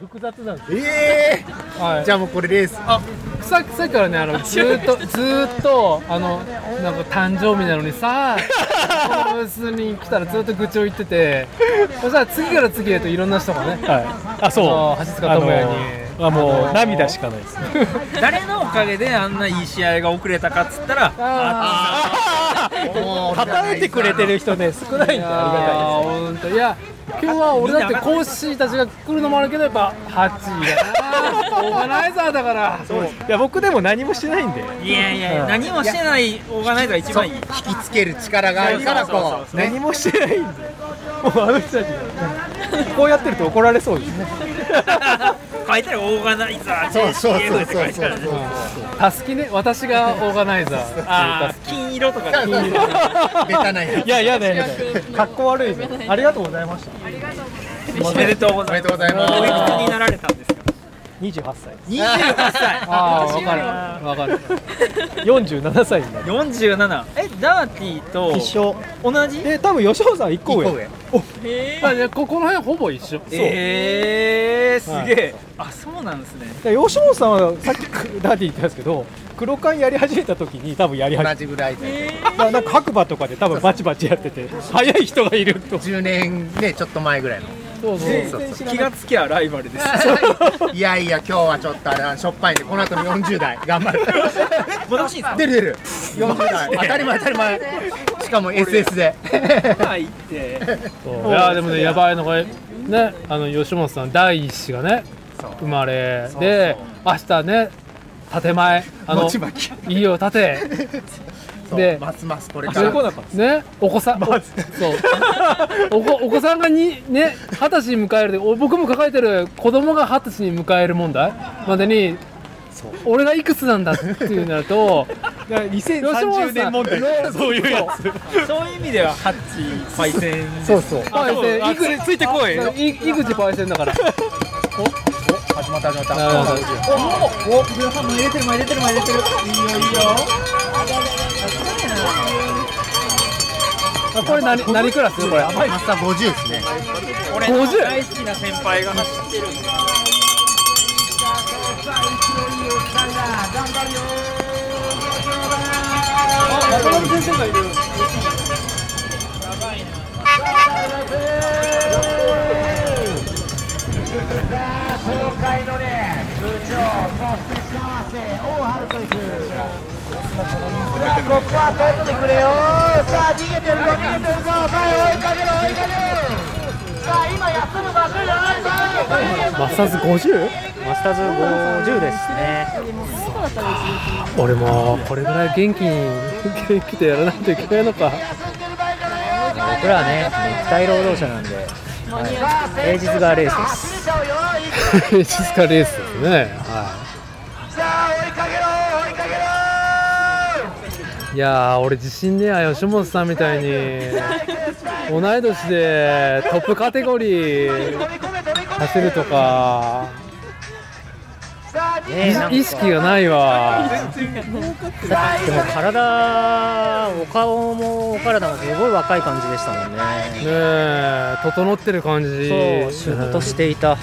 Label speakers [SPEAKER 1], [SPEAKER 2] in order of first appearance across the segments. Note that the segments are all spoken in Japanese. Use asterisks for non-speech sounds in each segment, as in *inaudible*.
[SPEAKER 1] 複雑なんです
[SPEAKER 2] ええ
[SPEAKER 1] よ、は
[SPEAKER 2] ー、じゃあもうこれレース
[SPEAKER 1] あ臭い臭いからねあのずーっとずーっとあのなんか誕生日なのにさこのブースに来たらずっと愚痴を言っててそしたら次から次へといろんな人がね
[SPEAKER 3] はい、あ、そう、
[SPEAKER 1] あの橋塚智也に
[SPEAKER 3] あのあもう涙しかないですね。
[SPEAKER 4] 誰のおかげであんないい試合が遅れたかっつったら
[SPEAKER 1] あ
[SPEAKER 3] あ *laughs*
[SPEAKER 2] もう
[SPEAKER 3] あ、叩いてくれてる人ね、少ないんで
[SPEAKER 1] ーいや
[SPEAKER 3] あ
[SPEAKER 1] ーほんといや今日は俺だって講師たちが来るのもあるけどやっぱハッチーだなオーガナイザーだから
[SPEAKER 3] りがたいです。いや、僕でも何もしてないんで。
[SPEAKER 4] いやいやいや何もしてないオーガナイザーが一番いい
[SPEAKER 2] 引きつける力があるか
[SPEAKER 4] そ
[SPEAKER 2] ら
[SPEAKER 4] うそうそう
[SPEAKER 2] こうね
[SPEAKER 3] 何もしてないんで。もうあの人たち。こうやってると怒られそうですね。
[SPEAKER 4] 書いてあるオーガナイザー
[SPEAKER 2] そうそうそう
[SPEAKER 4] JCM って
[SPEAKER 2] そ
[SPEAKER 4] 書
[SPEAKER 2] う
[SPEAKER 4] いて
[SPEAKER 2] そ
[SPEAKER 4] あ
[SPEAKER 2] う
[SPEAKER 4] る
[SPEAKER 2] そう
[SPEAKER 1] たすきね私がオーガナイザー
[SPEAKER 4] あー金色とかだ
[SPEAKER 2] ベタなや
[SPEAKER 3] いや、いやだよ。格好悪いぞ。ありがとうございました。
[SPEAKER 4] おめでとうご
[SPEAKER 2] つお
[SPEAKER 4] ざ
[SPEAKER 2] め
[SPEAKER 4] います
[SPEAKER 2] でとうございま
[SPEAKER 4] おい
[SPEAKER 2] す
[SPEAKER 4] くつになられたんですか
[SPEAKER 3] 二十八歳。
[SPEAKER 4] 28歳
[SPEAKER 1] ああ分かる分かる
[SPEAKER 3] 四十七歳になる。
[SPEAKER 4] 47えダーティーと
[SPEAKER 3] 一緒。
[SPEAKER 4] 同じ
[SPEAKER 3] え、多分吉本さん一個
[SPEAKER 2] 一個
[SPEAKER 3] 上。
[SPEAKER 2] 上
[SPEAKER 1] あいやここの辺ほぼ一緒
[SPEAKER 4] えー、すげえ、あそうなんですね
[SPEAKER 3] で吉本さんはさっきダディ言ったんですけど、黒缶やり始めた時に多分やり始めた
[SPEAKER 2] 同じぐらいで
[SPEAKER 3] ななんか白馬とかで多分バチバチやってて早い人がいると
[SPEAKER 2] 10年ねちょっと前ぐらいの
[SPEAKER 3] そう
[SPEAKER 2] 全然
[SPEAKER 4] 気がつきゃライバルです
[SPEAKER 2] いやいや今日はちょっとあれだしょっぱいんでこの後の40代頑張る
[SPEAKER 4] 私ですか
[SPEAKER 2] 出る出る40代当たり前当たり前しかも SS で
[SPEAKER 4] 入って
[SPEAKER 1] いやでもねやばいのがねあの吉本さん第一子がね
[SPEAKER 2] そう
[SPEAKER 1] 生まれで明日ね建前あの
[SPEAKER 2] 餅巻き
[SPEAKER 1] 家を建て
[SPEAKER 2] そう
[SPEAKER 1] で
[SPEAKER 2] ますますこれ
[SPEAKER 3] あ
[SPEAKER 2] か
[SPEAKER 3] そ
[SPEAKER 2] ら
[SPEAKER 3] こなかっ
[SPEAKER 1] ねお子さ
[SPEAKER 2] *laughs*
[SPEAKER 1] ん
[SPEAKER 3] まず
[SPEAKER 1] そうお子お子さんがにね二十歳に迎えるでお僕も抱えてる子供が二十歳に迎える問題までに俺がいくつなんだっていうなると
[SPEAKER 2] *laughs*
[SPEAKER 3] ただから2030年問題そういうやつ
[SPEAKER 4] そういう意味ではハッチパイセン
[SPEAKER 2] そうそう
[SPEAKER 1] パイセン
[SPEAKER 3] あ
[SPEAKER 1] いく
[SPEAKER 3] つついてこい
[SPEAKER 1] い井口パイセンだから
[SPEAKER 2] 始まった始まった
[SPEAKER 1] なるほど
[SPEAKER 2] おお皆さんも入れてる前入れてる前入れてるいいよいいよ
[SPEAKER 1] あこれ何何クラスこれ
[SPEAKER 2] マスター50ですね
[SPEAKER 4] 俺の大好きな先輩が走ってる
[SPEAKER 3] マスターズ 50?
[SPEAKER 5] マスターズ50ですね
[SPEAKER 1] 俺もこれぐらい元気に元気でやらないといけないのか
[SPEAKER 5] 僕らはね肉体労働者なんで、はい、平日がレースです
[SPEAKER 1] 平日かレースですねはいいやー俺自信ねえや吉本さんみたいに同い年でトップカテゴリー走るとか
[SPEAKER 5] ねなんか
[SPEAKER 1] 意識がないわ
[SPEAKER 5] でも体お顔もお体もすごい若い感じでしたもん
[SPEAKER 1] ね
[SPEAKER 5] ね
[SPEAKER 1] え整ってる感じ
[SPEAKER 5] そうシュッとしていた
[SPEAKER 1] だ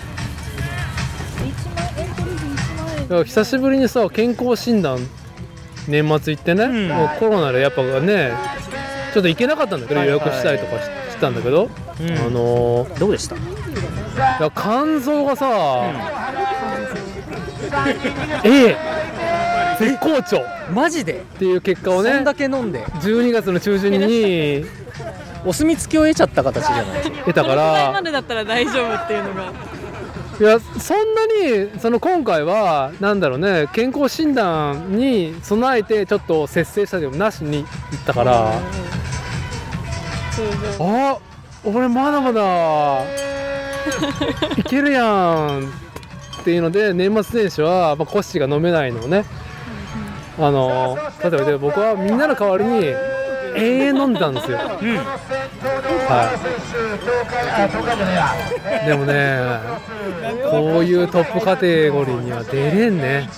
[SPEAKER 1] から久しぶりにさ健康診断年末行ってね、もうコロナでやっぱねちょっと行けなかったんだけど、
[SPEAKER 5] はい
[SPEAKER 1] 予約したりとかししたんだけど、
[SPEAKER 5] うん
[SPEAKER 1] あのー
[SPEAKER 5] どうでした
[SPEAKER 1] いや肝臓がさ、ええ絶好調っ
[SPEAKER 5] マジで
[SPEAKER 1] ていう結果
[SPEAKER 5] そ
[SPEAKER 1] をね
[SPEAKER 5] んだけ飲んで
[SPEAKER 1] 12月の中旬に
[SPEAKER 5] お墨付きを得ちゃった形じゃない
[SPEAKER 1] 得たか
[SPEAKER 6] このぐらいま
[SPEAKER 1] ら
[SPEAKER 6] でだったら大丈夫っていうのが
[SPEAKER 1] いやそんなにその今回はなんだろうね健康診断に備えてちょっと節制したでもなしに行ったから。
[SPEAKER 6] そうそう
[SPEAKER 1] あ俺まだまだいけるやんっていうので年末年始は、まあ、コッシーが飲めないのをねあの例えばで僕はみんなの代わりに永遠飲んでたんですよ、はいでもねこういうトップカテゴリーには出れんね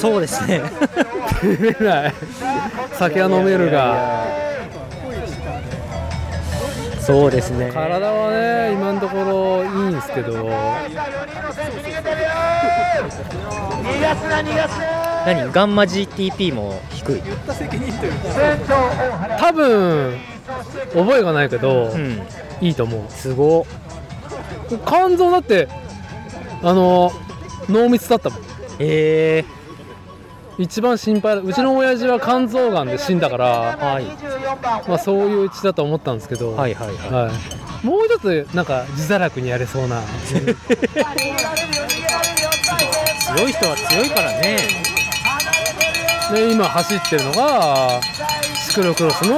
[SPEAKER 5] そうですね
[SPEAKER 1] 出れない酒は飲めるが
[SPEAKER 5] そうですね
[SPEAKER 7] 体はね今のところいいんですけど
[SPEAKER 5] 何ガンマ GTP も低い、
[SPEAKER 7] 多分覚えがないけど、
[SPEAKER 5] うん、
[SPEAKER 7] いいと思う
[SPEAKER 5] すご
[SPEAKER 7] 肝臓だってあの濃密だったもん
[SPEAKER 5] え
[SPEAKER 7] 一番心配だうちの親父は肝臓がんで死んだから、
[SPEAKER 5] ー、はい
[SPEAKER 7] まあ、そういううちだと思ったんですけど、
[SPEAKER 5] はいはいはい
[SPEAKER 7] はいもうちょっとなんか自堕落にやれそ
[SPEAKER 5] *laughs*
[SPEAKER 7] うな
[SPEAKER 5] 強い人は強いからね
[SPEAKER 7] で今走ってるのがシクロクロスの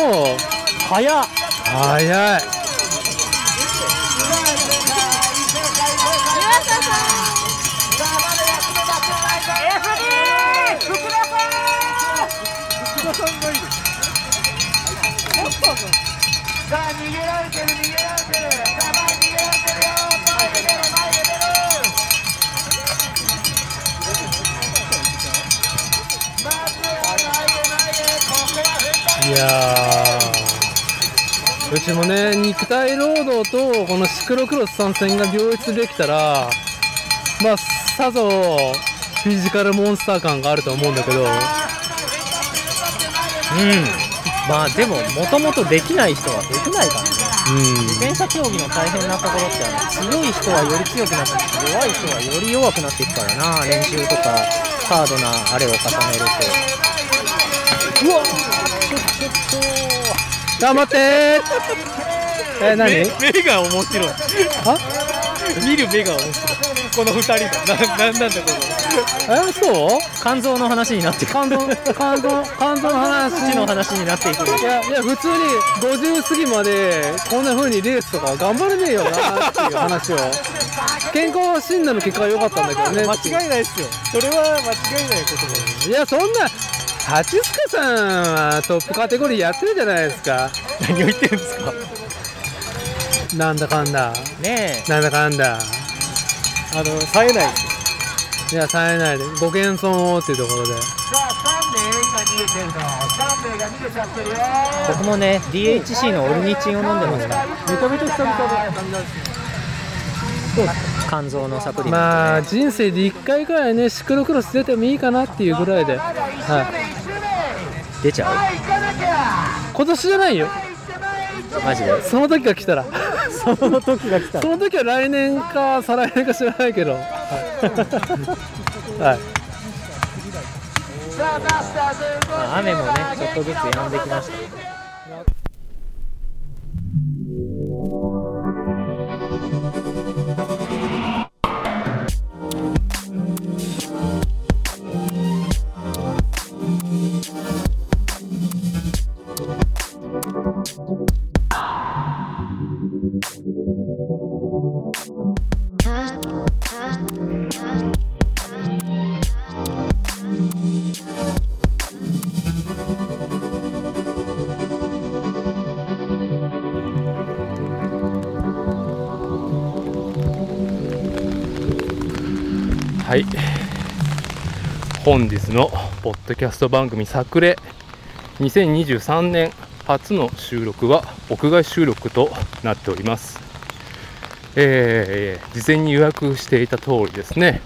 [SPEAKER 5] 早っ
[SPEAKER 7] 速いいやーうちもね肉体労働とこのシクロクロス参戦が両立できたらまあさぞフィジカルモンスター感があると思うんだけど
[SPEAKER 5] うんまあでももともとできない人はできないからね自転車競技の大変なところってあの強い人はより強くなって弱い人はより弱くなっていくからな練習とかハードなあれを重ねると
[SPEAKER 7] 頑張ってーえ何
[SPEAKER 5] 目が面白い
[SPEAKER 7] あ
[SPEAKER 5] 見る目が面白いこの2人が何なんだこ
[SPEAKER 7] えそう
[SPEAKER 5] の肝臓の話になって肝臓
[SPEAKER 7] 肝臓肝臓の話
[SPEAKER 5] の話になっていく
[SPEAKER 7] いやいや普通に50過ぎまでこんな風にレースとか頑張れねえよなっていう話を健康診断の結果は良かったんだけどね
[SPEAKER 3] 間違いないですよそれは間違いないことだよ
[SPEAKER 7] いやそんな八塚さんはトップカテゴリーやってるじゃないですか
[SPEAKER 5] 何を言ってるんですか
[SPEAKER 7] なんだかんだ
[SPEAKER 5] ね
[SPEAKER 7] なんだかんだ
[SPEAKER 3] あの冴えないですよ
[SPEAKER 7] いや冴えないでご謙遜をっていうところで
[SPEAKER 5] え僕もね DHC のオルニチンを飲んでますから
[SPEAKER 3] めちゃめちゃ久々だ
[SPEAKER 5] 肝臓のサプリメント
[SPEAKER 7] まあ人生で1回くらいねシクロクロス出てもいいかなっていうぐらいで、はい、
[SPEAKER 5] 出ちゃ
[SPEAKER 7] 今年じゃないよ
[SPEAKER 5] うマジで
[SPEAKER 7] その時が来たら
[SPEAKER 3] その時が来た
[SPEAKER 7] その時は来年か再来年か知らないけどはい、はい
[SPEAKER 5] まあ雨もねちょっとずつ止んできました
[SPEAKER 7] はい本日のポッドキャスト番組「さくれ」2023年初の収録は屋外収録となっておりますえー事前に予約していた通りですね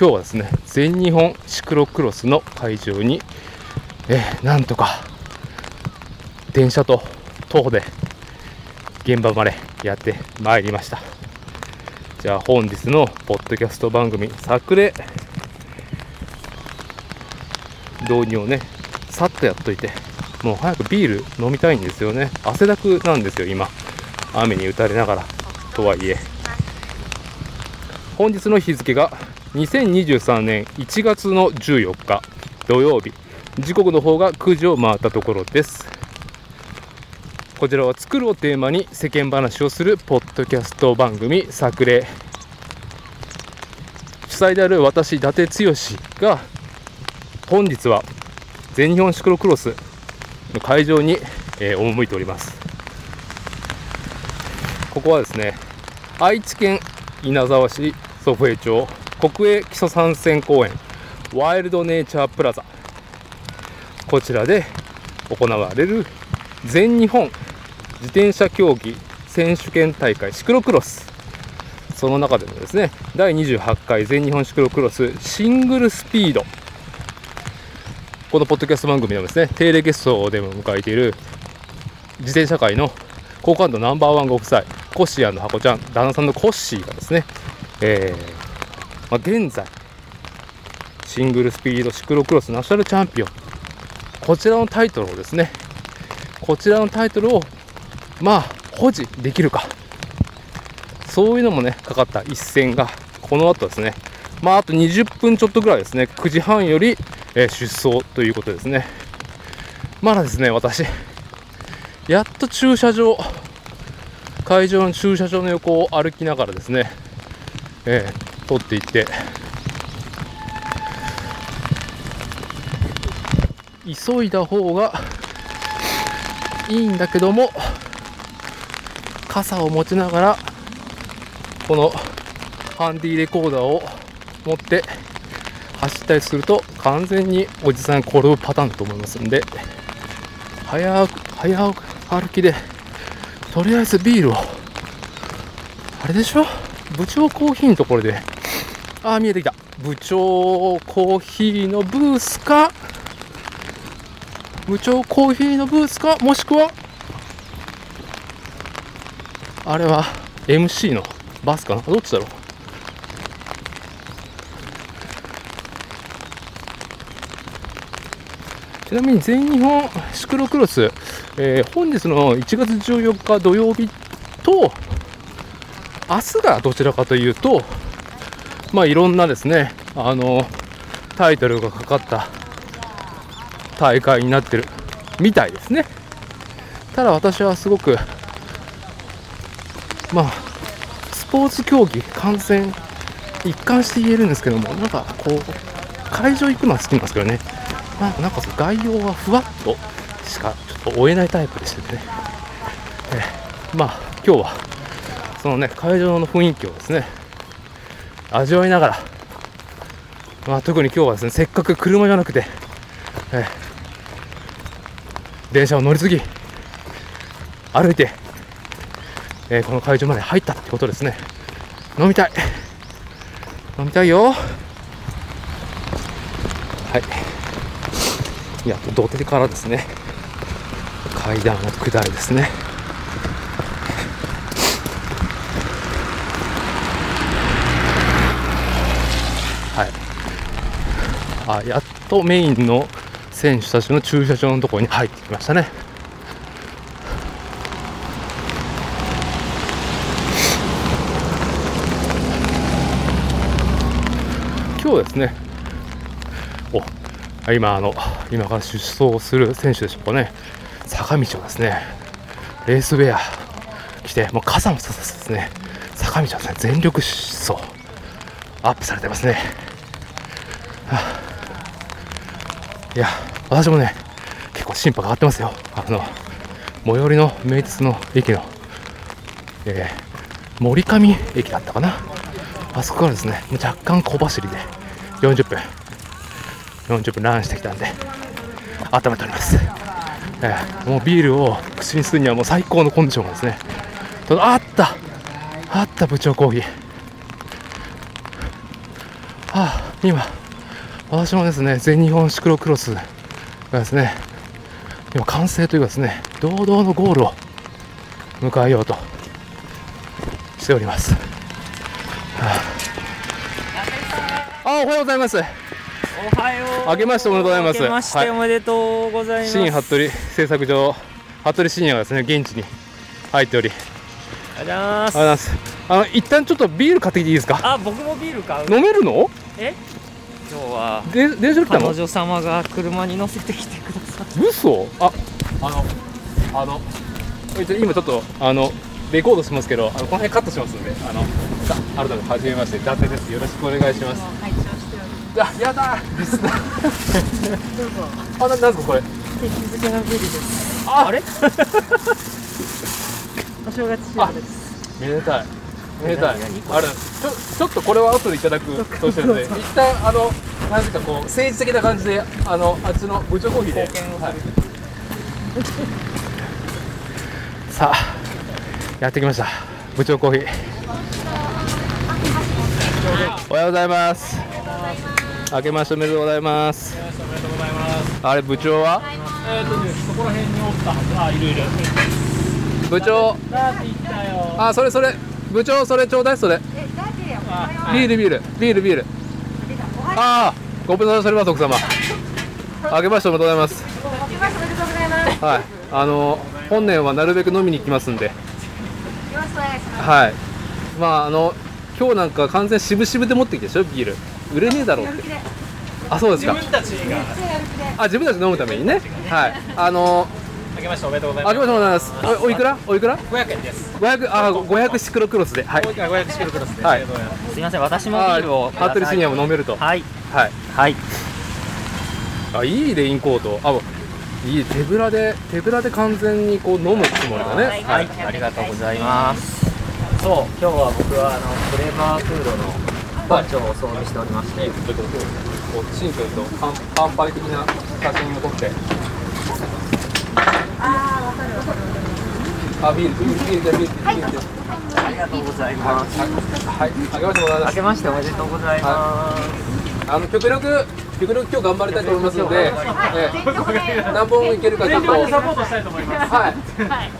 [SPEAKER 7] 今日はですね全日本シクロクロスの会場に、えーなんとか電車と徒歩で現場までやってまいりましたじゃあ本日のポッドキャスト番組「さくれ」導入をねさっとやっといてもう早くビール飲みたいんですよね汗だくなんですよ今雨に打たれながらとはいえ本日の日付が2023年1月の14日土曜日時刻の方が9時を回ったところですこちらは作るをテーマに世間話をするポッドキャスト番組作例主催である私伊達剛が本日は全日本シクロクロスの会場に、えー赴いておりますここはですね愛知県稲沢市祖父江町国営基礎参戦公園ワイルドネイチャープラザこちらで行われる全日本自転車競技選手権大会シクロクロスその中でもですね第28回全日本シクロクロスシングルスピードこのポッドキャスト番組でもですね定例ゲストでも迎えている自転車界の好感度ナンバーワンご夫妻コッシーハコちゃん旦那さんのコッシーがですね、えーまあ、現在シングルスピードシクロクロスナショナルチャンピオンこちらのタイトルをですねこちらのタイトルをまあ保持できるかそういうのもねかかった一戦がこの後ですねまああと20分ちょっとぐらいですね9時半より、えー出走ということですねまだですね私やっと駐車場会場の駐車場の横を歩きながらですね、えー撮っていって急いだ方がいいんだけども傘を持ちながらこのハンディレコーダーを持って走ったりすると完全におじさん転ぶパターンだと思いますんで早く早く歩きでとりあえずビールをあれでしょ部長コーヒーのところでああ見えてきた部長コーヒーのブースか部長コーヒーのブースかもしくはあれは MC のバスかなどっちだろうちなみに全日本シクロクロス、えー本日の1月14日土曜日と明日がどちらかというとまあいろんなですねあのタイトルがかかった大会になってるみたいですねただ私はすごくまあスポーツ競技観戦一貫して言えるんですけどもなんかこう会場行くのは好きなんですけどねまあ、なんかその概要はふわっとしかちょっと追えないタイプでしてね、えーまあ今日はそのね会場の雰囲気をですね味わいながら、まあ、特に今日はですねせっかく車じゃなくて、えー電車を乗り継ぎ歩いて、えーこの会場まで入ったってことですね飲みたい飲みたいよはいいや土手からですね階段を下りですねはいあやっとメインの選手たちの駐車場のところに入ってきましたね今日ですねお今あの今から出走する選手でしょうかね坂道をですねレースウェア着てもう傘もささずですね坂道をですね全力疾走アップされてますね、はあいや私もね結構審判が上がってますよあの最寄りの名鉄の駅の、えー森上駅だったかなあそこからですねもう若干小走りで40分40分ランしてきたんで温めております、えーもうビールを口にするにはもう最高のコンディションがですねただあったあった部長コーヒーああ今私もですね全日本シクロクロスがですね今完成というかですね堂々のゴールを迎えようとしております、はあ、あおはようございます
[SPEAKER 8] おはよう
[SPEAKER 7] 明けましておめでとうございます
[SPEAKER 8] 明けましておめでとうございます、
[SPEAKER 7] 新服部製作所服部深也がですね現地に入っており
[SPEAKER 8] ありがとうございま
[SPEAKER 7] あ
[SPEAKER 8] す
[SPEAKER 7] りがとうございますあの一旦ちょっとビール買ってきていいですか
[SPEAKER 8] あ僕もビール買う今
[SPEAKER 7] 飲めるの
[SPEAKER 8] 日は
[SPEAKER 7] で電車で来た
[SPEAKER 8] 彼
[SPEAKER 7] の
[SPEAKER 8] 女様が車に乗せてきてください
[SPEAKER 7] 嘘ああのあの今ちょっとあのレコードしますけどあのこの辺カットしますんであのさ改めて初めまして伊達ですよろしくお願いしますあやだリスナー *laughs* あななんですかこれ
[SPEAKER 6] 手付けのビルです。
[SPEAKER 7] ああれ *laughs*
[SPEAKER 6] お正月仕様です。
[SPEAKER 7] めでたいめでたいあれちょちょっとこれは後でいただくとしてるので一旦あの何ですかこう政治的な感じであのあっちの部長コーヒーで、はい、さあやってきました部長コーヒーおはようございます明けましておめでとうございますあれ部長は
[SPEAKER 8] えっとねそこら辺におったはずあいるいる
[SPEAKER 7] 部長あそれそれ部長それちょうだいそれビールビールビールビールああご無沙汰しております奥様あけましておめでとうございますはいあの本年はなるべく飲みに行きますんではいまああの今日なんか完全渋々で持ってきてしょビール売れねえだろうってあそうですか
[SPEAKER 8] 自分たちが
[SPEAKER 7] あ自分たち飲むためにねはいあの
[SPEAKER 8] あけましておめでとうござい
[SPEAKER 7] あ
[SPEAKER 8] ます
[SPEAKER 7] けましておめでとうございますおおいくらおいくら
[SPEAKER 8] 500円です
[SPEAKER 7] 500あ500シクロクロスではい
[SPEAKER 8] 500円500シルクロスで
[SPEAKER 7] は
[SPEAKER 8] あ
[SPEAKER 7] い
[SPEAKER 8] りがとうございます
[SPEAKER 5] すいません私もビールを
[SPEAKER 7] ハットリシニアも飲めると
[SPEAKER 5] はい
[SPEAKER 7] はい
[SPEAKER 5] はい
[SPEAKER 7] あいいレインコートあもういい手ぶらで手ぶらで完全にこう飲むつもりだねはい、
[SPEAKER 5] はい、ありがとうございます。そう、今日は僕はあのフレーバーフードの館長を装備しておりまして、
[SPEAKER 7] こうシンプルと乾乾杯的な写真を撮ってああ分かる分かるあビールビールビールビールビールビール
[SPEAKER 5] ありがとうございます。
[SPEAKER 7] はいありがとうございま
[SPEAKER 5] 明
[SPEAKER 7] す
[SPEAKER 5] けましておめでとうございます。
[SPEAKER 7] あの極力極力今日頑張りたいと思いますので、ええ何本いけるかちょっと
[SPEAKER 8] 全力でサポートしたいと思います
[SPEAKER 7] はい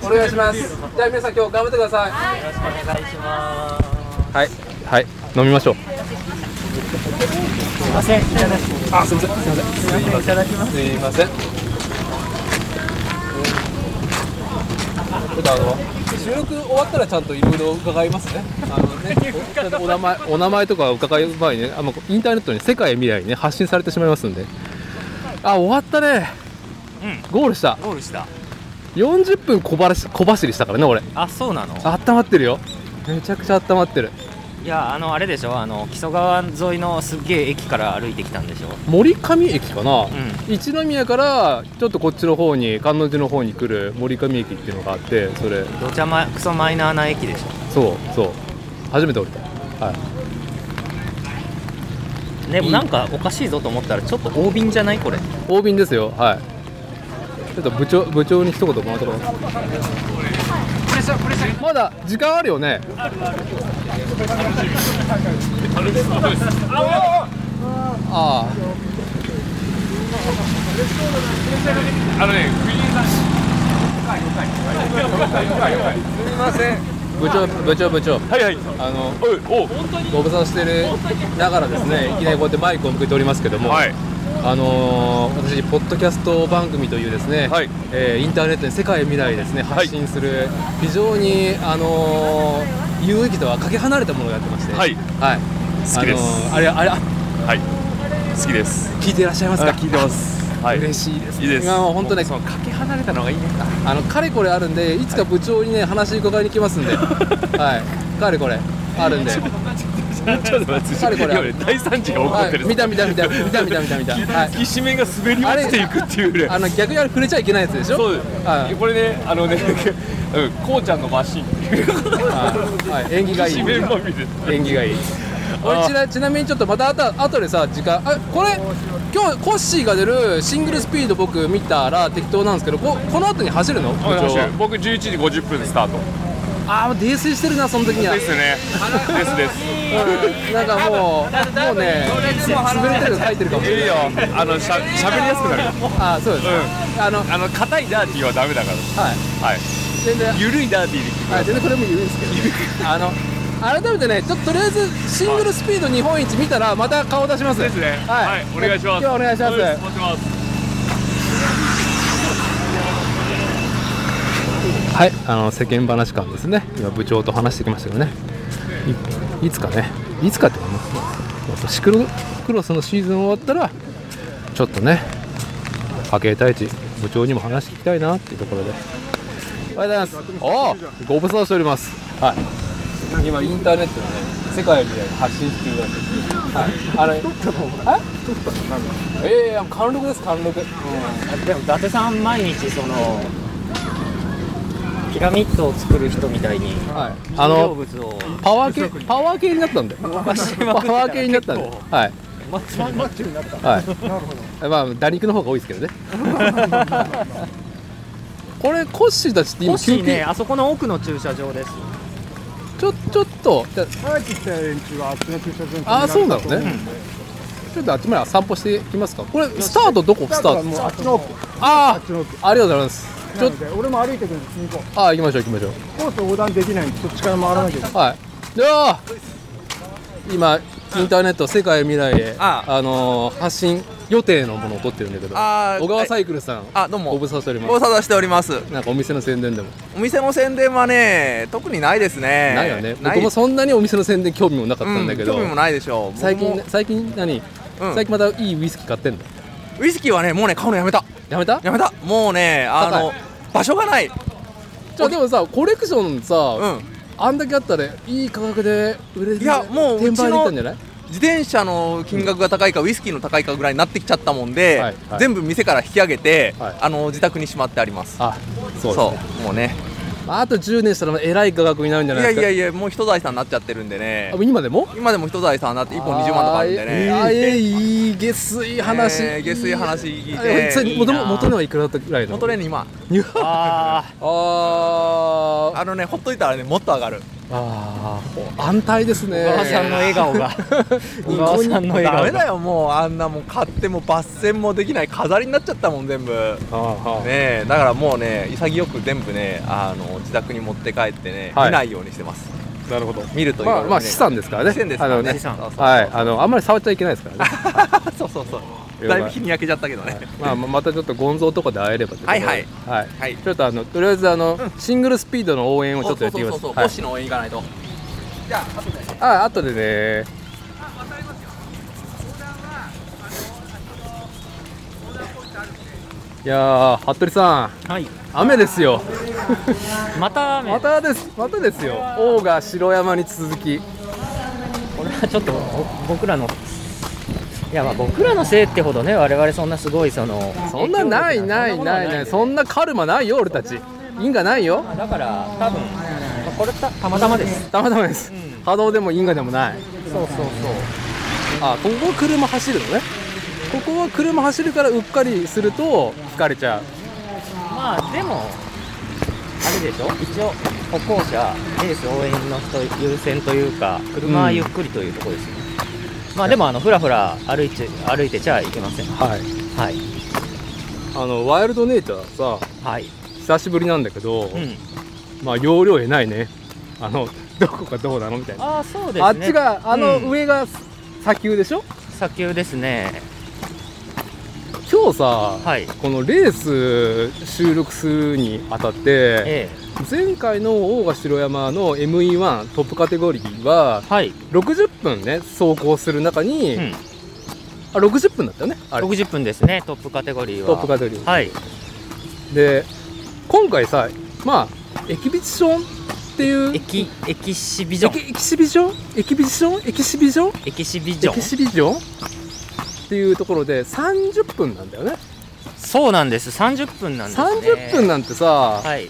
[SPEAKER 7] お願いしますじゃあ皆さん今日頑張ってください
[SPEAKER 5] よろしくお願いします。
[SPEAKER 7] はい、はい、飲みましょう。すみません、いただきます。あ、すみません、すみません、いただきます。すみません。ちょっとあの収録終わったらちゃんといろいろ伺いますね。あのね、おちゃんとお名前お名前とか伺う前にね、あのインターネットに世界未来にね発信されてしまいますんで。あ、終わったね。ゴールした。
[SPEAKER 5] ゴールした。
[SPEAKER 7] 40分小走り小走りしたからね、俺。
[SPEAKER 5] あ、そうなの。
[SPEAKER 7] あったまってるよ。めちゃくちゃあったまってる。
[SPEAKER 5] いや、あのあれでしょ、あの木曽川沿いのすっげえ駅から歩いてきたんでしょ。
[SPEAKER 7] 森上駅かな。
[SPEAKER 5] うん。
[SPEAKER 7] 一宮からちょっとこっちの方に観音寺の方に来る森上駅っていうのがあってそれ
[SPEAKER 5] どちゃまクソマイナーな駅でし
[SPEAKER 7] そうそう初めて降りた、はい、
[SPEAKER 5] ょ。でもなんかおかしいぞと思ったらちょっと大便じゃないこれ。
[SPEAKER 7] 大便ですよはいちょっと部長部長に一言もらってもらってまだ時間あるよねああ部長部長部長
[SPEAKER 9] はいはい
[SPEAKER 7] あの
[SPEAKER 9] おお
[SPEAKER 7] ご無沙汰してるながらですねいきなりこうやってマイクを向けておりますけども、
[SPEAKER 9] はい
[SPEAKER 7] あのー私ポッドキャスト番組というですね、
[SPEAKER 9] はい
[SPEAKER 7] えーインターネットに世界未来ですね発信する、非常にあのー有益とはかけ離れたものをやってまして
[SPEAKER 9] はい
[SPEAKER 7] はい
[SPEAKER 9] 好きです
[SPEAKER 7] あのーあれあれあ
[SPEAKER 9] はい好きです
[SPEAKER 7] 聞いていらっしゃいますか聞いてます
[SPEAKER 9] はい
[SPEAKER 7] 嬉しいです
[SPEAKER 9] いいです
[SPEAKER 7] 今もう本当ね
[SPEAKER 9] もうそのかけ離れたのがいいね
[SPEAKER 7] あのかれこれあるんでいつか部長にね話伺いに来ますん *laughs* ではいかれこれあるんで
[SPEAKER 9] ちょっと待って
[SPEAKER 7] あれこれ
[SPEAKER 9] 今ね大惨事が起こってる、
[SPEAKER 7] はい見た見た見た見た見た見た見たはい
[SPEAKER 9] きしめんが滑り落ちていくっていうぐらい
[SPEAKER 7] あの逆にあれ触れちゃいけないやつでしょ
[SPEAKER 9] そう、
[SPEAKER 7] はい
[SPEAKER 9] これねあのね、 *laughs* うん、こうちゃんのマシンっていう
[SPEAKER 7] はいはい、縁起が
[SPEAKER 9] き
[SPEAKER 7] いい
[SPEAKER 9] しめんまみれ
[SPEAKER 7] 縁起がいい
[SPEAKER 9] あ
[SPEAKER 7] 俺
[SPEAKER 9] ー
[SPEAKER 7] ちなちなみにちょっとまたあと後でさ時間あこれ今日コッシーが出るシングルスピード僕見たら適当なんですけどここの後に走るの部長は
[SPEAKER 9] 僕11時50分スタート
[SPEAKER 7] ああ泥酔してるなその時には
[SPEAKER 9] ですねですです
[SPEAKER 7] うんなんかもうもうね滑りたいの書いてるかもしれ
[SPEAKER 9] い
[SPEAKER 7] ないい
[SPEAKER 9] よあのしゃしゃべりやすくなる
[SPEAKER 7] あーそうです、
[SPEAKER 9] う
[SPEAKER 7] あの
[SPEAKER 9] あの硬いダーティーはダメだか
[SPEAKER 7] はい
[SPEAKER 9] らはい
[SPEAKER 7] 全然
[SPEAKER 9] 緩いダーティーで聞く
[SPEAKER 7] はい、全然これも言うんですけど、あの改めてね、ちょっととりあえずシングルスピード日本一見たら、また顔出します。
[SPEAKER 9] ですね
[SPEAKER 7] はい、
[SPEAKER 9] はいお願いします
[SPEAKER 7] 今日はお願いします。
[SPEAKER 9] そうです待ってます
[SPEAKER 7] はい、あの世間話感ですね。今部長と話してきましたけどね。いいつかね、いつかってかもう、シクロクロスのシーズン終わったら、ちょっとね、家計太一部長にも話していきたいなっていうところで。おはようございます。おお、ご無沙汰しております。はい。今インターネットでね、世界みたいに発信中なんです。はい。あれ、撮ったの？え？撮ったの？ええ貫禄です貫禄。
[SPEAKER 5] でも伊達さん毎日そのピラミッドを作る人みたいに
[SPEAKER 7] はい。あ
[SPEAKER 5] あの
[SPEAKER 7] の。
[SPEAKER 5] 物を
[SPEAKER 7] パワー系パワー系になったんだよ。パワー系になったんだよ。はい。マッチョになった。はい。まあ打肉の方が多いですけどね。これコッシーたちって
[SPEAKER 4] コ
[SPEAKER 7] 今
[SPEAKER 4] ッシ
[SPEAKER 7] 休
[SPEAKER 4] ー
[SPEAKER 7] 憩、
[SPEAKER 4] ねあそこの奥の駐車場です
[SPEAKER 7] ちょちょっとじゃ
[SPEAKER 1] 早く来た連中はあっちの駐車場に
[SPEAKER 7] ああそうなのね、ちょっとあっちまで散歩していきますかこれスタートどこス
[SPEAKER 1] だ
[SPEAKER 7] タ
[SPEAKER 1] か
[SPEAKER 7] ー
[SPEAKER 1] ら
[SPEAKER 7] ト
[SPEAKER 1] もうあっちの奥あ
[SPEAKER 7] あ
[SPEAKER 1] っちの奥
[SPEAKER 7] あありがとうございますち
[SPEAKER 1] な
[SPEAKER 7] ょ
[SPEAKER 1] ので俺も歩いてくるんです向こ
[SPEAKER 7] あ行きましょう行きましょ
[SPEAKER 1] うコース横断できないんでそっちから回らなきゃいけないう
[SPEAKER 7] はいでは今インターネット世界未来へあ
[SPEAKER 10] あ
[SPEAKER 7] のー発信予定のものを撮ってるんだけど
[SPEAKER 11] あー
[SPEAKER 7] 小川サイクルさん
[SPEAKER 11] あどう
[SPEAKER 7] ご
[SPEAKER 11] も
[SPEAKER 7] 無沙汰しており
[SPEAKER 11] ご無
[SPEAKER 7] ま
[SPEAKER 11] 沙汰しておりま
[SPEAKER 7] す
[SPEAKER 11] す
[SPEAKER 7] なんかお店の宣伝でも、
[SPEAKER 11] お店の宣伝はね特にないですね
[SPEAKER 7] ないよね
[SPEAKER 11] な
[SPEAKER 7] 僕
[SPEAKER 11] い
[SPEAKER 7] もそんなにお店の宣伝興味もなかったんだけ
[SPEAKER 11] うん、
[SPEAKER 7] ど、
[SPEAKER 11] 興味もないでしょう
[SPEAKER 7] 最近
[SPEAKER 11] 僕も
[SPEAKER 7] 最近何、
[SPEAKER 11] うん
[SPEAKER 7] 最近またいいウイスキー買ってんの
[SPEAKER 11] ウイスキーはねもうね買うのやめた
[SPEAKER 7] やめた
[SPEAKER 11] やめたもうねあの場所がない
[SPEAKER 7] じゃあでもさコレクションさ、
[SPEAKER 11] うん
[SPEAKER 7] あんだけあったらいい価格で売れて
[SPEAKER 11] いやもう
[SPEAKER 7] 転売できたんじゃない
[SPEAKER 11] 自転車の金額が高いか、ウイスキーの高いかぐらいになってきちゃったもんで、
[SPEAKER 7] はいはい
[SPEAKER 11] 全部店から引き上げて、
[SPEAKER 7] はい
[SPEAKER 11] あの自宅にしまってあります
[SPEAKER 7] あそうですね
[SPEAKER 11] そうもうね
[SPEAKER 7] あと10年したらえらい価格になるんじ
[SPEAKER 11] い
[SPEAKER 7] ゃないで
[SPEAKER 11] や
[SPEAKER 7] すか
[SPEAKER 11] いやい
[SPEAKER 7] や
[SPEAKER 11] やもう人財産になっちゃってるんでね
[SPEAKER 7] 今でも
[SPEAKER 11] 今でも人財産になって1本20万とかあるんで
[SPEAKER 7] あ
[SPEAKER 11] ね
[SPEAKER 7] ーえーあーいい下水話、
[SPEAKER 11] えー下水話聞い
[SPEAKER 7] あれそれ
[SPEAKER 11] て
[SPEAKER 7] 元も元値はいくらだったぐらいの
[SPEAKER 11] 元レーン今
[SPEAKER 7] あーあ
[SPEAKER 11] あのねほっといたらねもっと上がる
[SPEAKER 7] ーあー安泰ですね
[SPEAKER 4] 小川さんの笑顔
[SPEAKER 11] *laughs*
[SPEAKER 4] が小川さんの笑
[SPEAKER 11] ダメ
[SPEAKER 4] 顔が
[SPEAKER 11] だよもうあんなもん買っても抜線もできない飾りになっちゃったもん全部ねえだからもうね潔く全部ねあの自宅に持って帰ってね、
[SPEAKER 7] はい
[SPEAKER 11] 見ないようにしてます
[SPEAKER 12] なるほど
[SPEAKER 11] 見るという
[SPEAKER 7] まあまあ資産ですからね
[SPEAKER 11] 資産ですからね
[SPEAKER 7] あの
[SPEAKER 11] 資産そうそうそう
[SPEAKER 7] はいあのあんまり触っちゃいけないですからね
[SPEAKER 11] *laughs* そうそうそうだいぶ日に焼けちゃったけどね、
[SPEAKER 7] まあまあまたちょっとゴンゾーとかで会えればとうことで
[SPEAKER 11] はい
[SPEAKER 7] はい
[SPEAKER 11] はい
[SPEAKER 7] ちょっとあのとりあえずあの、シングルスピードの応援をちょっとやってきま
[SPEAKER 11] そ
[SPEAKER 7] す
[SPEAKER 11] うそうそうそう、
[SPEAKER 7] はい
[SPEAKER 11] 星の応援行かないとじゃあ後で
[SPEAKER 7] あ後でねいやー服部さん
[SPEAKER 4] はい
[SPEAKER 7] 雨ですよ
[SPEAKER 4] また雨
[SPEAKER 7] またですまたですよ王が城山に続き
[SPEAKER 4] これはちょっとぼ僕らのいやまあ僕らのせいってほどね我々そんなすごいその
[SPEAKER 7] そんなないないないないそんなカルマないよ俺たち因果ないよ
[SPEAKER 4] だから多分まあこれたたまたまです
[SPEAKER 7] たまたまです、波動でも因果でもない
[SPEAKER 4] そうそうそ
[SPEAKER 7] あここは車走るのねここは車走るからうっかりすると疲れちゃう
[SPEAKER 4] うまあでもあれでしょ一応歩行者レース応援の人優先というか車はゆっくりというところですよね、まあでもあのふらふら歩いて歩いてちゃいけません
[SPEAKER 7] はい
[SPEAKER 4] はい
[SPEAKER 7] あのワイルドネイチャーさ
[SPEAKER 4] はい
[SPEAKER 7] 久しぶりなんだけど、
[SPEAKER 4] うん
[SPEAKER 7] まあ容量得ないねあのどこかどうなのみたいな、
[SPEAKER 4] ああそうですね
[SPEAKER 7] あっちがあの
[SPEAKER 4] うん
[SPEAKER 7] 上が砂丘でしょ、
[SPEAKER 4] 砂丘ですね
[SPEAKER 7] 今日さ、
[SPEAKER 4] はい
[SPEAKER 7] このレース収録するにあたって、
[SPEAKER 4] ええ
[SPEAKER 7] 前回の大賀城山の ME1 トップカテゴリーは
[SPEAKER 4] はい、
[SPEAKER 7] 60分ね走行する中に、
[SPEAKER 4] うん、
[SPEAKER 7] あ60分だったよねあれ
[SPEAKER 4] 60分ですねトップカテゴリーは
[SPEAKER 7] トップカテゴリー、
[SPEAKER 4] はい
[SPEAKER 7] で今回さまあエキビションっていう
[SPEAKER 4] エキエキシビジ
[SPEAKER 7] エ
[SPEAKER 4] ョン
[SPEAKER 7] キエキシビジョンエキビションエキシビジョン
[SPEAKER 4] エキシビジ
[SPEAKER 7] エキ
[SPEAKER 4] ョン
[SPEAKER 7] シビジョンっていうところで30分なんだよね
[SPEAKER 4] そうなんです30分なんですね
[SPEAKER 7] 30分なんてさ、
[SPEAKER 4] はい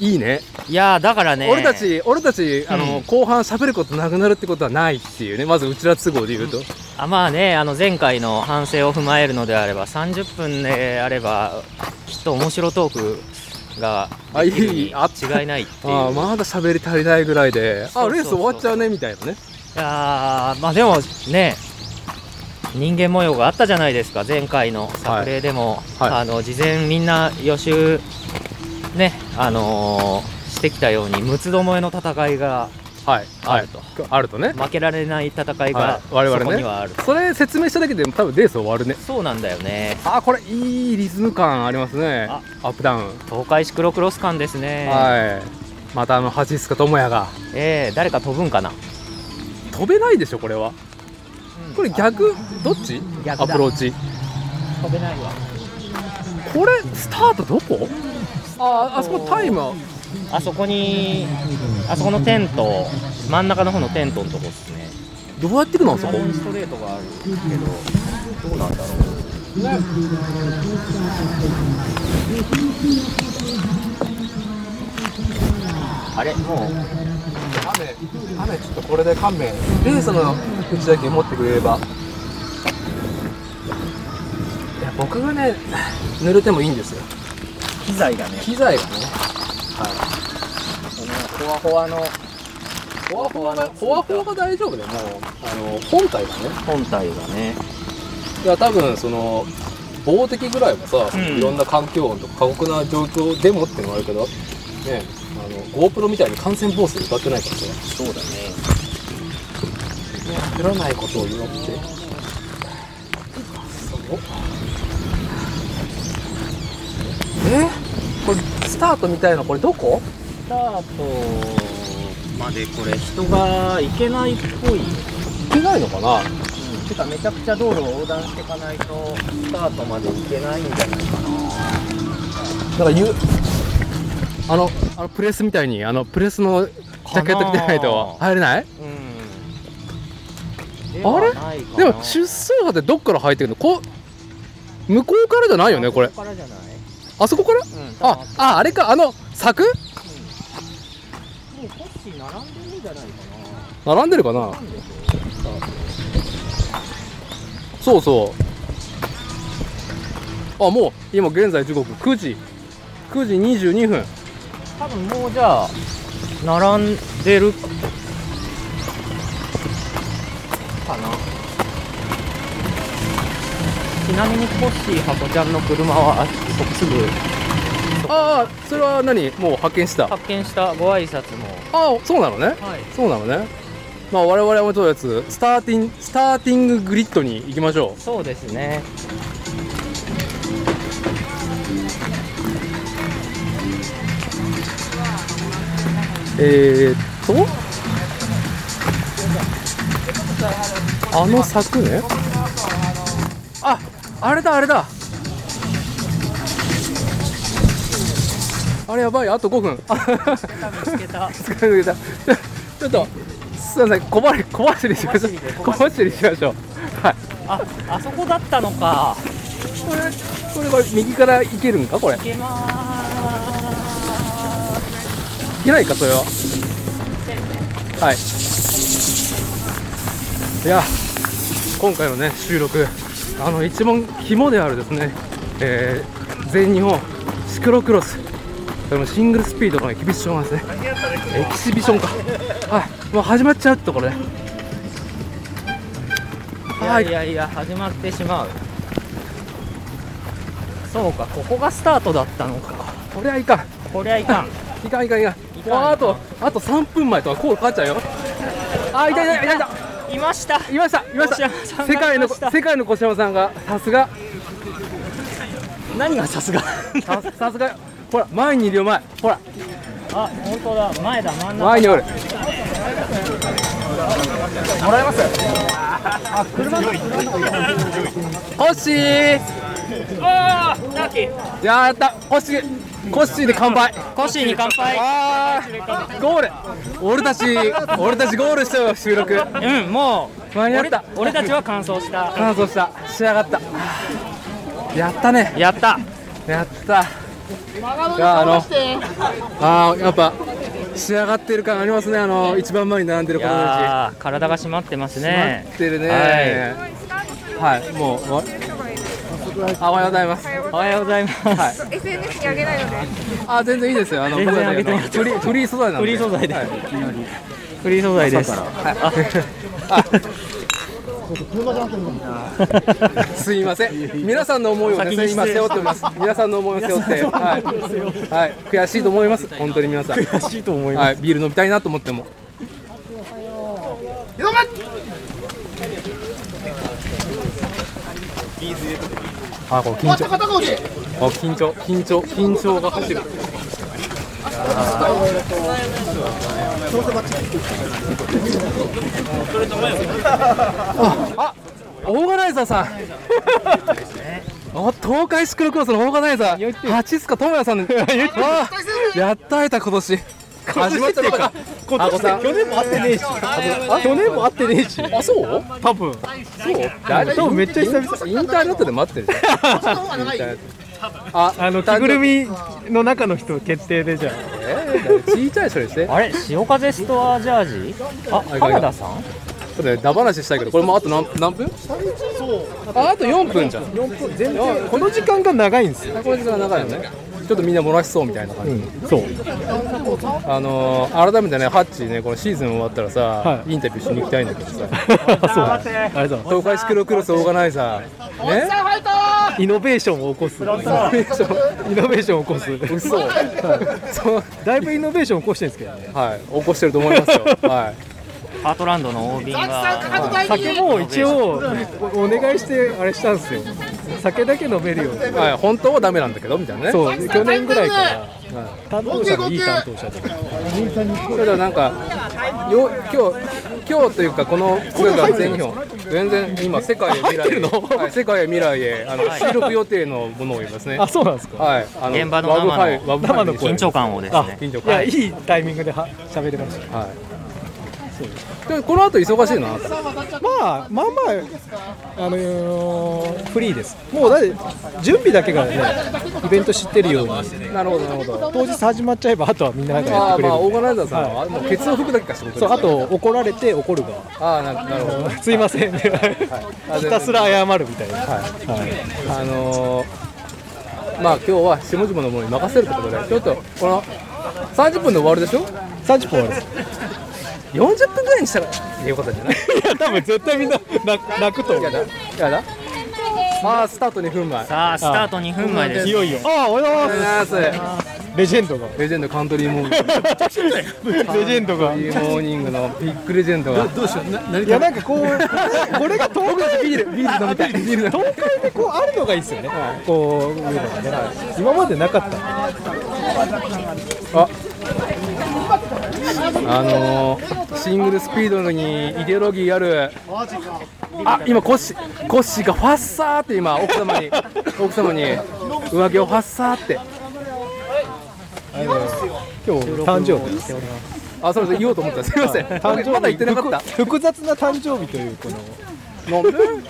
[SPEAKER 7] い、いね
[SPEAKER 4] いやーだからね
[SPEAKER 7] 俺たち俺たちあの、
[SPEAKER 4] うん
[SPEAKER 7] 後半喋ることなくなるってことはないっていうねまずうちら都合で言うと、
[SPEAKER 4] あまあねあの前回の反省を踏まえるのであれば30分であればきっと面白トークが
[SPEAKER 7] あい
[SPEAKER 4] できるに
[SPEAKER 7] いあ
[SPEAKER 4] 違いないっていう
[SPEAKER 7] ああまだ喋り足りないぐらいで
[SPEAKER 4] そうそうそう
[SPEAKER 7] あレース終わっちゃうねみたいなね
[SPEAKER 4] いやーまあでもね人間模様があったじゃないですか前回の作例でも、
[SPEAKER 7] はいはい
[SPEAKER 4] あの事前みんな予習ねあのーしてきたように六つどもえの戦いが
[SPEAKER 7] はい
[SPEAKER 4] あ
[SPEAKER 7] は
[SPEAKER 4] る
[SPEAKER 7] い
[SPEAKER 4] と、
[SPEAKER 7] あるとね
[SPEAKER 4] 負けられない戦い
[SPEAKER 7] は
[SPEAKER 4] が
[SPEAKER 7] い我々ね
[SPEAKER 4] そこにはある、
[SPEAKER 7] それ説明しただけで多分レース終わるね
[SPEAKER 4] そうなんだよね
[SPEAKER 7] あこれいいリズム感ありますね
[SPEAKER 4] あ
[SPEAKER 7] アップダウン、
[SPEAKER 4] 東海シクロクロス感ですね、
[SPEAKER 7] はいまたあの橋塚智也が
[SPEAKER 4] えー誰か飛ぶんかな
[SPEAKER 7] 飛べないでしょこれはこれ逆どっち
[SPEAKER 4] 逆だ
[SPEAKER 7] アプローチ
[SPEAKER 4] 飛べないわ
[SPEAKER 7] これスタートどこああそこタイム
[SPEAKER 4] あそこにあそこのテント真ん中の方のテントのとこですね
[SPEAKER 7] どうやっていくのあそ
[SPEAKER 4] ド
[SPEAKER 7] こ
[SPEAKER 4] ラゴンストレートがあるけどどうなんだろうあれもう
[SPEAKER 7] 雨ちょっとこれで勘弁レースの口だけ持ってくれればいや僕がね濡れてもいいんですよ
[SPEAKER 2] 機材がね
[SPEAKER 11] 機材がね
[SPEAKER 2] このほわほわの
[SPEAKER 11] ホワホワがホワホワが大丈夫でもうあの本体がね
[SPEAKER 2] 本体がね
[SPEAKER 11] いや多分その防滴ぐらいはさ、
[SPEAKER 2] ん
[SPEAKER 11] いろんな環境音とか過酷な状況でもっていうのはあるけどねあの GoPro みたいに感染防止で歌ってないからさ
[SPEAKER 2] そうだね
[SPEAKER 11] 降らないことを言ってそうえこれスタートみたいなこれどこ
[SPEAKER 2] スタートまでこれ人が行けないっぽい
[SPEAKER 11] 行けないのかな
[SPEAKER 2] てかめちゃくちゃ道路を横断していかないとスタートまで行けないんじゃない
[SPEAKER 11] なんかゆ
[SPEAKER 7] あのあのプレスみたいにあのプレスのジャケット着てないと入れないあれ
[SPEAKER 2] ないか
[SPEAKER 7] で
[SPEAKER 2] な
[SPEAKER 7] も出走波ってどっから入ってくるのこう向こうからじゃないよねこれ
[SPEAKER 2] ここからじゃない
[SPEAKER 7] あそこから、あああれかあの柵
[SPEAKER 2] もうコッシー並んでるんじゃないか
[SPEAKER 7] 並んでるかなそうそうあもう今現在時刻9時9時22分
[SPEAKER 2] な多分もうじゃあ並んでるかな
[SPEAKER 5] ちなみにコッシーハコちゃんの車はあそすぐ
[SPEAKER 7] ああそれは何もう発見したあ
[SPEAKER 5] 発見したご挨拶も
[SPEAKER 7] あそうなのね
[SPEAKER 5] はい
[SPEAKER 7] そうなのねまあ我々もとるやつスターティンスターティンググリッドに行きましょう
[SPEAKER 5] そうですね
[SPEAKER 7] えー、っとあの柵ねああれだあれだあれやばいあと5分
[SPEAKER 5] つけ
[SPEAKER 7] *laughs*
[SPEAKER 5] た
[SPEAKER 7] 疲れてきたちょっとすいません小走り小走りしましょう小走りしましょうはい
[SPEAKER 5] ああそこだったのか
[SPEAKER 7] これこれこれ右から行けるんかこれ
[SPEAKER 5] いけま
[SPEAKER 7] いけないかそれははいいや今回のね収録あの一番肝であるですね、えー全日本シクロクロスそのシングルスピードのエキビションなんですねエキシビションかはいもう始まっちゃうってこれね
[SPEAKER 5] すいやいやいや始まってしまうそうかここがスタートだったのか
[SPEAKER 7] これはいかん
[SPEAKER 5] こりゃいかん
[SPEAKER 7] いかんいかんいかん
[SPEAKER 5] いかん
[SPEAKER 7] ああとあと3分前とかコール変わっちゃうよあいたいたいたいた
[SPEAKER 5] いました
[SPEAKER 7] いましたいまし
[SPEAKER 5] 越
[SPEAKER 7] た
[SPEAKER 5] 山さんが
[SPEAKER 7] 世界の
[SPEAKER 5] いました
[SPEAKER 7] 世界の小山さんがさすが
[SPEAKER 5] 何がさすが
[SPEAKER 7] ささすがほら前にいるよ前ほら
[SPEAKER 5] あ本当だ前だ真ん中
[SPEAKER 7] 前におるもらえますあ車のコッシーああやったコッシーコッシーで乾杯
[SPEAKER 5] コッシーに乾杯
[SPEAKER 7] あーゴール俺たち俺たちゴールしたよ収録
[SPEAKER 5] うんも
[SPEAKER 7] 間
[SPEAKER 5] う
[SPEAKER 7] に合っ
[SPEAKER 5] 俺
[SPEAKER 7] た
[SPEAKER 5] 俺たちは完走した
[SPEAKER 7] 乾燥した仕上がったやったね
[SPEAKER 5] やった
[SPEAKER 7] やったいやあのあーやっぱ仕上がってる感ありますねあの一番前に並んでる
[SPEAKER 5] い
[SPEAKER 7] 子供た
[SPEAKER 5] やー体が締まってます
[SPEAKER 7] ち
[SPEAKER 5] ね
[SPEAKER 7] 待ってるねはい、もうわあおはようございます
[SPEAKER 5] おはようございます、
[SPEAKER 7] はい
[SPEAKER 4] SNS に上げないので、
[SPEAKER 7] あ全然いいですよあの
[SPEAKER 5] 全然上げてもらって
[SPEAKER 7] フリーフリー素材なんで
[SPEAKER 5] フリー素材で、
[SPEAKER 7] はい
[SPEAKER 5] フリー素材です
[SPEAKER 7] はいすいません皆さんの思いをね
[SPEAKER 5] 先に失
[SPEAKER 7] 今
[SPEAKER 5] 礼
[SPEAKER 7] 背負ってます皆さんの思いを背負ってはい、はい、悔しいと思います本当に皆さん悔しいと思います、はい、ビール飲みたいなと思ってもあこれ緊張あ緊張緊張緊張が走るあオーガナイザーさん *laughs* あ東海シクロクロスのオーガナイザー八塚智也さんであやった会えた今年始まったのかあこさん去年も会ってねえし去年も会ってねえしあそう
[SPEAKER 3] 多分
[SPEAKER 7] そう多分めっちゃ久々インターネットで待ってるじゃんあ
[SPEAKER 3] あの着ぐるみの中の人決定でじゃあ
[SPEAKER 7] えー小さい人にして
[SPEAKER 5] あれ潮風ストアジャージあ浜田さん
[SPEAKER 7] ちょっとね、ダバなししたいけど、これもあと何何分ああと4分じゃん。
[SPEAKER 3] この時間が長いんですよ
[SPEAKER 7] この時間が長いよね。ちょっとみんな漏らしそうみたいな感じ、
[SPEAKER 3] そう
[SPEAKER 7] あのー改めてねハッチねこのシーズン終わったらさ、
[SPEAKER 3] はい
[SPEAKER 7] インタビューしに行きたいんだけどさ
[SPEAKER 3] そうありがとうございま
[SPEAKER 7] 東海シクロクロスオーガナイザーね
[SPEAKER 3] すイノベーションを起こすイノベーションイノベーションを起こす
[SPEAKER 7] 嘘
[SPEAKER 3] はい
[SPEAKER 7] そう
[SPEAKER 3] だいぶイノベーション起こしてるんですけどね
[SPEAKER 7] はい起こしてると思いますよはい
[SPEAKER 4] ハートランドの OB が
[SPEAKER 3] 酒も一応おお願いしてあれしたんですよ酒だけ飲めるように
[SPEAKER 7] はい、本当はダメなんだけどみたいなね
[SPEAKER 3] そう去年ぐらいから担当者がいい担当者とか
[SPEAKER 7] それではなんかよ今日今日というかこのこれが全日本全然今世界へ未来へ、はい、世界へ未来へあの
[SPEAKER 4] い
[SPEAKER 7] 収録予定のものを言いますね
[SPEAKER 3] *laughs* あそうなんですか
[SPEAKER 7] はいあ
[SPEAKER 4] 現場の生の
[SPEAKER 7] ワブファイワブファイ
[SPEAKER 4] 緊張感をです
[SPEAKER 3] あ
[SPEAKER 4] ね
[SPEAKER 7] 緊張
[SPEAKER 3] い
[SPEAKER 7] 感
[SPEAKER 3] やいいタイミングでは喋れました
[SPEAKER 7] はいでこの後忙しいな
[SPEAKER 3] まあまあまあ、あのーフリーです、もうだって準備だけがね、イベント知ってるように、
[SPEAKER 7] なるほどなるほど
[SPEAKER 3] 当日始まっちゃえば、あとはみんながやっ
[SPEAKER 7] あ
[SPEAKER 3] て
[SPEAKER 7] あ
[SPEAKER 3] くれる
[SPEAKER 7] まあオ
[SPEAKER 3] ん
[SPEAKER 7] ー
[SPEAKER 3] で、
[SPEAKER 7] ガナイザーさんはもうケツを拭くだけか仕事
[SPEAKER 3] そうあと怒られて怒るが、
[SPEAKER 7] ああななるほど
[SPEAKER 3] すいません、
[SPEAKER 7] あ
[SPEAKER 3] ひたすら謝るみたいな、はい
[SPEAKER 7] あのーまあ今日は下々のものに任せるってことでちょっとこの30分で終わるでしょ
[SPEAKER 3] 30分終わりです、
[SPEAKER 7] 40分ぐらいにしたらよかったんじゃない
[SPEAKER 3] いや、多分絶対みんな泣泣くと思
[SPEAKER 7] や
[SPEAKER 3] う、
[SPEAKER 7] だやだまあスタート2分前
[SPEAKER 4] さあスタート2分前です
[SPEAKER 3] いよいよ、ああ、おはようございま
[SPEAKER 7] ナイス
[SPEAKER 3] す、レジェンドが、
[SPEAKER 7] レジェンドカントリーモーニング
[SPEAKER 3] レジェンドが、
[SPEAKER 7] カントリ
[SPEAKER 3] い
[SPEAKER 7] ーモーニングのビッグレジェンドが
[SPEAKER 3] や、なんかこう、これが東海
[SPEAKER 7] ビールビール飲みたいビール飲み
[SPEAKER 3] 東海でこうあるのがいいですよね、こういうのがね、今までなかった。
[SPEAKER 7] あのー、シングルスピードにイデオロギーあるあ今コッシーコッシーがファッサーって今奥様に奥様に上着をファッサーって
[SPEAKER 3] 今日誕生日です
[SPEAKER 7] あそうです言おうと思ったすいません
[SPEAKER 3] 誕生日
[SPEAKER 7] まだ言ってなかった
[SPEAKER 3] 複複雑な誕生日というこの
[SPEAKER 7] 飲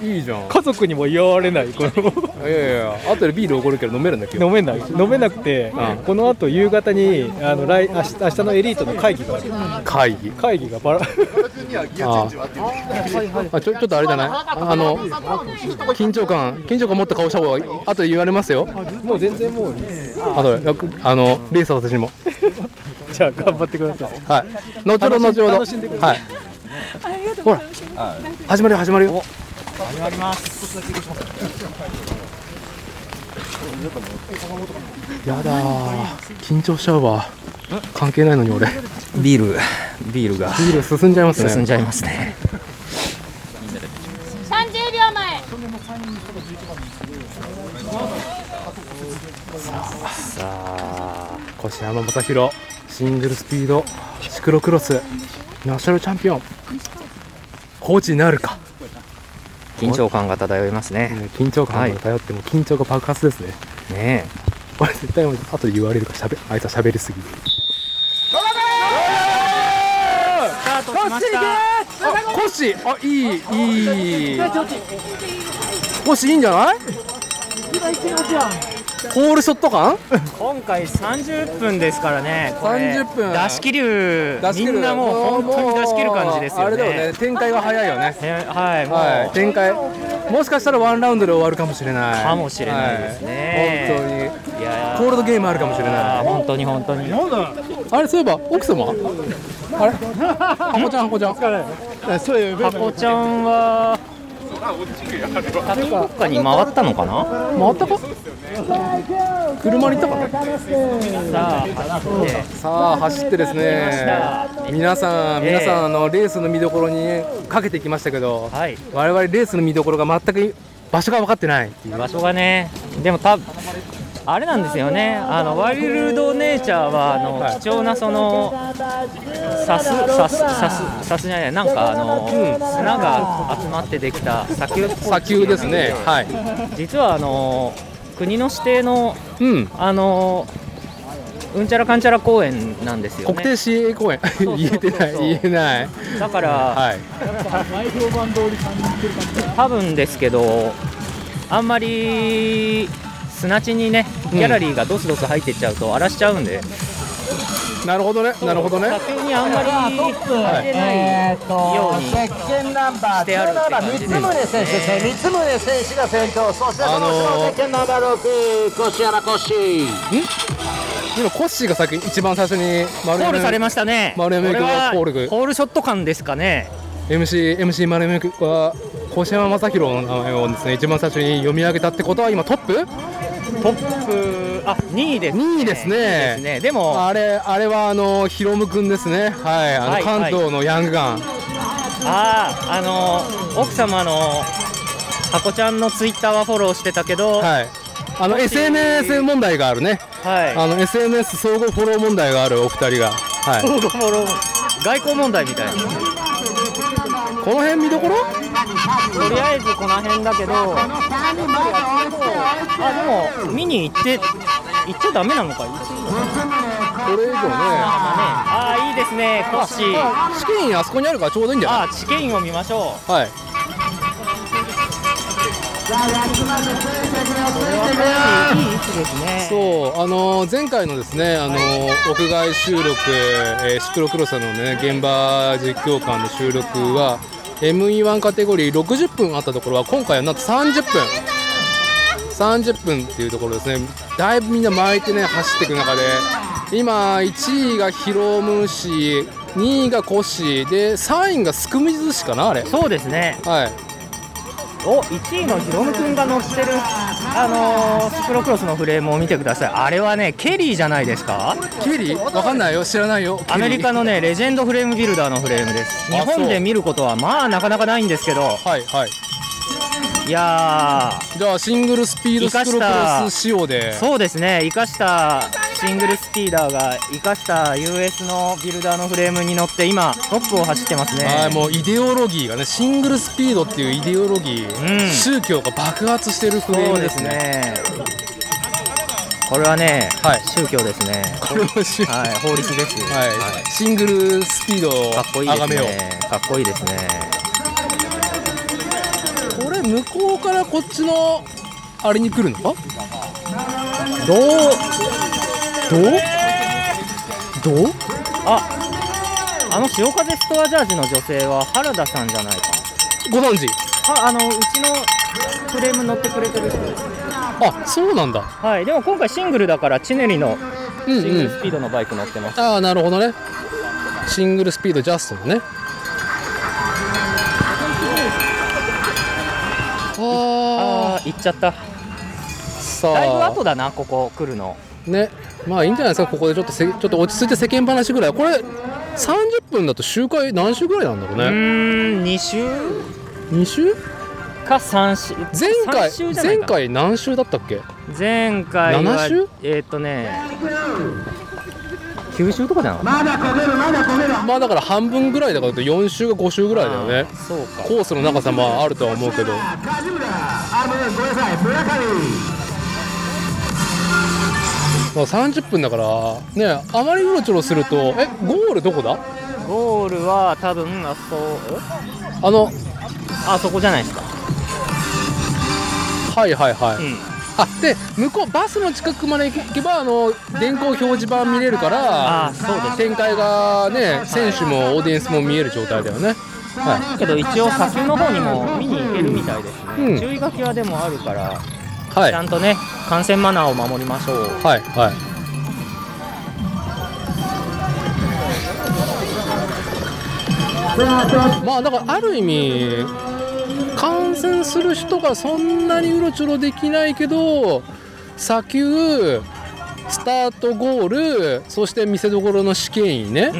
[SPEAKER 7] めいいじゃん
[SPEAKER 3] 家族にも祝われないこの *laughs*
[SPEAKER 7] いやいや後でビールおごるけど飲めるんだけど
[SPEAKER 3] 飲めない飲めなくて、
[SPEAKER 7] うん
[SPEAKER 3] この後夕方にあの来明日明日のエリートの会議がある
[SPEAKER 7] 会議
[SPEAKER 3] 会議がバラ *laughs*
[SPEAKER 7] ああちょちょっとあれだねあの緊張感緊張感持った顔した方がいい後で言われますよ
[SPEAKER 3] もう全然もういいです
[SPEAKER 7] あとあのレース私にも
[SPEAKER 3] じゃあ頑張ってください
[SPEAKER 7] はい後ほど後ほど
[SPEAKER 3] 楽しんでくださ
[SPEAKER 7] はいほら始まるよ始まるよ始まりますやだー緊張しちゃうわ関係ないのに俺
[SPEAKER 4] ビ
[SPEAKER 7] ビ
[SPEAKER 4] ールビールが
[SPEAKER 7] ール進んじゃいますね
[SPEAKER 4] 進んじゃいますね
[SPEAKER 7] さあ越山正宏シングルスピードシクロクロスナショナルチャンピオンコーチになるか、
[SPEAKER 4] 緊張感が漂いますね
[SPEAKER 7] ね緊張感が頼っても緊張が爆発ですね、
[SPEAKER 4] ね
[SPEAKER 7] これ絶対もう後で言われるからしゃべあいつはしゃべりすぎ
[SPEAKER 4] えスタートしました
[SPEAKER 7] あコッシーあいいいいコッシーいいんじゃないホールショット感
[SPEAKER 4] 今回30分ですからねこれ
[SPEAKER 7] 30分
[SPEAKER 4] 出し切る
[SPEAKER 7] 出し切る
[SPEAKER 4] みんなもう本当に出し切る感じですよ
[SPEAKER 7] あれ
[SPEAKER 4] ね
[SPEAKER 7] だよね展開が早いよね
[SPEAKER 4] ねはいもう、
[SPEAKER 7] はい、展開、もしかしたらワンラウンドで終わるかもしれない。
[SPEAKER 4] かもしれないですね
[SPEAKER 7] はい本
[SPEAKER 4] いや
[SPEAKER 7] 当に、コールドゲームあるかもしれ
[SPEAKER 4] あ
[SPEAKER 7] な
[SPEAKER 4] ー
[SPEAKER 7] い。
[SPEAKER 4] 本当に本当に
[SPEAKER 7] あれ、そういえば、奥様。あれ、ハコちゃん、ハコちゃ
[SPEAKER 4] ハ
[SPEAKER 7] ん。
[SPEAKER 4] コちゃんは多分どっかに回ったのかな
[SPEAKER 7] 回ったか。車に行ったかな。
[SPEAKER 4] さあ走って
[SPEAKER 7] さあ、走ってですね。皆さん、皆さん、あのレースの見どころにかけてきましたけど。
[SPEAKER 4] はい
[SPEAKER 7] 我々レースの見どころが全く場所が分かってない。
[SPEAKER 4] 場所がねでもたあれなんですよねあのワイルドネイチャーはあの、貴重なそのサスサスサスサスじゃないなんかあの、砂が集まってできた砂丘
[SPEAKER 7] 砂丘ですね。はい。
[SPEAKER 4] 実はあの国の指定の
[SPEAKER 7] うん。
[SPEAKER 4] あのうんちゃらかんちゃら公園なんですよ
[SPEAKER 7] 国定
[SPEAKER 4] ね
[SPEAKER 7] 市営公園。
[SPEAKER 4] そうそう
[SPEAKER 7] 言えてない。言えない。
[SPEAKER 4] だから、
[SPEAKER 7] はい。
[SPEAKER 4] 多分ですけどあんまり砂地にねギャラリーがドスドス入ってっちゃうと荒らしちゃうんで、
[SPEAKER 7] なるほどね。なるほどね。
[SPEAKER 4] 砂丘にあんまり入れないようにしてあるって感じで
[SPEAKER 7] あのー、
[SPEAKER 1] コシアラコシ
[SPEAKER 7] ん今コッシーが先一番最初に
[SPEAKER 4] コ
[SPEAKER 7] 丸山
[SPEAKER 4] ールされましたね
[SPEAKER 7] 丸山
[SPEAKER 4] これは
[SPEAKER 7] がコールグ
[SPEAKER 4] ホールショット感ですかね
[SPEAKER 7] MC, MC 丸山君は越山正宏の名前をですね一番最初に読み上げたってことは今トップ
[SPEAKER 4] トップあ2位ですね2位です
[SPEAKER 7] ね
[SPEAKER 4] ですねでも
[SPEAKER 7] あれあれはあのヒロム君ですねはいあの、
[SPEAKER 4] はい
[SPEAKER 7] 関東のヤングガン、
[SPEAKER 4] あああの奥様のハコちゃんのツイッターはフォローしてたけど
[SPEAKER 7] はいあの SNS 問題があるね、
[SPEAKER 4] はい
[SPEAKER 7] あの SNS 総合フォロー問題があるお二人が、はい、
[SPEAKER 4] 相互フォロー外交問題みたいな
[SPEAKER 7] この辺見どころ
[SPEAKER 4] とりあえずこの辺だけどあでも見に行って行っちゃダメなのか
[SPEAKER 7] これ以上ね
[SPEAKER 4] ああいいですねコッシー
[SPEAKER 7] 試験員あそこにあるからちょうどいいんじゃない
[SPEAKER 4] あ試験員を見ましょう
[SPEAKER 7] はい
[SPEAKER 4] いい位置ですね
[SPEAKER 7] そうあのー前回のですねあのー屋外収録、えーシクロクロスのね現場実況館の収録は ME1 カテゴリー60分あったところは今回はなんと30分30分っていうところですねだいぶみんな巻いてね走っていく中で今1位がヒロムシ2位がコッシーで3位がスクミズシかなあれ
[SPEAKER 4] そうですね
[SPEAKER 7] はい
[SPEAKER 4] お1位のヒロム君が乗ってるあのースクロクロスのフレームを見てくださいあれはねケリーじゃないですか
[SPEAKER 7] ケリーわかんないよ知らないよ
[SPEAKER 4] アメリカのねレジェンドフレームビルダーのフレームです
[SPEAKER 7] あ
[SPEAKER 4] 日
[SPEAKER 7] そう
[SPEAKER 4] 本で見ることはまあなかなかないんですけど
[SPEAKER 7] はいはい
[SPEAKER 4] いや
[SPEAKER 7] じゃあシングルスピードスクロクロス仕様で
[SPEAKER 4] そうですね生かしたシングルスピーダーが生かした US のビルダーのフレームに乗って今トップを走ってますね
[SPEAKER 7] はい、もうイデオロギーがね、シングルスピードっていうイデオロギー、
[SPEAKER 4] うん
[SPEAKER 7] 宗教が爆発してるフレームですね。
[SPEAKER 4] これはね、宗教ですね
[SPEAKER 7] これは宗教、
[SPEAKER 4] はい、法律です、
[SPEAKER 7] はいシングルスピードを
[SPEAKER 4] かっこいいで
[SPEAKER 7] あが
[SPEAKER 4] す
[SPEAKER 7] めよう。
[SPEAKER 4] ねかっこいいですね
[SPEAKER 7] これ向こうからこっちのあれに来るの？どう
[SPEAKER 4] どうどうああの潮風ストアジャージの女性は原田さんじゃないか
[SPEAKER 7] ご存知？
[SPEAKER 4] ああのうちのフレーム乗ってくれてる人です
[SPEAKER 7] あそうなんだ。
[SPEAKER 4] はいでも今回シングルだからチネリの
[SPEAKER 7] うんう
[SPEAKER 4] シ
[SPEAKER 7] ん
[SPEAKER 4] ングルスピードのバイク乗ってます、
[SPEAKER 7] ああなるほどね。シングルスピードジャストのね。あ
[SPEAKER 4] あー行っちゃった
[SPEAKER 7] さあ。
[SPEAKER 4] だいぶ後だなここ来るの
[SPEAKER 7] ねまあいいんじゃないですかここでちょっとせちょっと落ち着いて世間話ぐらいこれ30分だと周回何週ぐらいなんだろう
[SPEAKER 4] う
[SPEAKER 7] ね
[SPEAKER 4] ーん2週
[SPEAKER 7] 2週
[SPEAKER 4] か3週
[SPEAKER 7] 前回
[SPEAKER 4] 三週じゃな
[SPEAKER 7] 前
[SPEAKER 4] いかな
[SPEAKER 7] 回何週だったっけ
[SPEAKER 4] 前回は
[SPEAKER 7] 7週
[SPEAKER 4] えーっ、とね九州とかじゃな
[SPEAKER 7] まだ焦げるまだ焦げるまあだから半分ぐらいだから4週か5週ぐらいだよね
[SPEAKER 4] そうか
[SPEAKER 7] コースの長さもあるとは思うけどまあ30分だからねあまりうろちょろするとえゴールどこだ
[SPEAKER 4] ゴールは多分あそこ
[SPEAKER 7] あの
[SPEAKER 4] あそこじゃないですか
[SPEAKER 7] はいはいはい、
[SPEAKER 4] うん
[SPEAKER 7] あで向こうバスの近くまで行けばあの電光表示板見れるから展開がね選手もオーディエンスも見える状態だよね、はい、
[SPEAKER 4] けど一応砂丘の方にも見に行けるみたいですね、
[SPEAKER 7] うん
[SPEAKER 4] 注意書きはでもあるから、
[SPEAKER 7] はい
[SPEAKER 4] ちゃんとね感染マナーを守りましょう
[SPEAKER 7] はいはいまあだからある意味感染する人がそんなにうろちょろできないけど砂丘スタートゴールそして見せどころの試験員ね、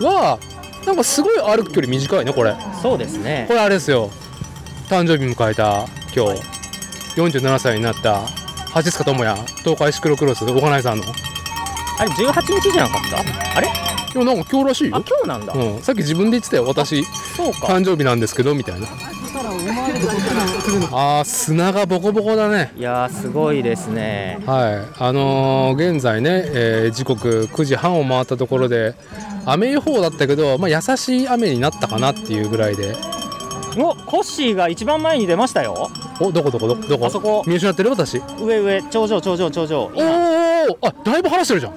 [SPEAKER 7] はなんかすごい歩く距離短いねこれ
[SPEAKER 4] そうですね
[SPEAKER 7] これあれですよ誕生日迎えた今日47歳になった蜂塚智也東海シクロクロスお金井さんの
[SPEAKER 4] あれ18日じゃなかったあれ
[SPEAKER 7] いやなんか今日らしいよ
[SPEAKER 4] あ今日なんだ、
[SPEAKER 7] うん、さっき自分で言ってたよ私
[SPEAKER 4] そうか
[SPEAKER 7] 誕生日なんですけどみたいなあー砂がボコボコだね
[SPEAKER 4] いやーすごいですね
[SPEAKER 7] はいあのー現在ね、えー時刻9時半を回ったところで雨予報だったけど、まあ、優しい雨になったかなっていうぐらいで
[SPEAKER 4] おコッシーが一番前に出ましたよ
[SPEAKER 7] おどこどこどこどこ
[SPEAKER 4] あそこ
[SPEAKER 7] 見失ってる私
[SPEAKER 4] 上上頂上頂上頂上
[SPEAKER 7] おーおーあだいぶ離してるじゃん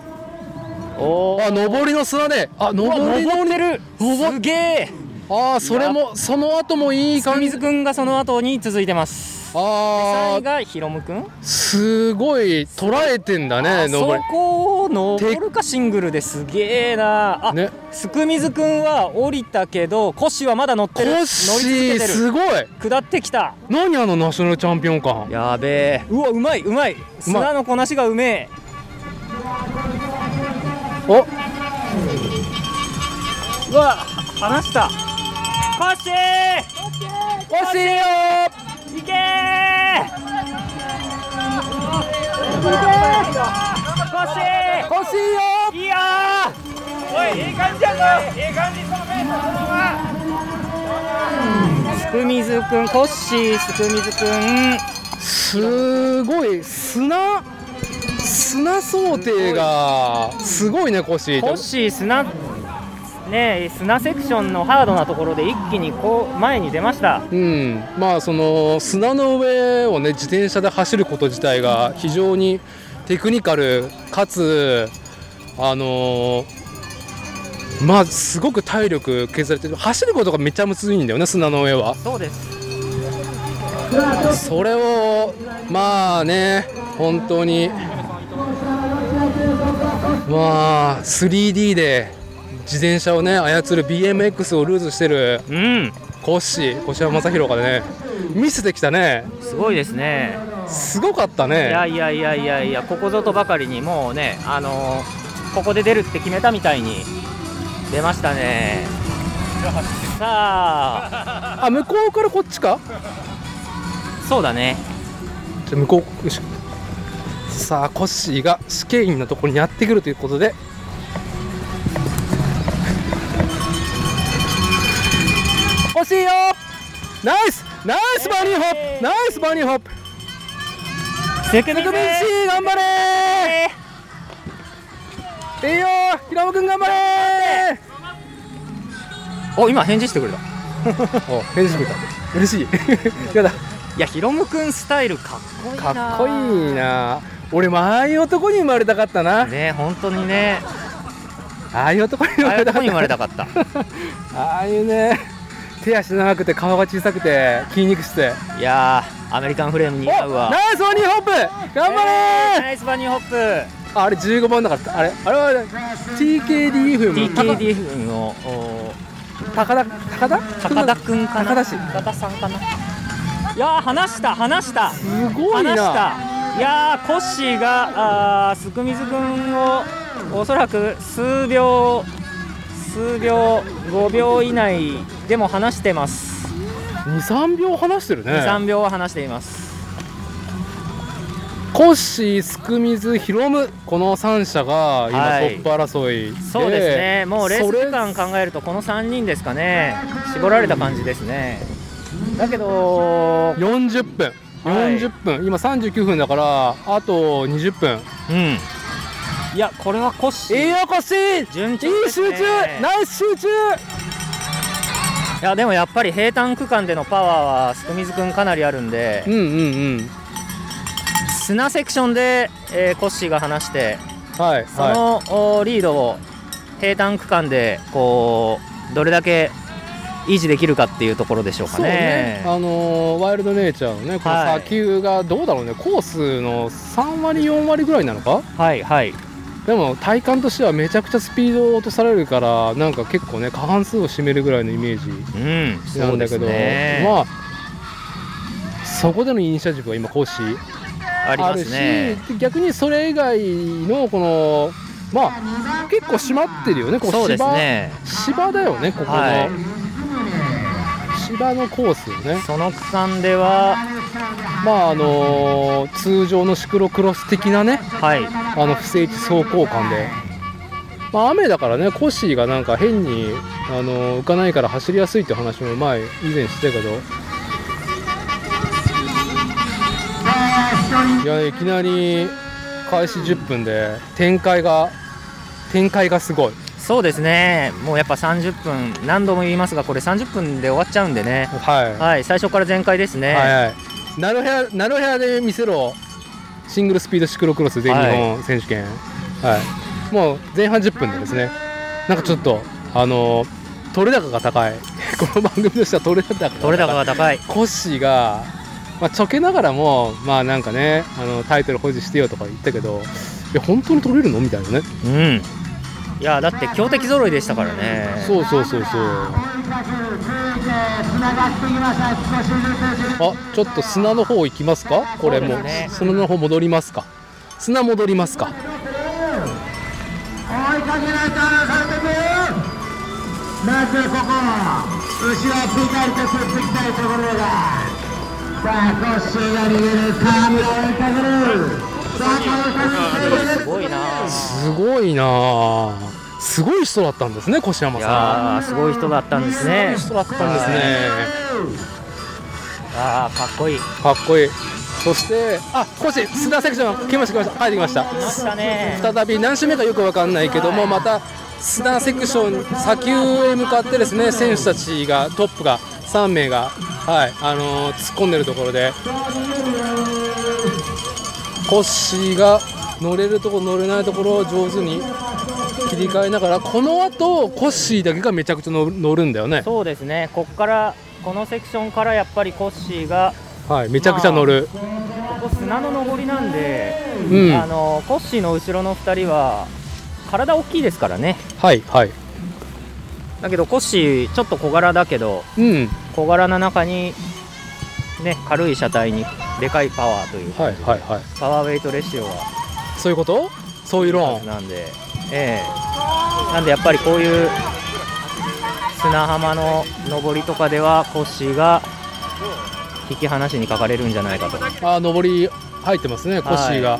[SPEAKER 4] お
[SPEAKER 7] あ上りの砂であ上りの
[SPEAKER 4] 登ってるすげえ
[SPEAKER 7] ああそれもその後もいい
[SPEAKER 4] 感じ水くんがその後に続いてます
[SPEAKER 7] あ
[SPEAKER 4] 3位がヒロムくん
[SPEAKER 7] すごい捉えてんだね
[SPEAKER 4] そ
[SPEAKER 7] 上り
[SPEAKER 4] こを登るかシングルですげえなあ、すくみずくんは降りたけどコッシーはまだ乗ってる
[SPEAKER 7] コ
[SPEAKER 4] 乗
[SPEAKER 7] ッ
[SPEAKER 4] り
[SPEAKER 7] シー
[SPEAKER 4] 続けてる
[SPEAKER 7] すごい
[SPEAKER 4] 下ってきた
[SPEAKER 7] 何あのナショナルチャンピオン感
[SPEAKER 4] やべえうわうまいうまい砂のこなしがうめえ
[SPEAKER 7] お
[SPEAKER 4] うわ離したコッシーコッシーよいけコッシー
[SPEAKER 7] コッシー
[SPEAKER 4] よいいよおいいい感じやぞいい感じそのメースくみずくんコッシーすくみずくん
[SPEAKER 7] すごい砂砂想定がすごいねコッシー
[SPEAKER 4] コッシー砂ねえ砂セクションのハードなところで一気にこう前に出ました
[SPEAKER 7] うん、まあその砂の上をね自転車で走ること自体が非常にテクニカルかつあのーまあすごく体力削られてる走ることがめちゃむずいんだよね砂の上は
[SPEAKER 4] そうです
[SPEAKER 7] それをまあね本当にまあ 3D で自転車をね操る BMX をルーズしてる、コッシー小島正宏がね見せてきたね
[SPEAKER 4] すごいですね
[SPEAKER 7] すごかったね
[SPEAKER 4] いやいやいやいやいやここぞとばかりにもうねあのーここで出るって決めたみたいに出ましたねさ *laughs* あ
[SPEAKER 7] あ向こうからこっちか
[SPEAKER 4] そうだね
[SPEAKER 7] じゃあ向こうよしさあコッシーが試験員のところにやってくるということで惜しいよナイスナイスバニーホップナイスバニーホップ
[SPEAKER 4] セクミ
[SPEAKER 7] ミシー頑張れいいよ平尾くん頑張れ
[SPEAKER 4] お今返事してくれた
[SPEAKER 7] お返事してくれた嬉しい
[SPEAKER 4] *laughs*
[SPEAKER 7] やだ
[SPEAKER 4] いやヒロムくんスタイルかっこいいな
[SPEAKER 7] かっこいいな俺もああいう男に生まれたかったな
[SPEAKER 4] ね本当にね
[SPEAKER 7] ああいう男に生まれたかった *laughs*
[SPEAKER 4] ああいう
[SPEAKER 7] ああいうね手足長くて顔が小さくて筋肉質
[SPEAKER 4] いやーアメリカンフレーム似合うわ
[SPEAKER 7] ナイスバニーホップ頑張れー
[SPEAKER 4] ナイスバニーホッ
[SPEAKER 7] プああれ15番だからあれあれはあれ TKDF
[SPEAKER 4] TKDF のお
[SPEAKER 7] 高田高田
[SPEAKER 4] 高田くんかな
[SPEAKER 7] 高田氏
[SPEAKER 4] 高田さんかないやー離した離したす
[SPEAKER 7] ごいな
[SPEAKER 4] 離したいやーコッシーがあーすくみずくんをおそらく数秒数秒5秒以内でも離してます
[SPEAKER 7] 23秒離してるね
[SPEAKER 4] 23秒は離しています
[SPEAKER 7] コッシー、すくみず、ひろむこの3社が今
[SPEAKER 4] は
[SPEAKER 7] ト
[SPEAKER 4] い
[SPEAKER 7] ップ争いで、
[SPEAKER 4] そうですね、もうレース
[SPEAKER 7] それ
[SPEAKER 4] 時間考えると、この3人ですかね、絞られた感じですね。だけど、
[SPEAKER 7] 40分、40分、今39分だから、あと20分。
[SPEAKER 4] うんいや、これはコッシ
[SPEAKER 7] ー。いいよ、コッシー
[SPEAKER 4] 順調ですね
[SPEAKER 7] いい集中ナイス集中
[SPEAKER 4] いや、でもやっぱり平坦区間でのパワーは、すくみずくんかなりあるんで、
[SPEAKER 7] うんうんうん、
[SPEAKER 4] 砂セクションで、えーコッシーが離して、
[SPEAKER 7] はい、
[SPEAKER 4] その、おリードを平坦区間でこうどれだけ維持できるかっていうところでしょうか
[SPEAKER 7] そうね
[SPEAKER 4] ね。、
[SPEAKER 7] あのーワイルドネイチャーのね、この
[SPEAKER 4] は
[SPEAKER 7] 砂
[SPEAKER 4] い
[SPEAKER 7] 丘がどうだろうね、コースの3割、4割ぐらいなのか
[SPEAKER 4] はいはい。
[SPEAKER 7] でも体感としてはめちゃくちゃスピードを落とされるから、なんか結構ね、過半数を占めるぐらいのイメージ
[SPEAKER 4] うん
[SPEAKER 7] なんだけ
[SPEAKER 4] そう
[SPEAKER 7] ど、
[SPEAKER 4] ですね
[SPEAKER 7] まあ、そこでのイニシアチブは今、講師
[SPEAKER 4] ありますね
[SPEAKER 7] あるし、逆にそれ以外のこの、まあ、結構締まってるよね、こ
[SPEAKER 4] そうですね
[SPEAKER 7] 芝芝だよね、ここの、
[SPEAKER 4] はい
[SPEAKER 7] 芝のコースよね。
[SPEAKER 4] その区間では
[SPEAKER 7] まああのー通常のシクロクロス的なね、
[SPEAKER 4] はい、
[SPEAKER 7] あの不整地走行感で、まあ、雨だからねコッシーがなんか変に、あのー浮かないから走りやすいって話も前以前してたけどいやいきなり開始10分で展開が展開がすごい
[SPEAKER 4] そうですね、もうやっぱ30分、何度も言いますが、これ30分で終わっちゃうんでね、
[SPEAKER 7] はい、
[SPEAKER 4] 最初から全開ですね、
[SPEAKER 7] はいはい、なるへやなるへやで見せろシングルスピードシクロクロス全日本選手権、はいもう前半10分でですねなんかちょっとあのー取れ高が高い *laughs* この番組としては取れ高が高い
[SPEAKER 4] 取れ高が高い
[SPEAKER 7] コッシーが、まあ、ちょけながらもまあなんかねあのタイトル保持してよとか言ったけどや本当に取れるのみたいなね
[SPEAKER 4] うんいやだって強敵揃いでしたからね
[SPEAKER 7] そうそうそうそうあちょっと砂の方行きますかこれも、
[SPEAKER 4] そうですね
[SPEAKER 7] 砂の方戻りますか砂戻りますか
[SPEAKER 1] なぜここ牛を振り返ってすってきたいところださあコッシーが逃げるカーブを追いかけるさあこの
[SPEAKER 4] すごいな
[SPEAKER 7] すごいなあすごい人だったんですね越山さん
[SPEAKER 4] すごい人だったんですね
[SPEAKER 7] すごい人だったんですね、
[SPEAKER 4] ああかっこいい
[SPEAKER 7] かっこいいそしてあ少し須田セクション来ました来ました帰ってきました
[SPEAKER 4] ましたね
[SPEAKER 7] 再び何周目かよくわかんないけどもまた須田セクション砂丘へ向かってですね選手たちがトップが3名が、はいあのー突っ込んでるところでコッシーが乗れるとこ乗れないところを上手に切り替えながらこの後コッシーだけがめちゃくちゃ乗る乗るんだよね
[SPEAKER 4] そうですねこっからこのセクションからやっぱりコッシーが
[SPEAKER 7] はいめちゃくちゃ乗る、
[SPEAKER 4] ここ砂の上りなんで、
[SPEAKER 7] うん
[SPEAKER 4] あのコッシーの後ろの2人は体大きいですからね
[SPEAKER 7] はいはい
[SPEAKER 4] だけどコッシーちょっと小柄だけど
[SPEAKER 7] うん
[SPEAKER 4] 小柄な中に、ね、軽い車体にでかいパワーという、
[SPEAKER 7] はいはいはい
[SPEAKER 4] パワーウェイトレシオは
[SPEAKER 7] そういうことそういう論
[SPEAKER 4] なんでええなんでやっぱりこういう砂浜の上りとかではコッシーが引き離しにかかれるんじゃないかと
[SPEAKER 7] あ上り入ってますねコッシーが、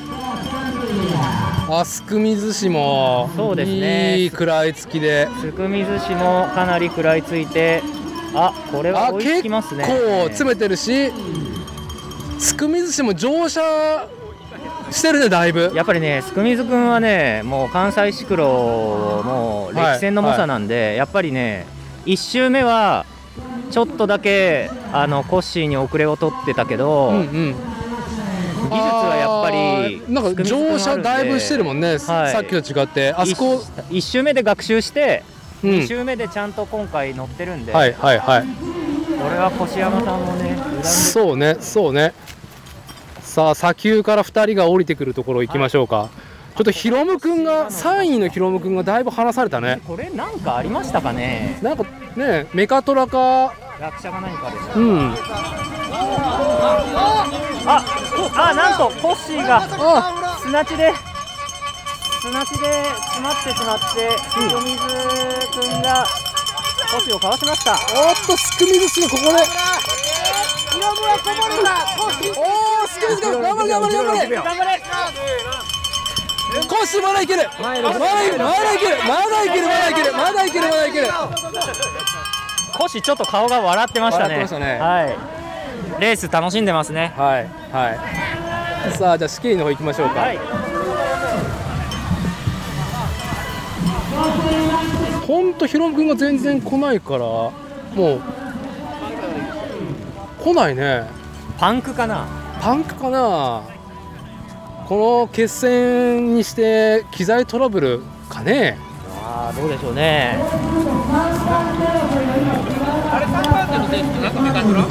[SPEAKER 7] あすくみ寿司も
[SPEAKER 4] そうですね
[SPEAKER 7] いい食らいつきで
[SPEAKER 4] つくみ寿司もかなり食らいついてあこれは
[SPEAKER 7] あ
[SPEAKER 4] 追いつきますね
[SPEAKER 7] 結構詰めてるしすくみ寿司も乗車してるねだいぶ
[SPEAKER 4] やっぱりねすくみずくんはねもう関西シクロもう歴戦の猛者なんで、やっぱりね1周目はちょっとだけあのコッシーに遅れを取ってたけど、
[SPEAKER 7] うんうん
[SPEAKER 4] 技術はやっぱり
[SPEAKER 7] なんか乗車だいぶしてるもんね、
[SPEAKER 4] はい
[SPEAKER 7] さっきと違ってあそこ
[SPEAKER 4] 1, 周目で学習して、
[SPEAKER 7] うん
[SPEAKER 4] 2周目でちゃんと今回乗ってるんで、
[SPEAKER 7] はいはいはい
[SPEAKER 4] これは越山さんもね
[SPEAKER 7] そうね、そうね。さあ、砂丘から2人が降りてくるところ行きましょうか。ちょっとヒロム君が、3位のヒロム君がだいぶ離されたね。
[SPEAKER 4] これなんかありましたかね。
[SPEAKER 7] なんかね、メカトラか、
[SPEAKER 4] 学者が何かでした
[SPEAKER 7] うん、
[SPEAKER 4] あ、あ、なんとコッシーが砂地で砂地で詰まってしまって、清水くんがコッシーをかわしました。
[SPEAKER 7] おっとすくみずしのここで。
[SPEAKER 1] おースクイズ頑張れ頑張れ頑張れ
[SPEAKER 4] 頑張れ
[SPEAKER 7] コッシーまだいけるまだいけるまだいけるまだいけるまだいけるまだいけるまだいける
[SPEAKER 4] コッシーちょっと顔が笑ってましたね。
[SPEAKER 7] 笑ってましたね
[SPEAKER 4] はい。レース楽しんでますね。
[SPEAKER 7] はいはいさあじゃあ仕切りの方行きましょうか、ほんとヒロム君が全然来ないからもう来ないね
[SPEAKER 4] パンクかな
[SPEAKER 7] パンクかなこの決戦にして機材トラブルかね
[SPEAKER 4] ああどうでしょうね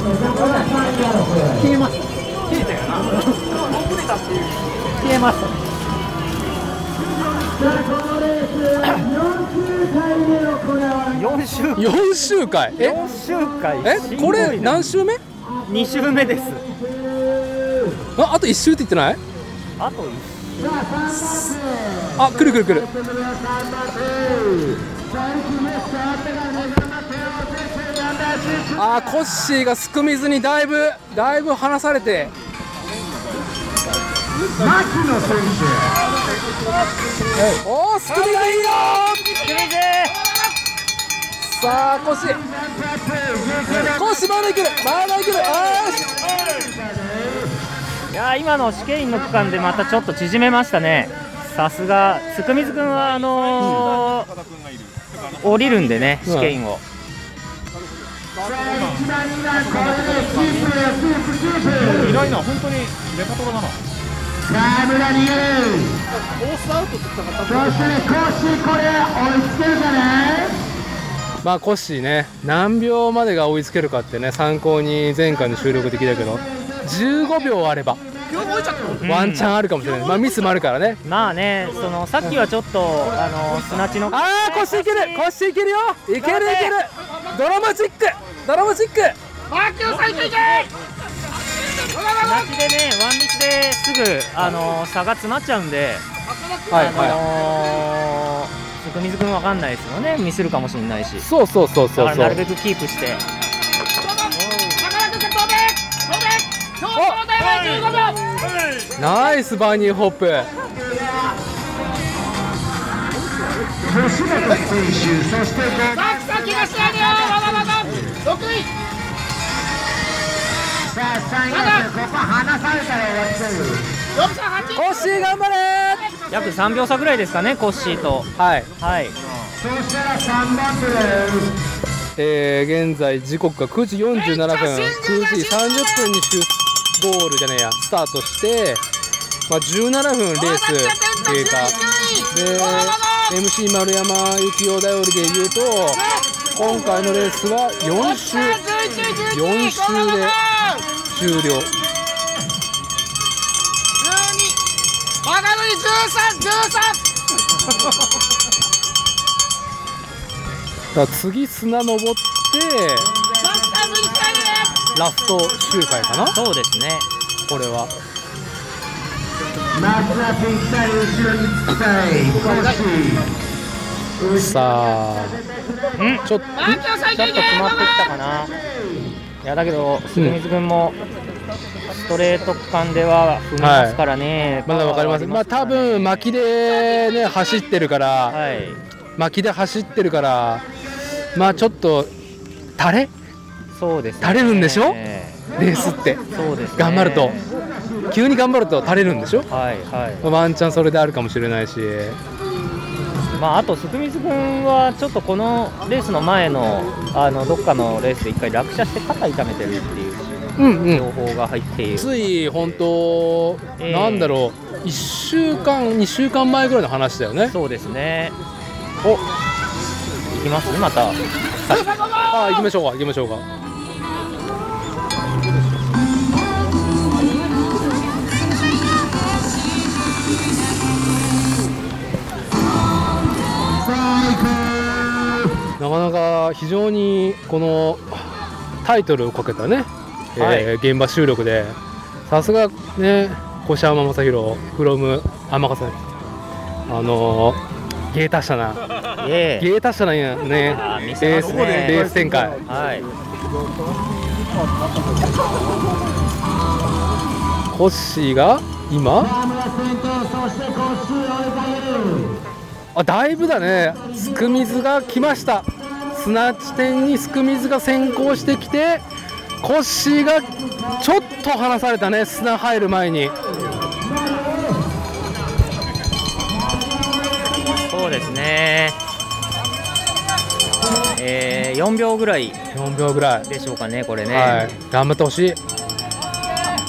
[SPEAKER 1] 消えます消えたよな消えます
[SPEAKER 4] 4週
[SPEAKER 7] 4周回え
[SPEAKER 4] 4周回
[SPEAKER 7] えこれ何周目
[SPEAKER 4] 2周目です
[SPEAKER 7] ああと1周って言ってない
[SPEAKER 4] あと1
[SPEAKER 7] あ来る来る来るあーコッシーがすくみずにだいぶだいぶ離されておおすくみずいいよさあコッシーコッシーまだいけるまだいけるあーし
[SPEAKER 4] いやー今の試験員の区間でまたちょっと縮めましたねさすがつくみずくんはあのー、降りるんでね試験員を、
[SPEAKER 9] 偉大な本当にレカトロだな
[SPEAKER 1] 川村逃げるコースアウトって言ったかったそしてねコッシーこれ追いつけるかね
[SPEAKER 7] まあコッシーね何秒までが追いつけるかってね参考に前回の収録できたけど15秒あれば
[SPEAKER 2] 両方いちゃったの
[SPEAKER 7] ワンチャンあるかもしれない、まあミスもあるからね
[SPEAKER 4] まあねそのさっきはちょっとあの砂地の
[SPEAKER 7] ああ腰いける腰いけるよいけるいけるドラマチックドラマチック
[SPEAKER 1] 魔球最低
[SPEAKER 4] 砂地でねワンミスですぐあの差が詰まっちゃうんで
[SPEAKER 7] はいはい
[SPEAKER 4] あのー、福水君わかんないですよねミスるかもしれないし
[SPEAKER 7] そうそうそうそう
[SPEAKER 4] だからなるべくキープして
[SPEAKER 7] ナイスバニーホップ
[SPEAKER 1] 吉本選手そしてさあ3位ここ離されたら終わっちゃうよ
[SPEAKER 7] コッシー頑張れ
[SPEAKER 4] 約3秒差ぐらいですかねコッシーと
[SPEAKER 7] はい
[SPEAKER 4] はい
[SPEAKER 1] そしたら3番手です
[SPEAKER 7] えー、現在時刻が9時47分9時30分に出ゴールじゃねえやスタートして、まあ、17分レース経過で MC 丸山幸雄頼りで言うと今回のレースは4周4周で終了
[SPEAKER 1] バカのり13 13
[SPEAKER 7] だから次砂登ってラスト周回かな
[SPEAKER 4] そうですね
[SPEAKER 7] これは
[SPEAKER 1] まずはぴったり後ろにつきたいコッシ
[SPEAKER 7] さあちょ
[SPEAKER 1] ー
[SPEAKER 4] ちょっ
[SPEAKER 7] っと
[SPEAKER 4] と詰まってきたかな。いやだけど、鈴水君もストレート間では踏みますからね、
[SPEAKER 7] まだわかりますまあ多分巻きでね走ってるから、巻きで走ってるからまあちょっと垂れ
[SPEAKER 4] そうです、
[SPEAKER 7] 垂れるんでしょレースって
[SPEAKER 4] そうです、ね、
[SPEAKER 7] 頑張ると急に頑張ると垂れるんでしょ
[SPEAKER 4] はいはい
[SPEAKER 7] ワンチャンそれであるかもしれないし
[SPEAKER 4] まあ、あと、福水君はちょっとこのレースの前のあのどっかのレースで一回落車して肩痛めてるっていう
[SPEAKER 7] うんうん
[SPEAKER 4] 情報が入っている、
[SPEAKER 7] つい本当、
[SPEAKER 4] ええ
[SPEAKER 7] なんだろう1週間2週間前ぐらいの話だよね
[SPEAKER 4] そうですね
[SPEAKER 7] お
[SPEAKER 4] いきますまた
[SPEAKER 7] あ行きましょうか行きましょうかなかなか非常にこのタイトルをかけたね、えー現場収録でさすがね小山正宏 from 天笠あのー、ゲータ社な
[SPEAKER 4] イエーイ
[SPEAKER 7] ゲータ社なんやね
[SPEAKER 4] あー見せ
[SPEAKER 7] レー
[SPEAKER 4] ま
[SPEAKER 7] ス
[SPEAKER 4] す
[SPEAKER 7] ね
[SPEAKER 4] ね
[SPEAKER 7] レース展開
[SPEAKER 4] はい
[SPEAKER 7] コッシーが今
[SPEAKER 1] 河村先頭そしてコッシー追いかける
[SPEAKER 7] あだいぶだねすく水が来ました砂地点にすく水が先行してきてコッシーがちょっと離されたね砂入る前に
[SPEAKER 4] そうですね。えー、4秒ぐらい
[SPEAKER 7] 4秒ぐらい
[SPEAKER 4] でしょうかね、これね。
[SPEAKER 7] はい、頑張ってほしい。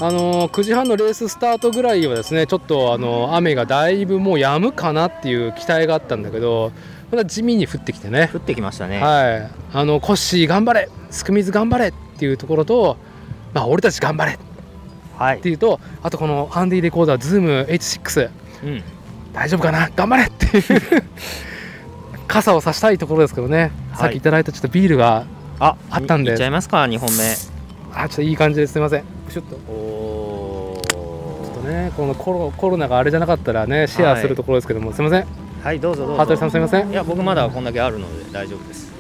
[SPEAKER 7] あのー9時半のレーススタートぐらいはですねちょっと、あのー雨がだいぶもう止むかなっていう期待があったんだけどまだ地味に降ってきてね
[SPEAKER 4] 降ってきましたね
[SPEAKER 7] はい、あのコッシー頑張れすくみず頑張れっていうところと、まあ、俺たち頑張れっていうと、あとこのハンディレコーダーズーム H6
[SPEAKER 4] うん、
[SPEAKER 7] 大丈夫かな頑張れっていう傘を差したいところですけどね、さっきいただいたちょっとビールが
[SPEAKER 4] あ
[SPEAKER 7] あったんで
[SPEAKER 4] いっちゃいますか、2本目。
[SPEAKER 7] あちょっといい感じですすみませんプシュッとちょっとねこのコロコロナがあれじゃなかったらねシェアするところですけども、すみません
[SPEAKER 4] はい、どうぞどうぞ。
[SPEAKER 7] 羽鳥さんすいません
[SPEAKER 4] いや、僕まだこんだけあるので大丈夫です。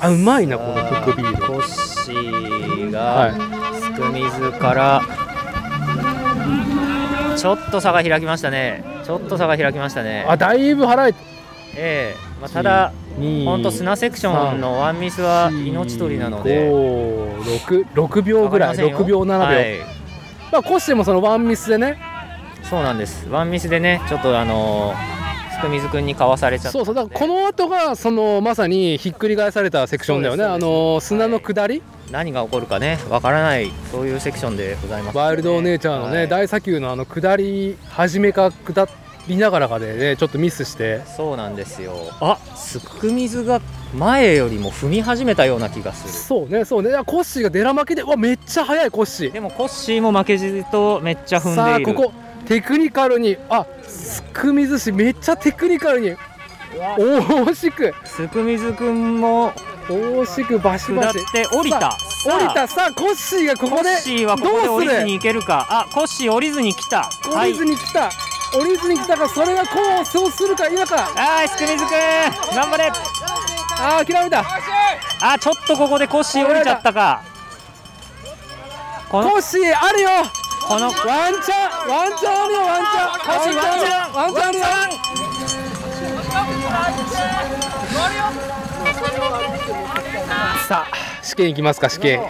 [SPEAKER 7] あうまいなこのココビール
[SPEAKER 4] コッシー
[SPEAKER 7] は
[SPEAKER 4] が、すくみずから、ちょっと差が開きましたね。ちょっと差が開きましたね。
[SPEAKER 7] あだいぶ払え
[SPEAKER 4] ええまあ、ただ、
[SPEAKER 7] 2
[SPEAKER 4] 本当砂セクションのワンミスは命取りなので。
[SPEAKER 7] 56秒ぐらい
[SPEAKER 4] わかりませんよ
[SPEAKER 7] 6秒7秒、
[SPEAKER 4] はい
[SPEAKER 7] まあコッシーもそのワンミスでね
[SPEAKER 4] そうなんです。ワンミスでね、ちょっとあのー、すくみずくんにかわされちゃった
[SPEAKER 7] そう。そうだからこの後がそのまさにひっくり返されたセクションだよねあの砂の下り、
[SPEAKER 4] 何が起こるかね、わからない、そういうセクションでございます。
[SPEAKER 7] ワイルドお姉ちゃんのね、大砂丘のあの下り始めか下見ながらがでねちょっとミスして
[SPEAKER 4] そうなんですよあすく水が前よりも踏み始めたような気がする
[SPEAKER 7] そうねそうねいやコッシーがデラ負けでうわめっちゃ速いコッシー
[SPEAKER 4] でもコッシーも負けじとめっちゃ踏んでいる
[SPEAKER 7] さあここテクニカルにあすくみずしめっちゃテクニカルに惜しく
[SPEAKER 4] すくみずくんも
[SPEAKER 7] 惜しくバシバシ
[SPEAKER 4] 下って降りた
[SPEAKER 7] さあ降りたさあコッシーがここで
[SPEAKER 4] コッシーはここで降りずに行けるかあコッシー降りずに来た
[SPEAKER 7] 降りずに来た、はい、降りずに来たかそれがこうそうするか今か
[SPEAKER 4] あーすくみずくん頑張れ
[SPEAKER 7] あー諦めた
[SPEAKER 4] あちょっとここでコッシー降りちゃったか
[SPEAKER 7] コッシーあるよ
[SPEAKER 4] このワン
[SPEAKER 7] チャンワンチャンあるよワンチャンワンチャンワンチャンあるよさあ試験いきますか試験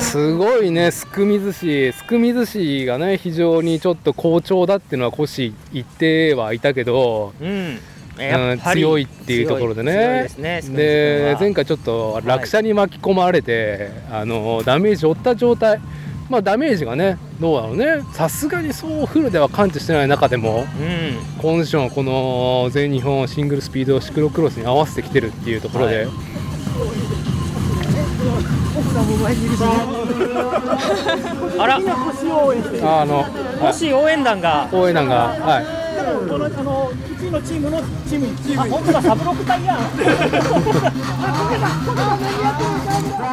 [SPEAKER 7] すごいねすくみ寿司すくみ寿司がね非常にちょっと好調だっていうのは腰言ってはいたけど、
[SPEAKER 4] うん
[SPEAKER 7] うん、強いっていうところでねで、ね、前回ちょっと落車に巻き込まれて、はい、あのダメージ負った状態まあダメージがねどうだろうねさすがにそうフルでは感知してない中で
[SPEAKER 4] う
[SPEAKER 7] も、
[SPEAKER 4] ん、
[SPEAKER 7] 今週のこの全日本シングルスピードシクロクロスに合わせてきてるっていうところで。はい
[SPEAKER 4] 奥さんも前にいるし、ね、あら、
[SPEAKER 7] あの、
[SPEAKER 4] 星応援団が、
[SPEAKER 7] 応援団が、はい。
[SPEAKER 13] このあのうちのチームのチームチーム。あ本当だサブロクタイヤ。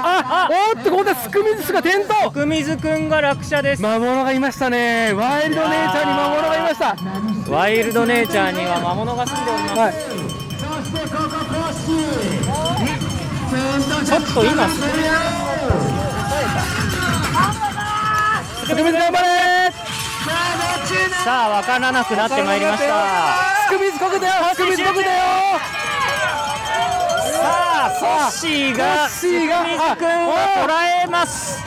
[SPEAKER 7] あおっとここでスクミズスが転倒。
[SPEAKER 4] スクミズくんが落車です。
[SPEAKER 7] 魔物がいましたね。ワイルドネイチャーに魔物がいました。
[SPEAKER 4] ワイルドネイチャーには魔物が住んでおります。はい、
[SPEAKER 1] そしてここコッシー。
[SPEAKER 4] ちょっと今す
[SPEAKER 7] くみず頑張れ
[SPEAKER 4] さあ分からなくなってまいりました
[SPEAKER 7] すくみずこくだよすくみずこくだよ
[SPEAKER 4] さあコッシーがすくみずくんを捉えます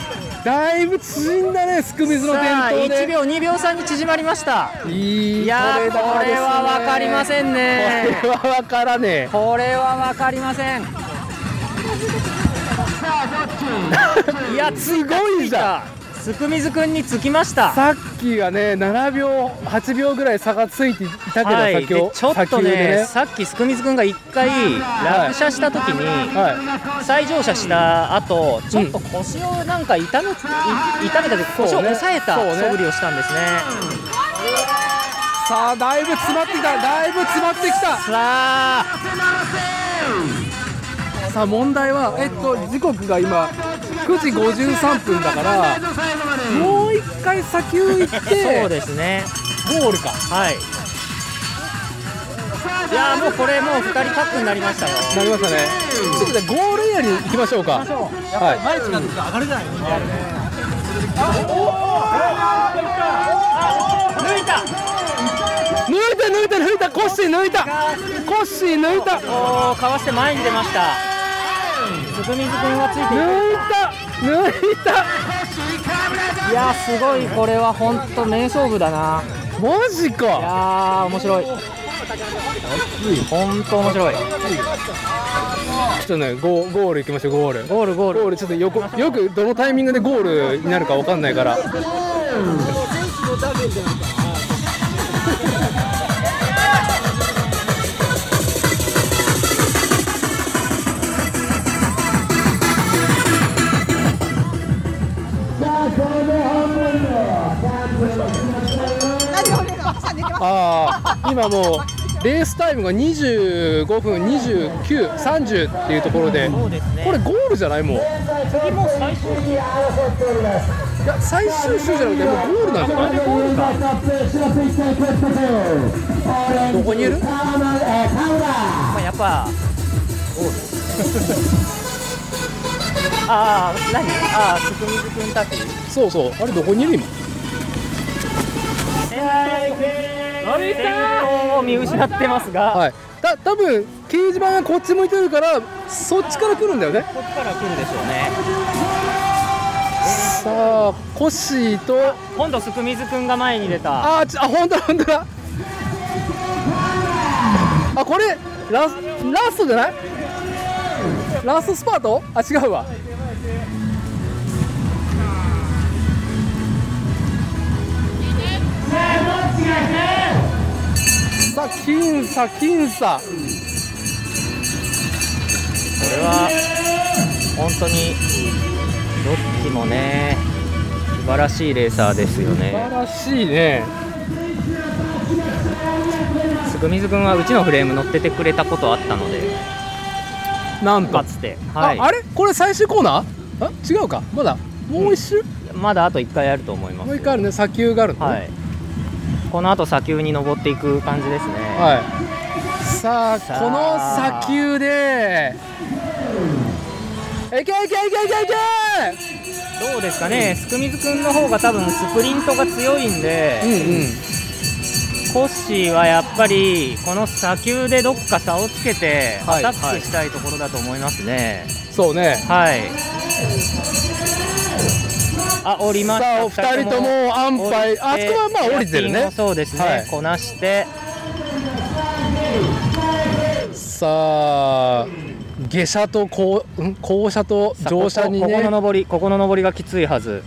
[SPEAKER 7] だいぶ縮んだねすくみずの点
[SPEAKER 4] 灯で秒2秒差に縮まりました
[SPEAKER 7] い
[SPEAKER 4] やこれは分かりませんね
[SPEAKER 7] これは分からね
[SPEAKER 4] これは分かりません *laughs* いや
[SPEAKER 7] すごいじゃ
[SPEAKER 4] んすくみずくんにつきました
[SPEAKER 7] さっきがね7秒8秒ぐらい差がついていたけど、はい、
[SPEAKER 4] ちょっとね、ね、さっきすくみずくんが1回落車した時に、、
[SPEAKER 7] はい
[SPEAKER 4] 再乗車した後ちょっと腰をなんか痛め,、痛めたで腰を押さえた素振りをしたんですね、ね
[SPEAKER 7] ね、さあだいぶ詰まってきただいぶ詰まってきたさ
[SPEAKER 4] あ
[SPEAKER 7] さあ問題はえっと時刻が今9時53分だからもう一回先を行って
[SPEAKER 4] *laughs* そうですね
[SPEAKER 7] ゴールか
[SPEAKER 4] はいいやもうこれもう2人タックになりましたよ
[SPEAKER 7] なりましたねちょっとねゴールエリアに行きましょうか
[SPEAKER 2] はい毎日なんか上がれない
[SPEAKER 4] 抜いた
[SPEAKER 7] 抜いた抜いた抜いたコッシー抜いたコッシー抜いた
[SPEAKER 4] おおかわして前に出ましたすくみずくんはついて
[SPEAKER 7] 抜いた抜い
[SPEAKER 4] たいやすごいこれは本当名勝負だな
[SPEAKER 7] マジかい
[SPEAKER 4] や面白い本当面白いちょ
[SPEAKER 7] っとねゴゴール行きましょうゴール
[SPEAKER 4] ゴールゴール
[SPEAKER 7] ゴールちょっと横よくどのタイミングでゴールになるか分かんないからああ今もうレースタイムが25分2930っていうところで、ね、これゴールじゃないもう
[SPEAKER 4] 次もう最終い
[SPEAKER 7] や最終週じゃなくてもうゴールなんじゃないどこにいる、
[SPEAKER 4] まあ、やっぱああ何ああすくみずくんたち
[SPEAKER 7] そうそうあれどこにいる今
[SPEAKER 4] 先頭を見失ってますが、
[SPEAKER 7] はい、た多分掲示板がこっち向いてるからそっちから来るんだよね
[SPEAKER 4] こっちから来るでしょうね
[SPEAKER 7] さあコッシーと
[SPEAKER 4] 今度すくみずくんが前に出
[SPEAKER 7] たあちあ本当だ本当だあこれラスラストじゃないラストスパートあ違うわさあ僅差僅差
[SPEAKER 4] これは本当にどっちもね素晴らしいレーサーですよ
[SPEAKER 7] 素
[SPEAKER 4] ね
[SPEAKER 7] 晴らしいね
[SPEAKER 4] つぐみずくんはうちのフレーム乗っててくれたことあったので
[SPEAKER 7] なんと
[SPEAKER 4] かつて、はい、
[SPEAKER 7] ああれこれ最終コーナーあ違うかまだもう一周、
[SPEAKER 4] まだあと1回あると思います
[SPEAKER 7] もう一回あるね砂丘があるの、
[SPEAKER 4] はいこの後砂丘に登っていく感じですね
[SPEAKER 7] はいさあこの砂丘でいけいけいけいけいけ
[SPEAKER 4] どうですかねすくみずくんの方が多分スプリントが強いんで、コッシーはやっぱりこの砂丘でどっか差をつけてアタックしたいところだと思いますね、
[SPEAKER 7] そうね
[SPEAKER 4] はいあ降りました
[SPEAKER 7] さあお二人とも安牌あそこはまあ降りてるね
[SPEAKER 4] そうですね、
[SPEAKER 7] はい
[SPEAKER 4] こなして
[SPEAKER 7] さあ下車とこうん降車と
[SPEAKER 4] さあ
[SPEAKER 7] 乗車にね
[SPEAKER 4] ここここの上りここの上りがきついはず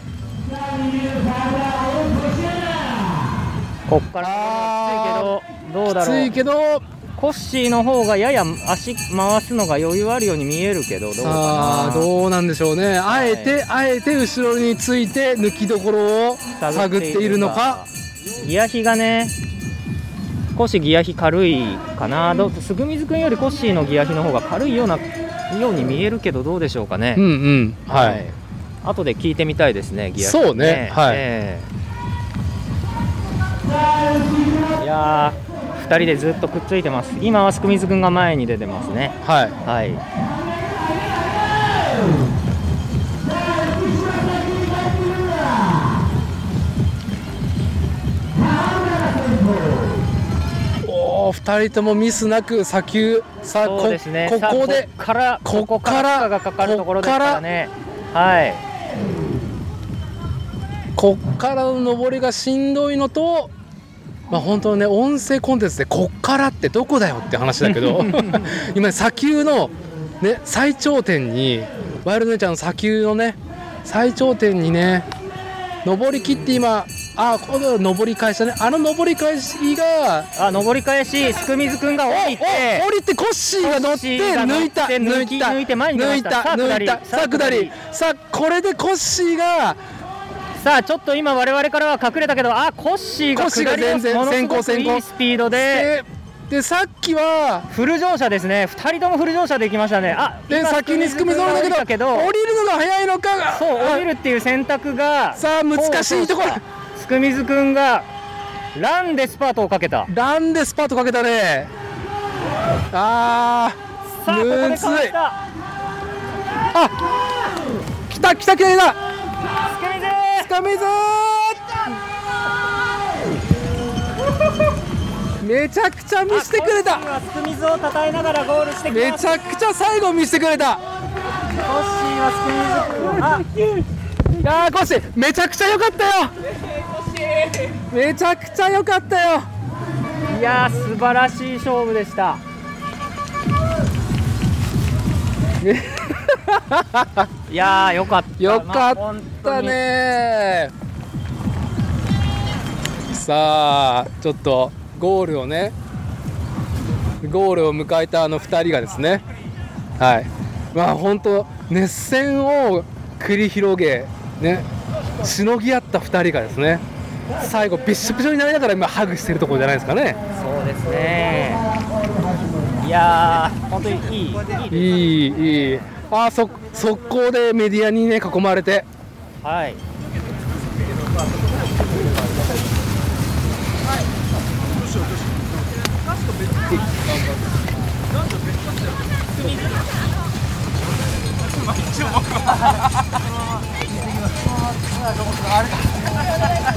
[SPEAKER 4] こっからはきついけどどうだろう
[SPEAKER 7] きついけど
[SPEAKER 4] コッシーの方がやや足回すのが余裕あるように見えるけどどうか
[SPEAKER 7] さあ
[SPEAKER 4] な
[SPEAKER 7] どうなんでしょうねあえて、あえて後ろについて抜きどころを探っているのか
[SPEAKER 4] ギア比がね少しギア比軽いかなどうすぐみずくんよりコッシーのギア比の方が軽いようなように見えるけどどうでしょうかね
[SPEAKER 7] うんうんはい、
[SPEAKER 4] 後で聞いてみたいですねギア比
[SPEAKER 7] そうねはい
[SPEAKER 4] ええいやー2人でずっとくっついてます今はすくみずくんが前に出てますね
[SPEAKER 7] はい、おお2人ともミスなく砂丘さあ
[SPEAKER 4] そう
[SPEAKER 7] こ
[SPEAKER 4] ですね
[SPEAKER 7] こ
[SPEAKER 4] さあ
[SPEAKER 7] こで
[SPEAKER 4] こっから
[SPEAKER 7] ここか
[SPEAKER 4] 負荷
[SPEAKER 7] ら
[SPEAKER 4] がかかるところですからねはい
[SPEAKER 7] こっからの上りがしんどいのとまあ本当にね音声コンテンツでこっからってどこだよって話だ
[SPEAKER 4] *laughs*
[SPEAKER 7] けど今砂丘のね最頂点にワイルドネイチャーの砂丘のね最頂点にね上り切って今あこの上り返したねあの上り返しが
[SPEAKER 4] あ上り返しすくみずくんが降りて
[SPEAKER 7] 降りてコッシーが乗って
[SPEAKER 4] コッシーが乗っ
[SPEAKER 7] 抜
[SPEAKER 4] て
[SPEAKER 7] いた抜
[SPEAKER 4] 抜
[SPEAKER 7] い
[SPEAKER 4] き
[SPEAKER 7] た
[SPEAKER 4] 抜いて前に出ま
[SPEAKER 7] 抜
[SPEAKER 4] し
[SPEAKER 7] い
[SPEAKER 4] た
[SPEAKER 7] た
[SPEAKER 4] さあ下
[SPEAKER 7] 抜
[SPEAKER 4] り
[SPEAKER 7] いたさあ下りさあこれでコッシーが
[SPEAKER 4] さあちょっと今我々からは隠れたけどあコッシーが
[SPEAKER 7] コッシーが全然
[SPEAKER 4] 下りの
[SPEAKER 7] 先行
[SPEAKER 4] ものすごく
[SPEAKER 7] 先行
[SPEAKER 4] いいスピードで
[SPEAKER 7] でさっきは
[SPEAKER 4] フル乗車ですね2人ともフル乗車できましたねあ
[SPEAKER 7] で
[SPEAKER 4] 今
[SPEAKER 7] 先にすくみそうだけど
[SPEAKER 4] 降りたけど
[SPEAKER 7] 降りるのが早いのか
[SPEAKER 4] そう降りるっていう選択が
[SPEAKER 7] さあ難しいところ
[SPEAKER 4] すくみずくんがランでスパートをかけた
[SPEAKER 7] ランでスパートかけたねあ
[SPEAKER 4] さあここで
[SPEAKER 7] ーむ
[SPEAKER 4] かわ
[SPEAKER 7] ず
[SPEAKER 4] し
[SPEAKER 7] い
[SPEAKER 4] た
[SPEAKER 7] あ来た来た来た来たつかみずめちゃくちゃ見せてくれた
[SPEAKER 13] すく水を叩いながらゴールしてき
[SPEAKER 7] め
[SPEAKER 13] ま
[SPEAKER 7] ち
[SPEAKER 13] す
[SPEAKER 7] ゃくちゃ最後見せてくれた
[SPEAKER 13] コッシーはすく水
[SPEAKER 7] いやーコッシーめちゃくちゃ良かったよめちゃくちゃ良かったよ
[SPEAKER 4] いやー素晴らしい勝負で
[SPEAKER 7] *laughs*
[SPEAKER 4] したいやーよかった
[SPEAKER 7] よか
[SPEAKER 4] まあ本
[SPEAKER 7] ったねさあちょっとゴールをねゴールを迎えたあの2人がですねはいまあ本当熱戦を繰り広げねしのぎ合った2人がですね最後びっしょびしょになりながら今ハグしてるところじゃないですかね
[SPEAKER 4] そうですねいやー本当にいい
[SPEAKER 7] いいいいあーそ速攻でメディアにね囲まれて
[SPEAKER 4] はい
[SPEAKER 7] あお疲れお疲れ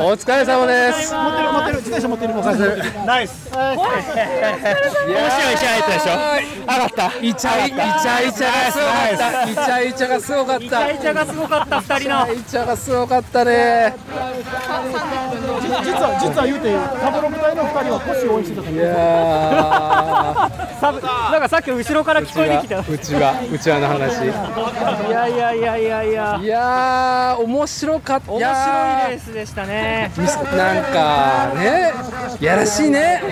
[SPEAKER 7] お疲れ様です
[SPEAKER 13] 持ってる持ってる自転車持ってるもうナイス
[SPEAKER 7] 面白い試合やったでしょ上がったイチャイイチャイチャがすごかったイチャイチャがすごかったイチャイチャがすごかった二人のイチャイチャがすごかったね
[SPEAKER 13] 実は実は言うてサブロク隊の2人はコッシーを応援してたと思う
[SPEAKER 7] いや
[SPEAKER 4] *laughs* サブなんかさっき後ろから聞こえてきた
[SPEAKER 7] うちはうちわの話
[SPEAKER 4] いやいやいやいやいや
[SPEAKER 7] いやー面白かった
[SPEAKER 4] 面白いレースでしたね
[SPEAKER 7] ミスなんかねやらしいね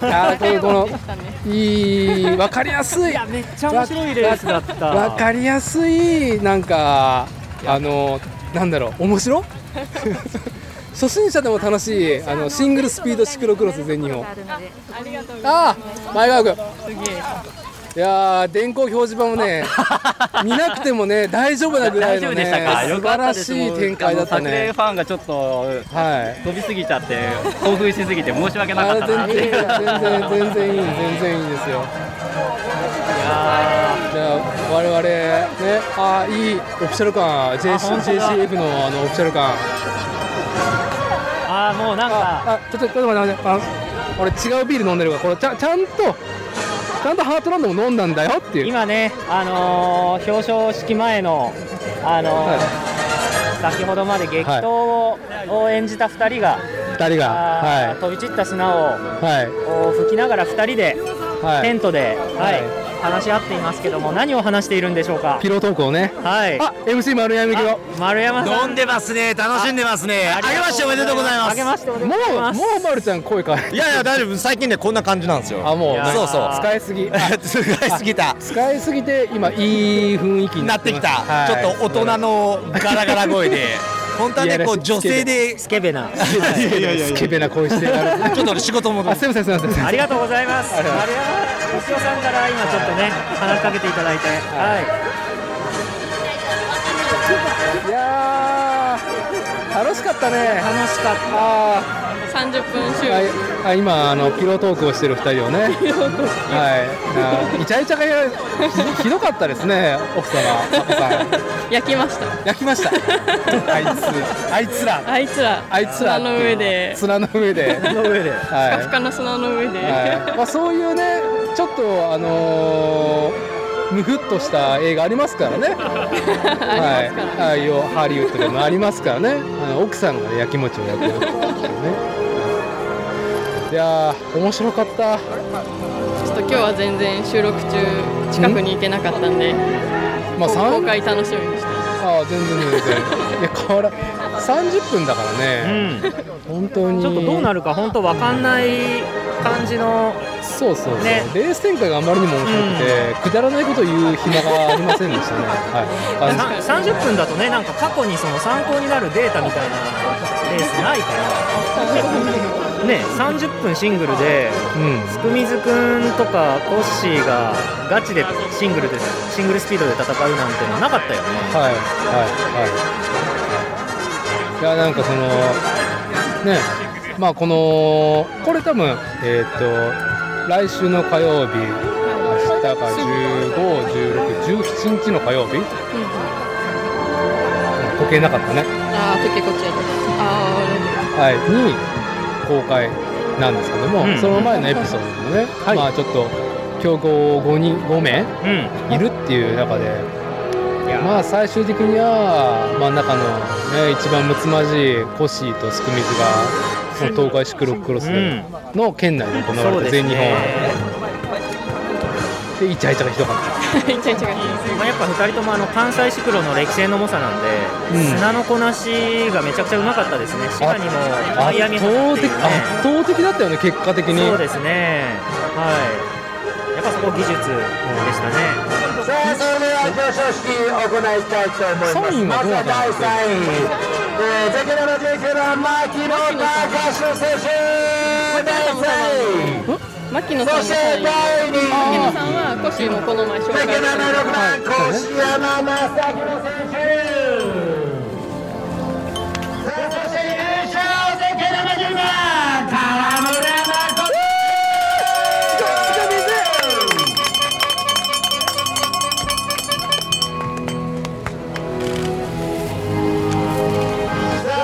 [SPEAKER 7] あーこのこのいいわかりやすい
[SPEAKER 4] めっちゃ面白いレースだった
[SPEAKER 7] わわかりやすいなんかあのなんだろう面白初心者でも楽しいあのシングルスピードシクロクロス全日本
[SPEAKER 14] ありがとうござい
[SPEAKER 7] ああ前川君
[SPEAKER 14] ます。すげえ。
[SPEAKER 7] いやー電光表示板もね見なくてもね大丈夫なぐらいの
[SPEAKER 15] 大丈夫で
[SPEAKER 7] ね
[SPEAKER 15] したか
[SPEAKER 7] 素晴らしい展開だっ
[SPEAKER 15] よかったですも
[SPEAKER 7] たね
[SPEAKER 15] うあの昨年ファンがちょっと飛びすぎちゃって、興奮しすぎて申し訳なかったな
[SPEAKER 7] あ
[SPEAKER 15] っ
[SPEAKER 7] 全
[SPEAKER 15] てい
[SPEAKER 7] 然
[SPEAKER 15] う
[SPEAKER 7] いい全然全然いい全然いいですよじゃあ我々ねあーいいオフィシャル感 JC
[SPEAKER 4] 本当だ
[SPEAKER 7] JCF のあのオフィシャル感
[SPEAKER 4] あーもうなんか
[SPEAKER 7] あちょっとちょっと待って待ってあ俺違うビール飲んでるからこれちゃちゃんとちゃんとハートランドも飲んだんだよっていう
[SPEAKER 4] 今ねあのー表彰式前のあのー先ほどまで激闘を,、演じた2人が
[SPEAKER 7] 二人が
[SPEAKER 4] あー
[SPEAKER 7] はい
[SPEAKER 4] 飛び散った砂を
[SPEAKER 7] はい
[SPEAKER 4] こう吹きながら2人で、
[SPEAKER 7] はい
[SPEAKER 4] テントで、はい
[SPEAKER 7] はい
[SPEAKER 4] 話し合っていますけども何を話しているんでしょうか
[SPEAKER 7] ピロートークをね
[SPEAKER 4] はい
[SPEAKER 7] あ MC 丸山行くよ
[SPEAKER 4] 丸山さん
[SPEAKER 16] 飲んでますね楽しんでますねあげましておめでとうございます
[SPEAKER 4] あげましておめで
[SPEAKER 7] も
[SPEAKER 4] とうございうます
[SPEAKER 7] もう丸ちゃん声変え
[SPEAKER 16] いやいや大丈夫最近ねこんな感じなんですよ
[SPEAKER 7] あもう
[SPEAKER 16] そうそう *laughs*
[SPEAKER 7] 使いすぎ
[SPEAKER 16] 使いすぎた
[SPEAKER 7] *laughs* 使いすぎて今いい雰囲気に
[SPEAKER 16] なってきた、
[SPEAKER 7] はい
[SPEAKER 16] ちょっと大人のガラガラ声で本当はい
[SPEAKER 7] や
[SPEAKER 16] ね
[SPEAKER 7] らしい
[SPEAKER 16] こう女性で
[SPEAKER 4] スケベな
[SPEAKER 7] スケベな声してやる
[SPEAKER 16] ちょっと俺仕事戻
[SPEAKER 7] あすいませんすいませんすいま
[SPEAKER 4] *laughs*
[SPEAKER 7] せん
[SPEAKER 4] ありがとうございます丸山敏夫さんから今ちょっとね話しかけていただいてはい
[SPEAKER 7] いやー楽しかったね
[SPEAKER 4] 楽しかった
[SPEAKER 14] 三十分終了。
[SPEAKER 7] はいあ今あのピロートークをしてる二人をねはいあイチャイチャがやひひどかったですね奥様パパさん
[SPEAKER 14] 焼きました。
[SPEAKER 7] 焼きましたあいつあいつら
[SPEAKER 14] あいつら。
[SPEAKER 7] あいつらって
[SPEAKER 14] 砂の上で。
[SPEAKER 7] 砂の上で
[SPEAKER 14] 砂の上で
[SPEAKER 7] はい
[SPEAKER 14] ふかふかの砂の上で。
[SPEAKER 7] はいまあ、そういうねちょっとあのー、むふっとした映画ありますからねはい、ああいうハリウッドでもありますからねあの奥さんがやきもちをやってるっていうねいやー面白かった
[SPEAKER 14] ちょっと今日は全然収録中近くに行けなかったんで。
[SPEAKER 7] まあ
[SPEAKER 14] こ
[SPEAKER 7] 三
[SPEAKER 14] 今回楽しみにしてます。
[SPEAKER 7] ああ全然全然いや変わら30分だからね、本当に
[SPEAKER 4] ちょっとどうなるか本当わかんない感じの
[SPEAKER 7] そうそうそう、
[SPEAKER 4] ね
[SPEAKER 7] レース展開があまりにも面白くて、くだらないことを言う暇がありませんでしたねはいあの
[SPEAKER 4] さん30分だとねなんか過去にその参考になるデータみたいなレースないからね30分シングルで、すくみずくんとかコッシーがガチでシングルでシングルスピードで戦うなんてのはなかったよね
[SPEAKER 7] はいはいはいいやなんかそのねまあこのこれ多分えっ、と来週の火曜日明日が151617日の火曜日
[SPEAKER 14] うん
[SPEAKER 7] 時計なかったね
[SPEAKER 14] ああ、時計こっちやった。あ
[SPEAKER 7] はいに公開なんですけども、
[SPEAKER 14] うん
[SPEAKER 7] その前のエピソードでもね、まあちょっと強豪5人5名いるっていう中で、まあ最終的には真ん中の、ね、一番むつまじいコッシーとスクミズがその東海シクロクロスでの県内で行われた全日本でイチャイチャがひどかった。
[SPEAKER 14] *laughs* あ、いちゃいちゃが。
[SPEAKER 4] まあ、やっぱ2人ともあの関西シクロの歴戦の猛者なんで、
[SPEAKER 7] うん
[SPEAKER 4] 砂のこなしがめちゃくちゃうまかったですね、滋賀にもマ
[SPEAKER 7] 圧
[SPEAKER 4] イアミも
[SPEAKER 7] 倒的圧倒的だったよね結果的に
[SPEAKER 4] そうですね、はい、やっぱそこ技術でしたね。
[SPEAKER 1] さあそれでは表彰式を行いたいと思います
[SPEAKER 4] サインは
[SPEAKER 1] ま
[SPEAKER 4] どう
[SPEAKER 1] ず
[SPEAKER 4] な
[SPEAKER 1] は
[SPEAKER 4] んだ
[SPEAKER 1] 第3位えー、ゼケラの19の牧野隆史選手第3位
[SPEAKER 14] 牧野さんの
[SPEAKER 1] そして第二位
[SPEAKER 14] 牧野さんはコッシーもこの前紹介
[SPEAKER 1] ゼケラの6番越山正弘選手さあそして優勝ゼケラの10番河村真子さあ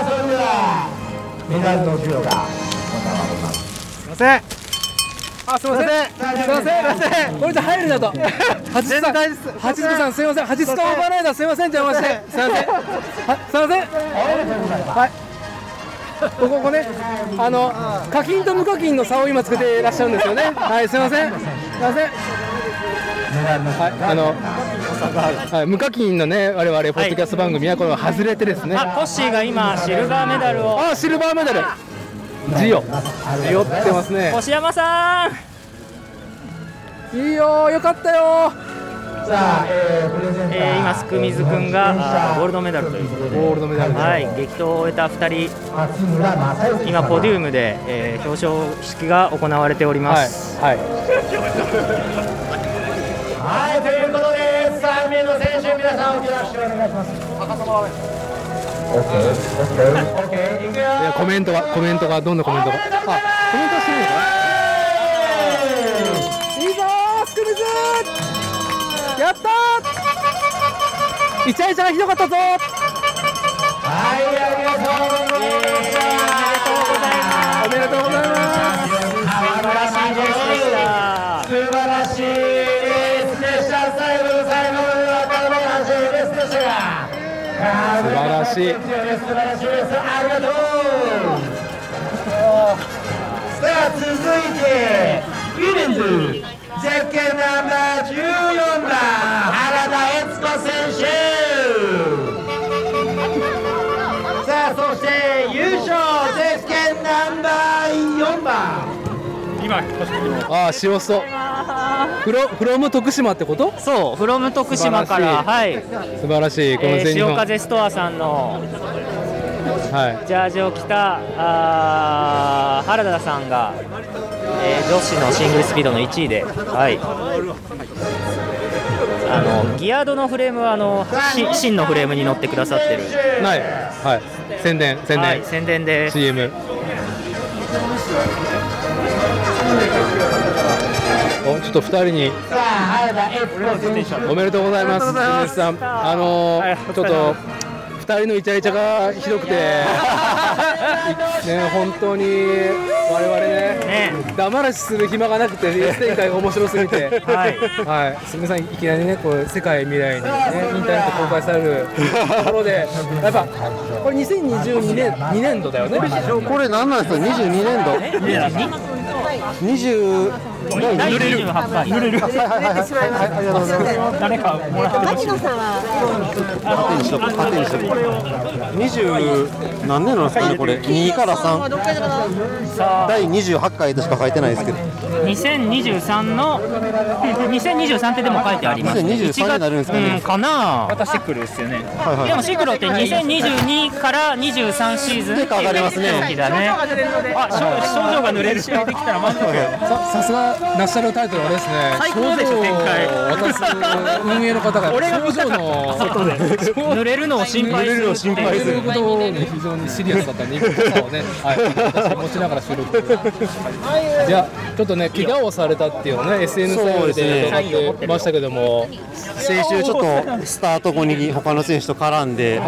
[SPEAKER 1] それではメダルの授与が
[SPEAKER 7] すいませんあすいませんすいませんすいませんこれじゃ入るなと八十さん八十さんすいません八十さんオーバーライダーすいません邪魔してすいませんはすいませんはいここここねあの課金と無課金の差を今つけていらっしゃるんですよねはいすいませんすいませんはいあの
[SPEAKER 17] さがある
[SPEAKER 1] はい、無課金のね我々ポッドキャスト番組はこの外れてですね、
[SPEAKER 4] あコッシーが今シルバーメダルを
[SPEAKER 1] あシルバーメダルジオジオってますね
[SPEAKER 4] 星山さ
[SPEAKER 1] んいいよよかったよ
[SPEAKER 4] さあ、えー今すくみずくんがあーゴールドメダルということでゴールドメダルはい激闘を終えた2人今ポデュームで、えー表彰式が行われております
[SPEAKER 1] はい、
[SPEAKER 18] はい、ということで、3名の選手、皆さん、沖縄市お願いします。
[SPEAKER 1] いやコメントがコメントがどんなコメントがあコメントしていい
[SPEAKER 18] いい
[SPEAKER 1] のか
[SPEAKER 18] ぞー、スクミズやったーイチャイチャがひどかったぞはい、ありがとうございました。おめでとうございます。素晴らしいレースでした。素晴らしいレースでした。最後の最後までわからない話レースでしたが。
[SPEAKER 1] 素晴らし
[SPEAKER 18] 素晴らし
[SPEAKER 1] い
[SPEAKER 18] いレース、ありがとう。さあ続いてウィレンズ絶景ナンバー14番原田悦子選手さあそして優勝絶景ナンバー4番
[SPEAKER 1] 今ああ塩そフロフロム徳島ってこと
[SPEAKER 4] そうフロム徳島からはい
[SPEAKER 1] 素晴らしいこの
[SPEAKER 4] えー
[SPEAKER 1] 全日本、
[SPEAKER 4] 潮風ストアさんの
[SPEAKER 1] はい
[SPEAKER 4] ジャージを着たあー原田さんが、えー女子のシングルスピードの1位で、はい、あのギアードのフレームはあのし芯のフレームに乗ってくださってる
[SPEAKER 1] ないはい宣伝宣伝、
[SPEAKER 4] はい宣伝です
[SPEAKER 1] CM おちょっと二人に
[SPEAKER 18] さあ原田悦子選手
[SPEAKER 1] おめでとうございます
[SPEAKER 18] おめでとうございます
[SPEAKER 1] 鈴木さんあのーちょっと二人のイチャイチャがひどく
[SPEAKER 18] *laughs*
[SPEAKER 1] てね本当に我々ね黙らしする暇がなくてレース展開が面白すぎ
[SPEAKER 4] *laughs*
[SPEAKER 1] て
[SPEAKER 18] はい
[SPEAKER 1] はい鈴木さんいきなりねこう世界未来にねインターネット公開されるところでやっぱこれ2022年2年度だよねこれ何なんですか22年度
[SPEAKER 7] 20
[SPEAKER 4] 第28回
[SPEAKER 7] 濡れる
[SPEAKER 4] 濡れてしまいます
[SPEAKER 7] はいはいありがとうございます
[SPEAKER 4] 誰かもらってほしい
[SPEAKER 7] 野さんは縦にしとこう縦にしとこう20何年なんですかねこれ2から3
[SPEAKER 4] さあ
[SPEAKER 7] 第28回としか書いてないですけど
[SPEAKER 4] 2023の *laughs* 2023ってでも書いてあります
[SPEAKER 7] 2023になるんですかね
[SPEAKER 4] 1月うん、かな
[SPEAKER 19] またシックルですよね
[SPEAKER 7] はいはい
[SPEAKER 4] でもシクロって2022から23シーズンっていう時だねあ症症状が濡れる試合できたらマジで
[SPEAKER 1] ささすがナショナルタイトルはですね
[SPEAKER 4] 最高でしょ
[SPEAKER 1] 賞状を
[SPEAKER 4] 展開
[SPEAKER 1] 渡す運営の方が
[SPEAKER 4] 俺が
[SPEAKER 1] 表情の
[SPEAKER 4] 外で濡れるのを心配する
[SPEAKER 1] 濡れることに非常にシリアスだった日本さをね、はい、私持ちながら収録じゃあちょっとね怪我をされたっていうのね SNS
[SPEAKER 7] そうですね
[SPEAKER 1] で伺ってましたけども
[SPEAKER 7] 先週ちょっとスタート後に他の選手と絡んで、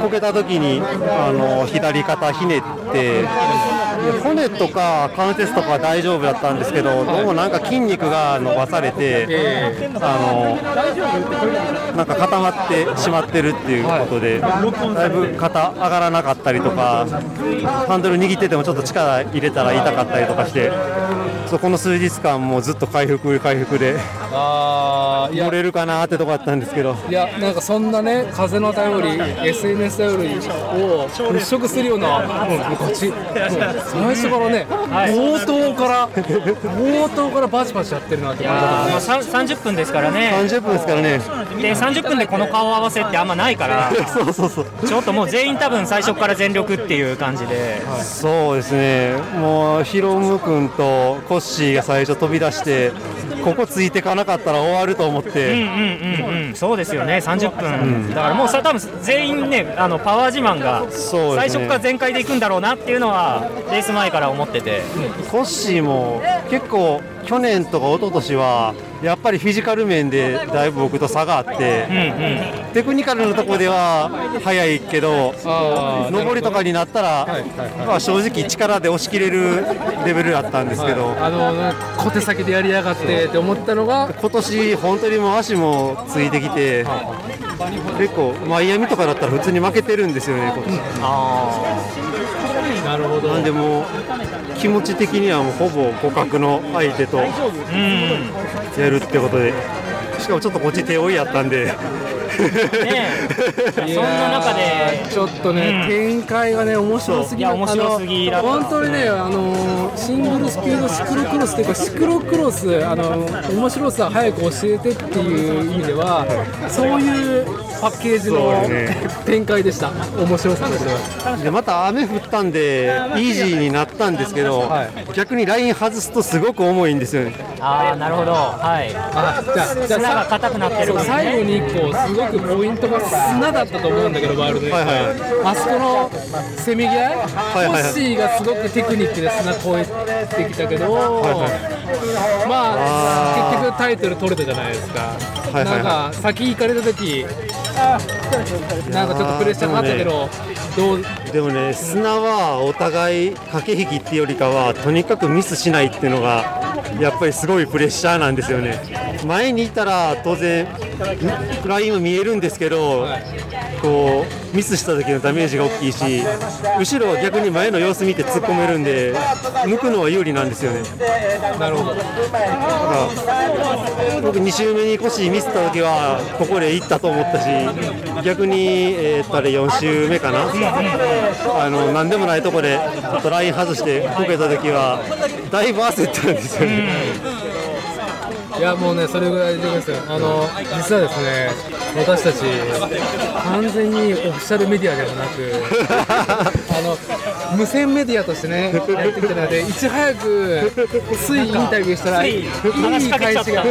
[SPEAKER 7] こけた時にあの左肩ひねって骨とか関節とかは大丈夫だったんですけど、どうもなんか筋肉が伸ばされて、
[SPEAKER 1] え
[SPEAKER 7] あのなんか固まってしまってるっていうことで、だいぶ肩上がらなかったりとか、ハンドル握っててもちょっと力入れたら痛かったりとかして、そこの数日間、もうずっと回復、回復で。
[SPEAKER 1] あーいや
[SPEAKER 7] 乗れるかなってとこだったんですけど
[SPEAKER 1] いやなんかそんなね風の頼り SNS 頼りを払拭するような、うん、もうこっちもう最初からね、冒頭から冒頭からバチバチやってるなって
[SPEAKER 4] い
[SPEAKER 1] 感じ
[SPEAKER 4] やーもう
[SPEAKER 1] だ
[SPEAKER 4] さん30分ですからね
[SPEAKER 7] 30分ですからね *laughs*
[SPEAKER 4] で30分でこの顔合わせってあんまないから
[SPEAKER 7] そうそうそう
[SPEAKER 4] ちょっともう全員多分最初から全力っていう感じで、
[SPEAKER 7] そうですね、もうヒロム君とコッシーが最初飛び出して、ここついていかなかったら終わると思って、
[SPEAKER 4] うんうんうん、そうですよね、30分、だからもうさ、多分全員ね、あのパワー自慢が
[SPEAKER 7] うで
[SPEAKER 4] 最
[SPEAKER 7] すね
[SPEAKER 4] 初から全開でいくんだろうなっていうのは、レース前から思ってて、
[SPEAKER 7] コッシーも結構、去年とか一昨年は、やっぱりフィジカル面でだいぶ僕と差があって、テクニカルのとこでは速いけど、上りとかになったら、まあ、正直、力で押し切れるレベルだったんですけど。
[SPEAKER 1] あのなんか小手先でやりやがってって思ったのが
[SPEAKER 7] 今年本当にもう足もついてきて結構マイアミとかだったら普通に負けてるんですよね今年
[SPEAKER 1] なるほど
[SPEAKER 7] なんでもう気持ち的にはもうほぼ互角の相手と
[SPEAKER 4] うん、
[SPEAKER 7] やるってことでしかもちょっと落ち手追いやったんで。
[SPEAKER 4] そんな中で
[SPEAKER 1] ちょっとね、展開がね面白すぎ
[SPEAKER 4] いや面白すぎだった
[SPEAKER 1] あの本当にねあのシングルスピードシクロクロスっていうかシクロクロスあの面白さ早く教えてっていう意味ではそういうパッケージの
[SPEAKER 7] そうね
[SPEAKER 1] 展開でした面白さとしては
[SPEAKER 7] でまた雨降ったんでイージーになったんですけど、逆にライン外すとすごく重いんですよね。
[SPEAKER 4] ああなるほどはい
[SPEAKER 1] あじゃあじゃあ
[SPEAKER 4] 砂が硬くなってる
[SPEAKER 1] そう
[SPEAKER 4] からね
[SPEAKER 1] 最後に1個すごくポイントが砂だったと思うんだけどワールドエイト
[SPEAKER 7] はいはい
[SPEAKER 1] あそこのせめぎ合い、
[SPEAKER 7] いはいはい
[SPEAKER 1] コッシーがすごくテクニックで砂越えてきたけど、まあ結局タイトル取れたじゃないですか、
[SPEAKER 7] いはいはい
[SPEAKER 1] なんか先行かれた時なんかちょっとプレッシャーがあったけどどう
[SPEAKER 7] でもね砂はお互い駆け引きっていうよりかはとにかくミスしないっていうのがやっぱりすごいプレッシャーなんですよね前にいたら当然んラインは見えるんですけどこうミスした時のダメージが大きいし後ろは逆に前の様子見て突っ込めるんで向くのは有利なんですよね
[SPEAKER 1] なるほど
[SPEAKER 7] だから僕2周目にコシミスった時はここで行ったと思ったし逆に、えーっとあれ4周目かなあの何でもないとこでちょっとライン外してこけた時はだいぶ焦ったんですよね、
[SPEAKER 1] いやもうねそれぐらいでですよあの実はですね私たち完全にオフィシャルメディアではな
[SPEAKER 4] *laughs*
[SPEAKER 1] くあの無線メディアとしてねやってきたのでいち早くついインタビューしたら
[SPEAKER 4] つ
[SPEAKER 1] い
[SPEAKER 4] い
[SPEAKER 1] い返しがいい
[SPEAKER 4] 話しかけちゃったは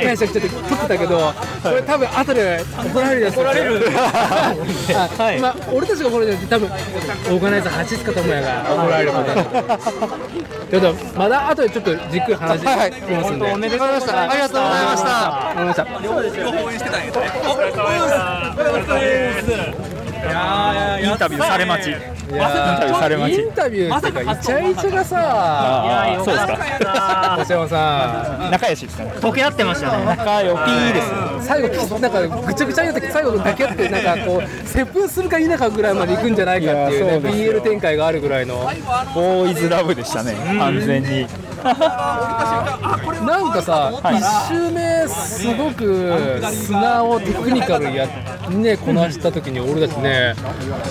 [SPEAKER 4] い
[SPEAKER 1] 返しが来てて撮ってたけどこれ多分後で怒られるやつ怒
[SPEAKER 4] られる
[SPEAKER 1] はい、まあ俺たちが怒られるんじゃなくて多分オーガナイザー8塚智也が怒られることだちょっとまだ後でちょっとじっくり話しますんで、
[SPEAKER 3] はいはい本当おめでとうございましたありがとうございました
[SPEAKER 1] ありがとうございました
[SPEAKER 3] インタビューされ
[SPEAKER 4] *laughs*
[SPEAKER 3] 待ち。
[SPEAKER 1] いや
[SPEAKER 3] インタビューされ待ち
[SPEAKER 1] インタビューっていうかイチャイチャがさ
[SPEAKER 3] あーそうですか。
[SPEAKER 1] 柏山さん
[SPEAKER 3] 仲良しですかね。
[SPEAKER 4] 溶け合ってましたね仲良
[SPEAKER 3] いいです。
[SPEAKER 1] 最後なんかぐちゃぐちゃになって最後だけってなんかこう接吻するか否かぐらいまで行くんじゃないかってい
[SPEAKER 3] い
[SPEAKER 1] う
[SPEAKER 3] や
[SPEAKER 1] ね
[SPEAKER 3] そうですよ
[SPEAKER 1] BL 展開があるぐらいの
[SPEAKER 3] ボーイズラブでしたね。完全に。
[SPEAKER 1] なんか
[SPEAKER 3] は
[SPEAKER 1] さ、
[SPEAKER 3] い
[SPEAKER 1] 1周目すごく砂をテクニカルにやねこなした時に俺たちね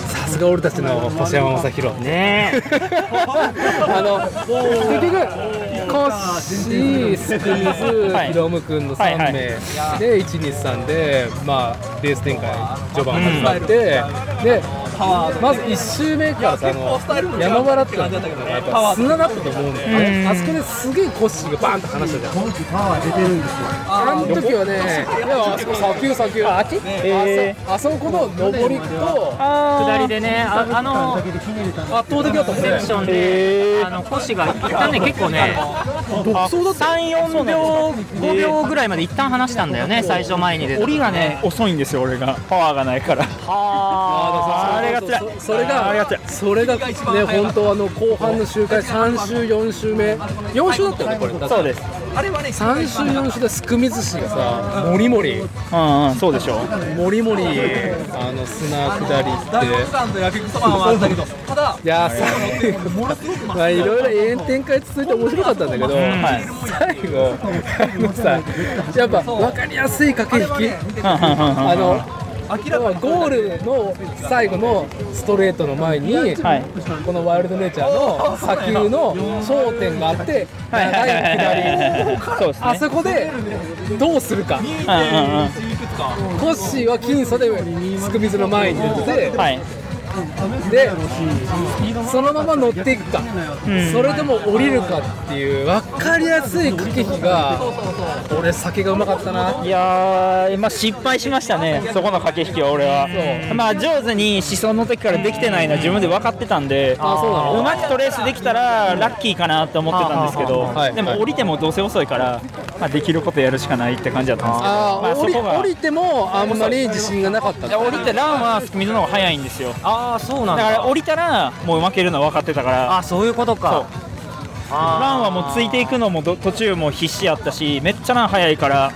[SPEAKER 1] さすが俺たちの星山雅弘
[SPEAKER 4] ねえ
[SPEAKER 1] あの結局コッシースクイズヒロム君の3名、で123で、まあ、レース展開序盤始まって、でまず1周目からさあの山原ってのはやっぱ砂だったと思うんだよね
[SPEAKER 3] うん
[SPEAKER 1] あそこですげえコッシーがバーンと話したじゃん
[SPEAKER 3] パワー出てるんですよ。
[SPEAKER 1] あの時はね、いやあそこ砂丘砂丘、あっち、えー、あそこの上りと
[SPEAKER 4] 下りでねああの
[SPEAKER 1] 圧倒的だったもん
[SPEAKER 4] セ
[SPEAKER 1] ね
[SPEAKER 4] クションで、あのコシが一旦ね結構ね、
[SPEAKER 1] 独走だ
[SPEAKER 4] 三四秒五秒ぐらいまで一旦話したんだよね最初前に出た。
[SPEAKER 3] 檻がね遅いんですよ俺がパワーがないから
[SPEAKER 1] あ
[SPEAKER 3] あれが辛い
[SPEAKER 1] それがそれがね本当あの後半の周回三周四周目四周だったよねこれそうです三周四周でスクミ寿司がさもりもり
[SPEAKER 3] うんうんそうでしょ
[SPEAKER 1] もりもりあの砂下りっていやー最後 *laughs* まあいろいろ永遠展開続いて面白かったんだけど、最後あのさやっぱ分かりやすい駆け引きあの要はゴールの最後のストレートの前に、このワイルドネイチャーの砂丘の焦点があって
[SPEAKER 3] はいはいはい
[SPEAKER 1] 長い
[SPEAKER 3] そうで
[SPEAKER 1] 下り
[SPEAKER 3] すね
[SPEAKER 1] あそこでどうするか。コッシーは僅差でスクビズの前に出てて、でそのまま乗っていくか、
[SPEAKER 3] ん
[SPEAKER 1] それでも降りるかっていう分かりやすい駆け引きが俺酒がうまかったない
[SPEAKER 3] やー、まあ、失敗しましたねそこの駆け引きは俺はまあ上手に思想の時からできてないのは自分で分かってたんで
[SPEAKER 1] あそうなの
[SPEAKER 3] まくトレースできたらラッキーかなと思ってたんですけど
[SPEAKER 1] はあはあはあはい
[SPEAKER 3] でも降りてもどうせ遅いから、まあ、できることやるしかないって感じだったんですけど
[SPEAKER 1] あー、
[SPEAKER 3] まあ、そ
[SPEAKER 1] 降り
[SPEAKER 3] こが
[SPEAKER 1] 降りてもあんまり自信がなかった
[SPEAKER 3] いや降りてランは水の方が早いんですよ
[SPEAKER 4] ああそうなん
[SPEAKER 3] だ
[SPEAKER 4] だ
[SPEAKER 3] から降りたらもう負けるのは分かってたから
[SPEAKER 4] あそういうことか
[SPEAKER 3] ランはもうついていくのもど途中も必死やったしめっちゃラン早いから、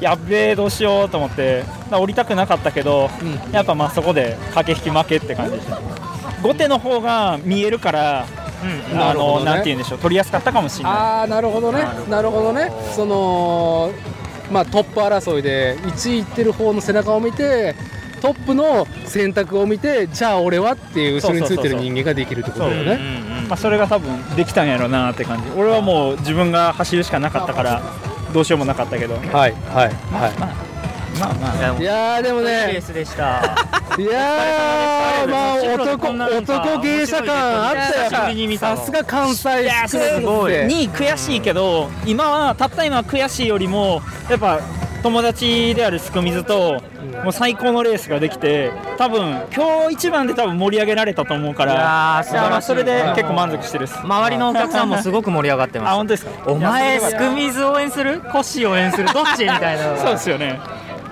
[SPEAKER 3] やっべえどうしようと思ってだから降りたくなかったけど、やっぱまあそこで駆け引き負けって感じでした後手の方が見えるから、
[SPEAKER 1] な
[SPEAKER 3] あ
[SPEAKER 1] るほど
[SPEAKER 3] の
[SPEAKER 1] ね
[SPEAKER 3] なんて言うんでしょう取りやすかったかもしれない
[SPEAKER 1] ああなるほどねなるほどねそのまあ、トップ争いで1位いってる方の背中を見てトップの選択を見てじゃあ俺はっていう後ろについてる人間ができるってことだよね。
[SPEAKER 3] まあ、それが多分できたんやろうなって感じ俺はもう自分が走るしかなかったからどうしようもなかったけどはい
[SPEAKER 1] はいはい
[SPEAKER 3] まあまあ
[SPEAKER 1] いやーでもね
[SPEAKER 4] レースでした
[SPEAKER 1] いやーまあ男男芸者感あったよさすが関西
[SPEAKER 3] すごい2位悔しいけど、今はたった今悔しいよりもやっぱ友達であるすくみずと、もう最高のレースができて多分今日一番で多分盛り上げられたと思うか
[SPEAKER 4] いやー
[SPEAKER 3] ら
[SPEAKER 4] 素晴らしい
[SPEAKER 3] まあそれで結構満足してるっす
[SPEAKER 4] 周りのお客さんもすごく盛り上
[SPEAKER 3] *laughs*
[SPEAKER 4] がってます
[SPEAKER 3] あ本当ですか
[SPEAKER 4] お前スク
[SPEAKER 3] み
[SPEAKER 4] ミズ応援するコッシー応援するどっちみたいな
[SPEAKER 3] *laughs* そうですよね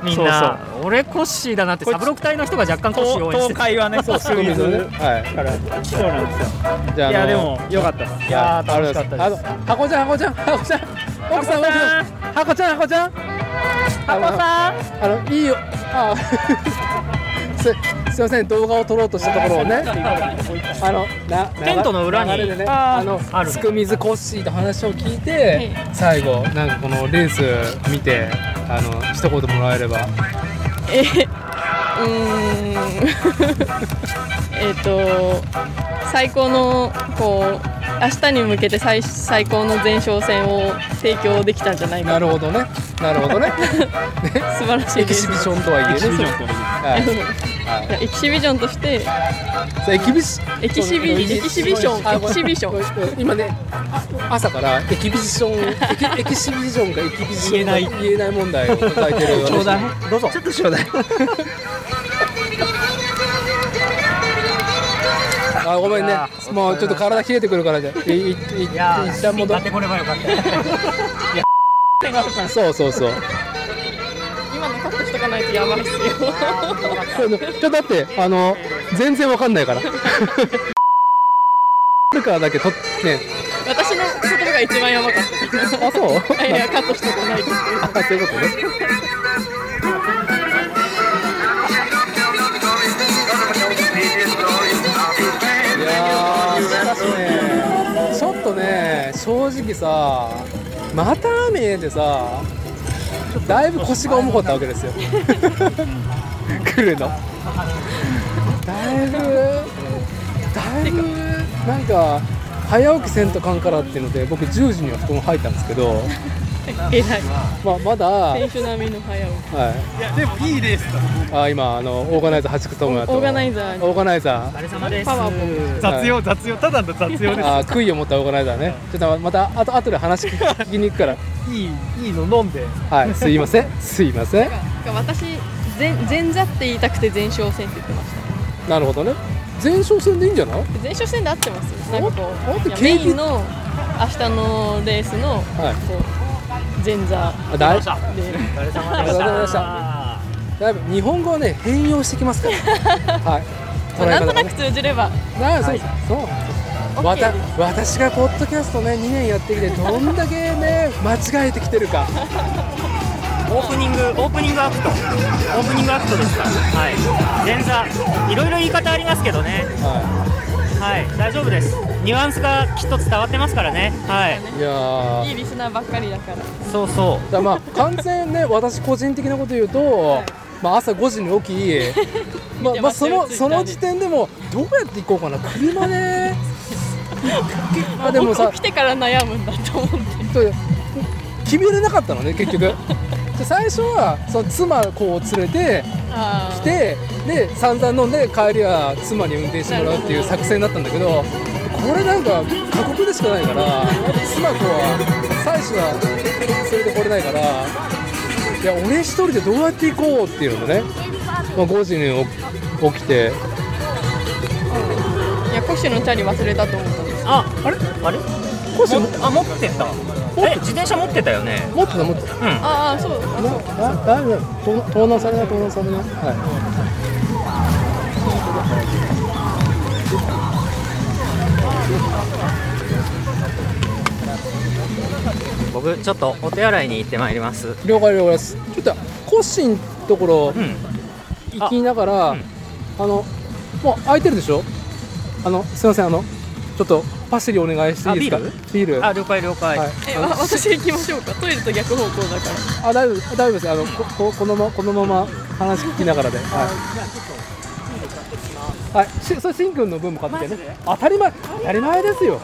[SPEAKER 4] みんな俺コッシーだなってサブロク隊の人が若干コッシー応援して
[SPEAKER 3] 東海はねそうスクミズ
[SPEAKER 1] はい
[SPEAKER 3] からそうなんですよ
[SPEAKER 1] じゃあ
[SPEAKER 3] いやでも
[SPEAKER 1] よかったいや楽しかったですあの箱ちゃん箱ちゃん箱ちゃん奥さん奥さん箱ちゃん箱ちゃん箱さんあのいいよあす *laughs* すいません動画を撮ろうとしたところをねあのな
[SPEAKER 4] テントの裏に
[SPEAKER 1] 流れでねあのすくみずコッシーと話を聞いて最後なんかこのレース見てあの一言もらえれば
[SPEAKER 14] えうーんえっと最高のこう明日に向けて最最高の前哨戦を提供できたんじゃないか
[SPEAKER 1] なるほどねなるほどね
[SPEAKER 14] 素晴らし
[SPEAKER 1] *laughs*
[SPEAKER 14] い
[SPEAKER 1] エキシビションとはいえね
[SPEAKER 14] エキシビション
[SPEAKER 1] そうはい
[SPEAKER 14] エキシビジョンとして
[SPEAKER 1] エキビシ
[SPEAKER 14] エキシビエキシビションエキシビシ
[SPEAKER 1] ョン今ね朝からエキビションエキエキシビジョンがエキビション
[SPEAKER 14] 言えない
[SPEAKER 1] 言えない問題を抱えてる
[SPEAKER 20] ちょうだい
[SPEAKER 1] どうぞちょっとちょうだいあごめんねもうちょっと体冷えてくるからじゃいいいい一旦戻ってこればよかったそうそうそう
[SPEAKER 14] 今のカットしとかないとやばいっすよ
[SPEAKER 1] そうねちょっとだってあの全然わかんないからか
[SPEAKER 14] *laughs*
[SPEAKER 1] らだけとね
[SPEAKER 14] 私のところが一番やばかった
[SPEAKER 1] あそう
[SPEAKER 14] いやいやカットしとかないと
[SPEAKER 1] あそういうことねいやーしかしねちょっとね正直さまた雨でさだいぶ腰が重かったわけですよ来るのだいぶだいぶなんか早起きせんとかんからっていうので僕10時には布団入ったんですけど、
[SPEAKER 14] えらい
[SPEAKER 1] まあ、まだ、はい
[SPEAKER 14] 選、手並みの早起
[SPEAKER 21] いやでもいいレースだ
[SPEAKER 1] あ今あのオーガナイザー八久智也と
[SPEAKER 14] オーガナイザーに
[SPEAKER 1] オーガナイザー
[SPEAKER 14] パワーも
[SPEAKER 1] 雑用
[SPEAKER 21] 雑用ただの雑用です
[SPEAKER 1] あー悔いを持ったオーガナイザーねちょっとまたあと後で話聞きに行くから
[SPEAKER 21] いいいいの飲んで
[SPEAKER 14] *laughs*
[SPEAKER 1] はいすいませんすいません
[SPEAKER 14] う私前前座って言いたくて前哨戦って言ってまし
[SPEAKER 1] なるほどね前哨戦でいいんじゃない
[SPEAKER 14] た前哨戦で合ってますなんかこ
[SPEAKER 1] おっ
[SPEAKER 14] う
[SPEAKER 1] て
[SPEAKER 14] いや
[SPEAKER 1] KT
[SPEAKER 14] メインの明日のレースの
[SPEAKER 1] はい
[SPEAKER 14] こう前座
[SPEAKER 1] あだい
[SPEAKER 14] で
[SPEAKER 1] ありがとうございましただいぶ日本語はね変容してきますから
[SPEAKER 14] *laughs*
[SPEAKER 1] はい捉え
[SPEAKER 14] な
[SPEAKER 1] 方
[SPEAKER 14] んと
[SPEAKER 1] が
[SPEAKER 14] な
[SPEAKER 1] ね
[SPEAKER 14] く通じれば
[SPEAKER 1] なあそうですそうわた私がポッドキャストね2年やってきてどんだけね間違えてきてるか
[SPEAKER 4] オープニングオープニングアクトオープニングアクトですからはい前座いろいろ言い方ありますけどねはい、大丈夫ですニュアンスがきっと伝わってますからねはい
[SPEAKER 1] いやー
[SPEAKER 14] いいリスナーばっかりだから
[SPEAKER 1] そうそうだからまあ完全ね私個人的なこと言うと、まあ、朝5時に *laughs* 起きまあまあそのその時点でもどうやって行こうかな車 *laughs* でまあでもさ
[SPEAKER 14] 来てから悩むんだと思って
[SPEAKER 1] そう決めれなかったのね結局で最初はその妻こう連れて
[SPEAKER 14] あ
[SPEAKER 1] 来てで散々飲んで帰りは妻に運転してもらうっていう作戦だったんだけどこれなんか過酷でしかないから妻とは妻子は連れてこれないからいや俺一人でどうやって行こうっていうのね、まあ、5時に起き起きて
[SPEAKER 14] ーいやコッシュのチャリ忘れたと思ったんです
[SPEAKER 4] ああれあれ
[SPEAKER 1] コッシ
[SPEAKER 4] ュあ持ってたえ自転車持ってたよね
[SPEAKER 1] 持ってた持ってた
[SPEAKER 4] うん
[SPEAKER 14] ああそうあそう
[SPEAKER 1] あ大丈夫盗盗難されない盗難されないはい
[SPEAKER 20] 僕ちょっとお手洗いに行ってまいります
[SPEAKER 1] 了解了解ですちょっとコッシーのところ行きながら、あのもう空いてるでしょあのすいませんあのちょっと
[SPEAKER 3] パセリお願いしていいですか
[SPEAKER 4] あビー
[SPEAKER 3] ビール
[SPEAKER 4] あ了解了解、
[SPEAKER 14] えわ私行きましょうかトイレと逆方向だから
[SPEAKER 3] あ大丈夫です大丈夫ですあのこここのまこのまま話聞きながらで、はい、はい、しそれしんくんの分も買ってきてね当たり前当たり前ですよ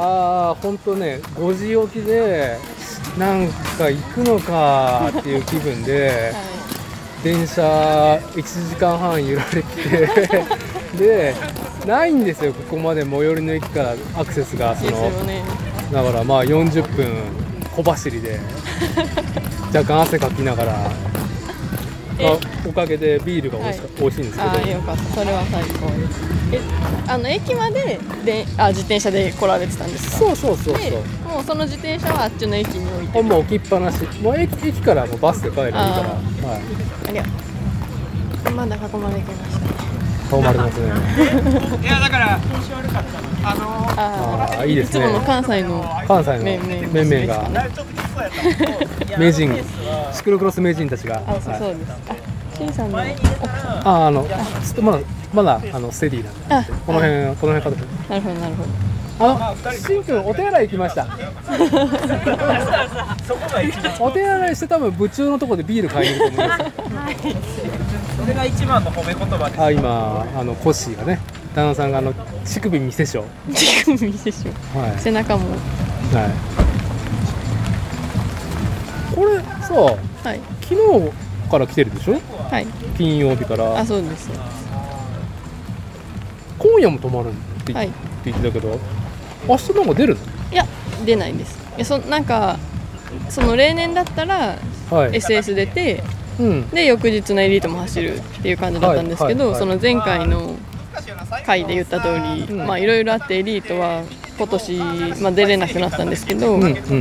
[SPEAKER 3] ああ本当ね5時起きでなんか行くのかっていう気分で、電車1時間半揺られてでないんですよここまで最寄りの駅からアクセスがそ
[SPEAKER 14] ですよ
[SPEAKER 3] の。
[SPEAKER 14] ね
[SPEAKER 3] だからまあ40分小走りで若干汗かきながら、まあおかげでビールが美味し,、
[SPEAKER 14] はい
[SPEAKER 3] 美味しいんですけど
[SPEAKER 14] *laughs* ああよかったそれは最高ですえあの駅までであ自転車で来られてたんですか
[SPEAKER 3] そうそうそうそう
[SPEAKER 14] でもうその自転車はあっちの駅に置いて
[SPEAKER 3] あもう置きっぱなしもう駅駅からもうバスで帰るから、
[SPEAKER 14] あ
[SPEAKER 3] はい、
[SPEAKER 14] ありゃまだここまで行きまし
[SPEAKER 3] そうなりますね
[SPEAKER 14] たいやだからあの
[SPEAKER 3] ああいいですね
[SPEAKER 14] いつもの関西 *laughs* の
[SPEAKER 3] 関西の
[SPEAKER 14] 面々
[SPEAKER 3] 面々が名人シクロクロス名人たちが
[SPEAKER 14] あそうそう
[SPEAKER 3] はい
[SPEAKER 14] ですあしんさんの奥さん
[SPEAKER 3] ああのまだまだあのステディなんで
[SPEAKER 14] あ
[SPEAKER 3] この辺この辺か
[SPEAKER 14] なるほどなるほど
[SPEAKER 3] とあのしんくんお手洗い行きま
[SPEAKER 22] *laughs*
[SPEAKER 3] したお手洗いして多分部中のところでビール買いに行くと思います
[SPEAKER 22] それが一番の褒め言葉です
[SPEAKER 3] あ今あのコッシーがね旦那さんがあの乳首見せしょ
[SPEAKER 14] 乳首でしょ、
[SPEAKER 3] はい
[SPEAKER 14] 背中も
[SPEAKER 3] はいこれさ、
[SPEAKER 14] はい
[SPEAKER 3] 昨日から来てるでしょ
[SPEAKER 14] はい
[SPEAKER 3] 金曜日から
[SPEAKER 14] あそうです
[SPEAKER 3] 今夜も泊まるって,、
[SPEAKER 14] はい
[SPEAKER 3] って言ってたけど明日なんか出る
[SPEAKER 14] いや出ないですいやそなんかその例年だったら
[SPEAKER 3] のはい
[SPEAKER 14] SS 出て、
[SPEAKER 3] うん
[SPEAKER 14] で翌日のエリートも走るっていう感じだったんですけど、
[SPEAKER 3] はいはい
[SPEAKER 14] その前回の回で言った通り、まあいろいろあってエリートは今年、まあ、出れなくなったんですけど、
[SPEAKER 3] うんう
[SPEAKER 14] え
[SPEAKER 3] ん
[SPEAKER 14] っと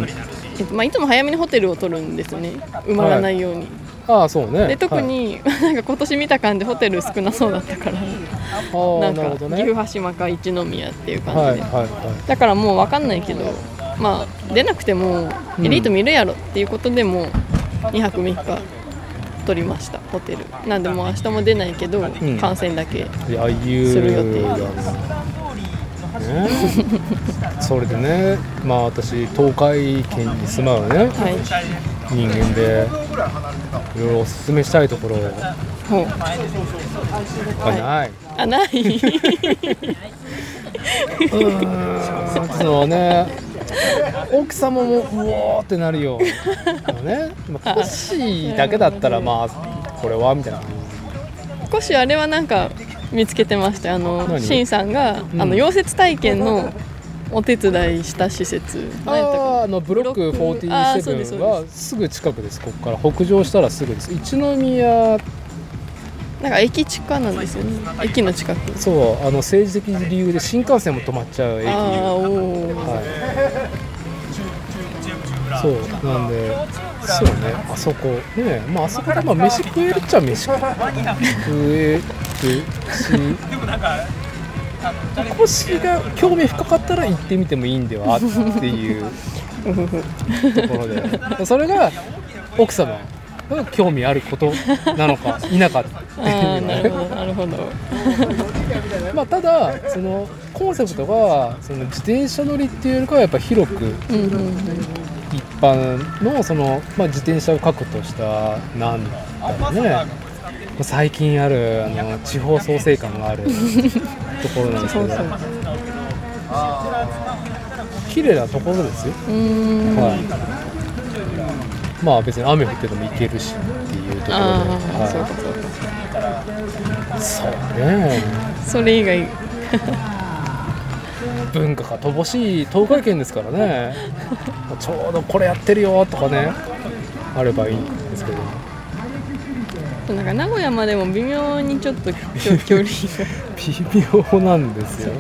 [SPEAKER 14] まあ、いつも早めにホテルを取るんですよね埋まらないように、
[SPEAKER 3] ああそうね
[SPEAKER 14] で特
[SPEAKER 3] はい
[SPEAKER 14] に、 *laughs* なんか今年見た感じホテル少なそうだったからなん
[SPEAKER 3] なる
[SPEAKER 14] か
[SPEAKER 3] ほど
[SPEAKER 14] 岐阜羽島か一宮っていう感じで、
[SPEAKER 3] はいはいは
[SPEAKER 14] だからもう分かんないけど、まあ、出なくても
[SPEAKER 3] うん
[SPEAKER 14] エリート見るやろっていうことでもう2泊3日取りましたホテルなんでもう明日も出ないけど、
[SPEAKER 3] ん
[SPEAKER 14] 観戦だけ
[SPEAKER 3] いいや言
[SPEAKER 14] する
[SPEAKER 3] う
[SPEAKER 14] 予
[SPEAKER 3] よ
[SPEAKER 14] 定
[SPEAKER 3] ね、それでねまあ私東海県に住まうね、人間でいろいろおすすめしたいところ
[SPEAKER 14] ほう
[SPEAKER 3] がない、
[SPEAKER 14] あない
[SPEAKER 3] *laughs* そうね奥様もうおーってなるよ、ねまあ、コッシーだけだったらまあこれはみたいな
[SPEAKER 14] 少しあれはなんか見つけてましたよあの
[SPEAKER 3] 何
[SPEAKER 14] シンさんが、
[SPEAKER 3] うん
[SPEAKER 14] あの溶接体験のお手伝いした施設何やったか
[SPEAKER 3] あのブロック
[SPEAKER 14] あーそうです
[SPEAKER 3] 47
[SPEAKER 14] そう
[SPEAKER 3] はすぐ近くですここから北上したらすぐです一宮
[SPEAKER 14] なんか駅近なんですよね駅の近く
[SPEAKER 3] そうあの政治的理由で新幹線も止まっちゃう駅
[SPEAKER 14] ああおお、
[SPEAKER 3] そうなんでそうねあそこねまああそこでまあ飯食えるっちゃ飯食えるし
[SPEAKER 22] でもなんかあの誰
[SPEAKER 3] コシが興味深かったら行ってみてもいいんではっていうところでそれが奥様が興味あることなの
[SPEAKER 14] *laughs*
[SPEAKER 3] か否かって
[SPEAKER 14] あ
[SPEAKER 3] い
[SPEAKER 14] あ
[SPEAKER 3] う
[SPEAKER 14] なるほどなるほ
[SPEAKER 3] *laughs*
[SPEAKER 14] ど
[SPEAKER 3] まあただそのコンセプトがその自転車乗りっていうよりかはやっぱ広く
[SPEAKER 14] うんうんうん
[SPEAKER 3] 一般のその、まあ、自転車を核としたなんだろうね最近あるあの地方創生感があるところなんですけど綺麗なところですよ、
[SPEAKER 14] うーん
[SPEAKER 3] はい、まあ別に雨降ってても行けるしっていうところで、
[SPEAKER 14] ああ、そうか
[SPEAKER 3] は
[SPEAKER 14] そう
[SPEAKER 3] い、
[SPEAKER 14] か
[SPEAKER 3] そうね
[SPEAKER 14] それ以外
[SPEAKER 3] 文化が乏しい東海圏ですからねちょうどこれやってるよとかねあればいいんですけど
[SPEAKER 14] なんか名古屋までも微妙にちょっと距距離
[SPEAKER 3] *laughs* 微妙なんですよ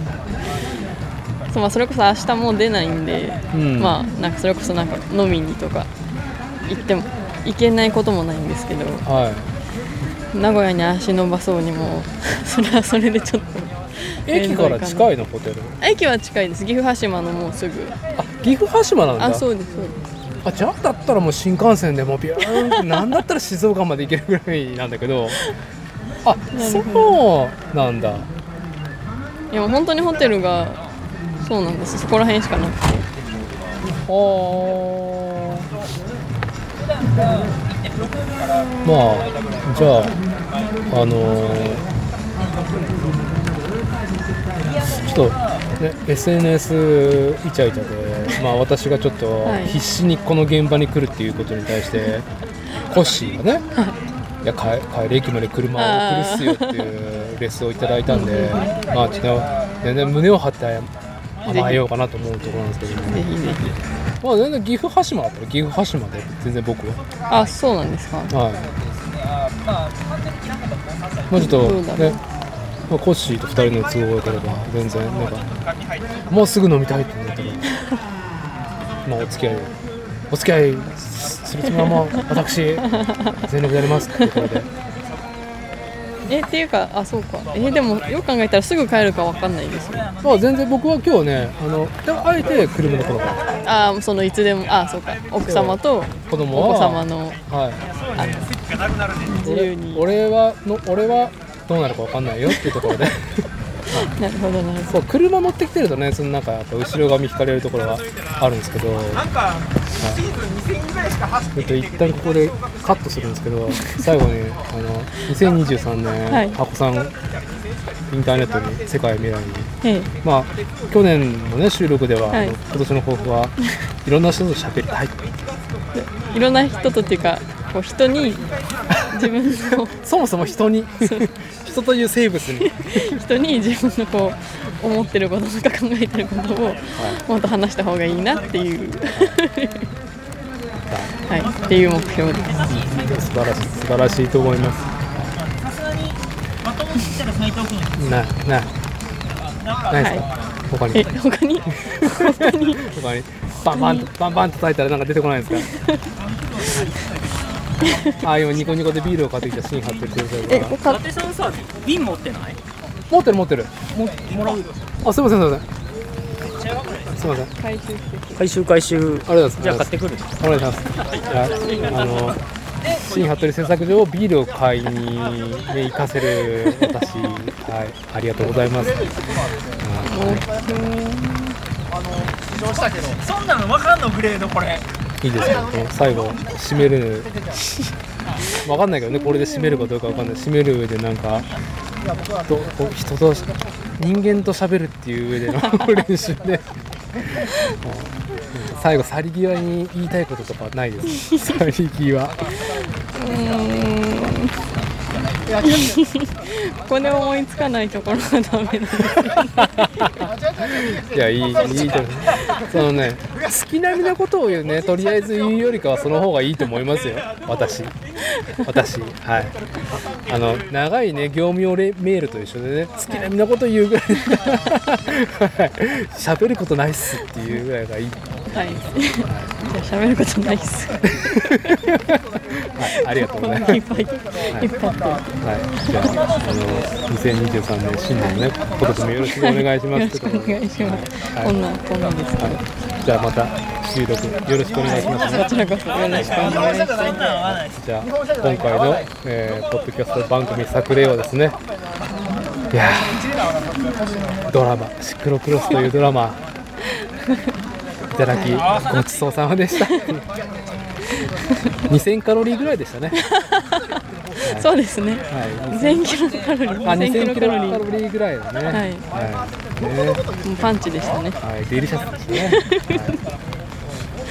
[SPEAKER 14] がそう、まあ、それこそ明日もう出ないんで、
[SPEAKER 3] うん
[SPEAKER 14] まあなんかそれこそなんか飲みにとか行っても行けないこともないんですけど
[SPEAKER 3] はい
[SPEAKER 14] 名古屋に足伸ばそうにも *laughs* それはそれでちょっと
[SPEAKER 3] 駅から近いのホテル
[SPEAKER 14] 駅は近いです岐阜羽島のもうすぐ
[SPEAKER 3] 岐阜羽島なんだ
[SPEAKER 14] あそうですそうです
[SPEAKER 3] あじゃあだったらもう新幹線でもうビューンってなんだったら静岡まで行けるぐらいなんだけどあ
[SPEAKER 14] な
[SPEAKER 3] そ
[SPEAKER 14] る
[SPEAKER 3] うなんだ
[SPEAKER 14] いやもう本当にホテルがそうなんですそこら辺しかなくて
[SPEAKER 7] まあじゃああのーちょっと、ね、SNS イチャイチャで、まあ、私がちょっと
[SPEAKER 14] はい
[SPEAKER 7] 必死にこの現場に来るっていうことに対して、コッシーがね、い、や帰帰り駅まで車を送るっすよっていうレッスンをいただいたんで
[SPEAKER 14] あー
[SPEAKER 7] まあちょっと全然胸を張って甘えようかなと思うところなんですけど
[SPEAKER 14] ぜひぜ
[SPEAKER 7] まあ全然岐阜羽島だったら岐阜羽島で全然僕は
[SPEAKER 14] あそうなんですか
[SPEAKER 7] はいまあちょっと
[SPEAKER 14] どうだろ
[SPEAKER 7] ね、
[SPEAKER 14] う
[SPEAKER 7] まあ、コッシーと2人の都合が良ければ全然なんかもうすぐ飲みたいってなったらまあお付き合いをお付き合いするつもりも私全力でやりますってこれで
[SPEAKER 14] えっていうかあそうかえでもよく考えたらすぐ帰るかわかんないですよ
[SPEAKER 7] まあ全然僕は今日ねあのでもあえて車で来なかった
[SPEAKER 14] あそのいつでもあそうか奥様と
[SPEAKER 7] 子供は
[SPEAKER 14] お子様の
[SPEAKER 7] はい
[SPEAKER 14] 自由に
[SPEAKER 7] 俺はの俺はどうなるかわかんないよっていうところで
[SPEAKER 14] なるほどなる
[SPEAKER 7] そう車持ってきてるとねそのなんかやっぱ後ろ髪引かれるところがあるんですけど
[SPEAKER 2] か
[SPEAKER 7] シ
[SPEAKER 2] ーズン2000ぐらいしか走
[SPEAKER 7] えっと一旦ここでカットするんですけど最後にあの2023
[SPEAKER 14] は
[SPEAKER 7] 年
[SPEAKER 14] い
[SPEAKER 7] ハコさんインターネットに世界未来に
[SPEAKER 14] ええ
[SPEAKER 7] まあ去年のね収録では、
[SPEAKER 14] はい
[SPEAKER 7] あの今年の抱負はいろんな人と喋りたい
[SPEAKER 14] いろんな人とっていうかこう人に自分の *laughs*
[SPEAKER 7] そもそも人に *laughs* 人という生物に
[SPEAKER 14] 人に自分のこう思ってることとか考えてることをもっと話した方がいいなっていうはいっていう目標です
[SPEAKER 7] 素晴らしい素晴らしいと思います
[SPEAKER 13] さすがにバトンを切ったら斉藤君
[SPEAKER 7] ななないですか、他に
[SPEAKER 14] え他に *laughs* 他に
[SPEAKER 7] 他にバンバンバンバン叩いたらなんか出 *laughs* てこないんですかああ今ニコニコでビールを買ってきたシーン貼ってる先生
[SPEAKER 13] え
[SPEAKER 7] が
[SPEAKER 13] こ伊達さんさ瓶持ってない
[SPEAKER 7] 持ってる持ってる
[SPEAKER 13] ももらうよ
[SPEAKER 7] あすいませんすいませんすいません
[SPEAKER 14] 回収して
[SPEAKER 7] 回収回収ありがとうございます
[SPEAKER 4] じゃあ買ってくる
[SPEAKER 7] お願いしますはいあの新服部製作所をビールを買いに、ね、行かせる私はいありがとうございます
[SPEAKER 13] 試乗したけどそんなのわかんのグレードこれ
[SPEAKER 7] いいですよこの最後締めるわかんないけどねこれで締めるかどうかわかんない締める上でなんかどこう人と人間と喋るっていう上での *laughs* 練習で最後去り際に言いたいこととかないです去り際
[SPEAKER 14] うーんこれ思いつかないところがダメなんですよね
[SPEAKER 7] いやいいいいと思いますそのね好きなみなことを言うねとりあえず言うよりかはその方がいいと思いますよ私私はいあの長いね業務用レメールと一緒でね好きなみなこと言うぐらいはい喋ることないっすっていうぐらいがいい
[SPEAKER 14] はい。じゃあ喋ることないっす。
[SPEAKER 7] はいありがとうございます
[SPEAKER 14] いっぱいいっぱいあって。
[SPEAKER 7] はいじゃああの2023年新年ね今年もよろしくお願いします
[SPEAKER 14] よろしくお願いします。こんなんこんなんですけど。
[SPEAKER 7] じゃあまた収録よろしくお願いしますね
[SPEAKER 14] こちらこそよろしくお願いします。
[SPEAKER 7] じゃあ今回の、えーポッドキャスト番組作例はですねいやードラマ「シクロクロス」というドラマいただきごちそうさまでした *laughs* 2000カロリーぐらいでしたね
[SPEAKER 14] そうですね。
[SPEAKER 7] はい
[SPEAKER 14] 2000キロカロリー。
[SPEAKER 7] あ2000キロカ
[SPEAKER 14] 2000
[SPEAKER 7] ロリーぐらいだね
[SPEAKER 14] はい
[SPEAKER 7] はいね
[SPEAKER 14] もうパンチでしたね。
[SPEAKER 7] はいデリシャスでしたね、はい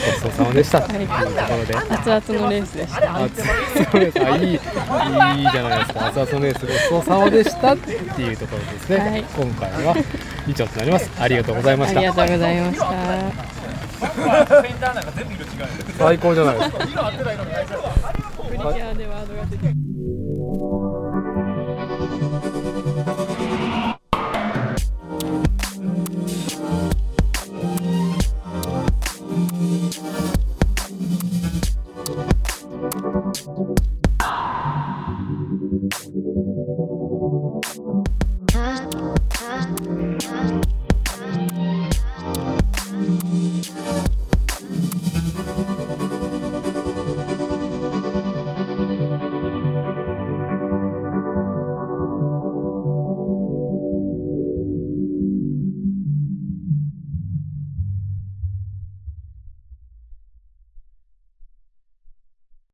[SPEAKER 7] ごちそうさまでした、というところで
[SPEAKER 14] 熱々のレースでした。
[SPEAKER 7] 熱々レースあいいいいじゃないですか熱々レースごちそうさまでしたっていうところですね、
[SPEAKER 14] はい
[SPEAKER 7] 今回は以上となりますありがとうございました
[SPEAKER 14] ありがとうございました。
[SPEAKER 7] 最高じゃないですか
[SPEAKER 13] プリキュアでワードが出てる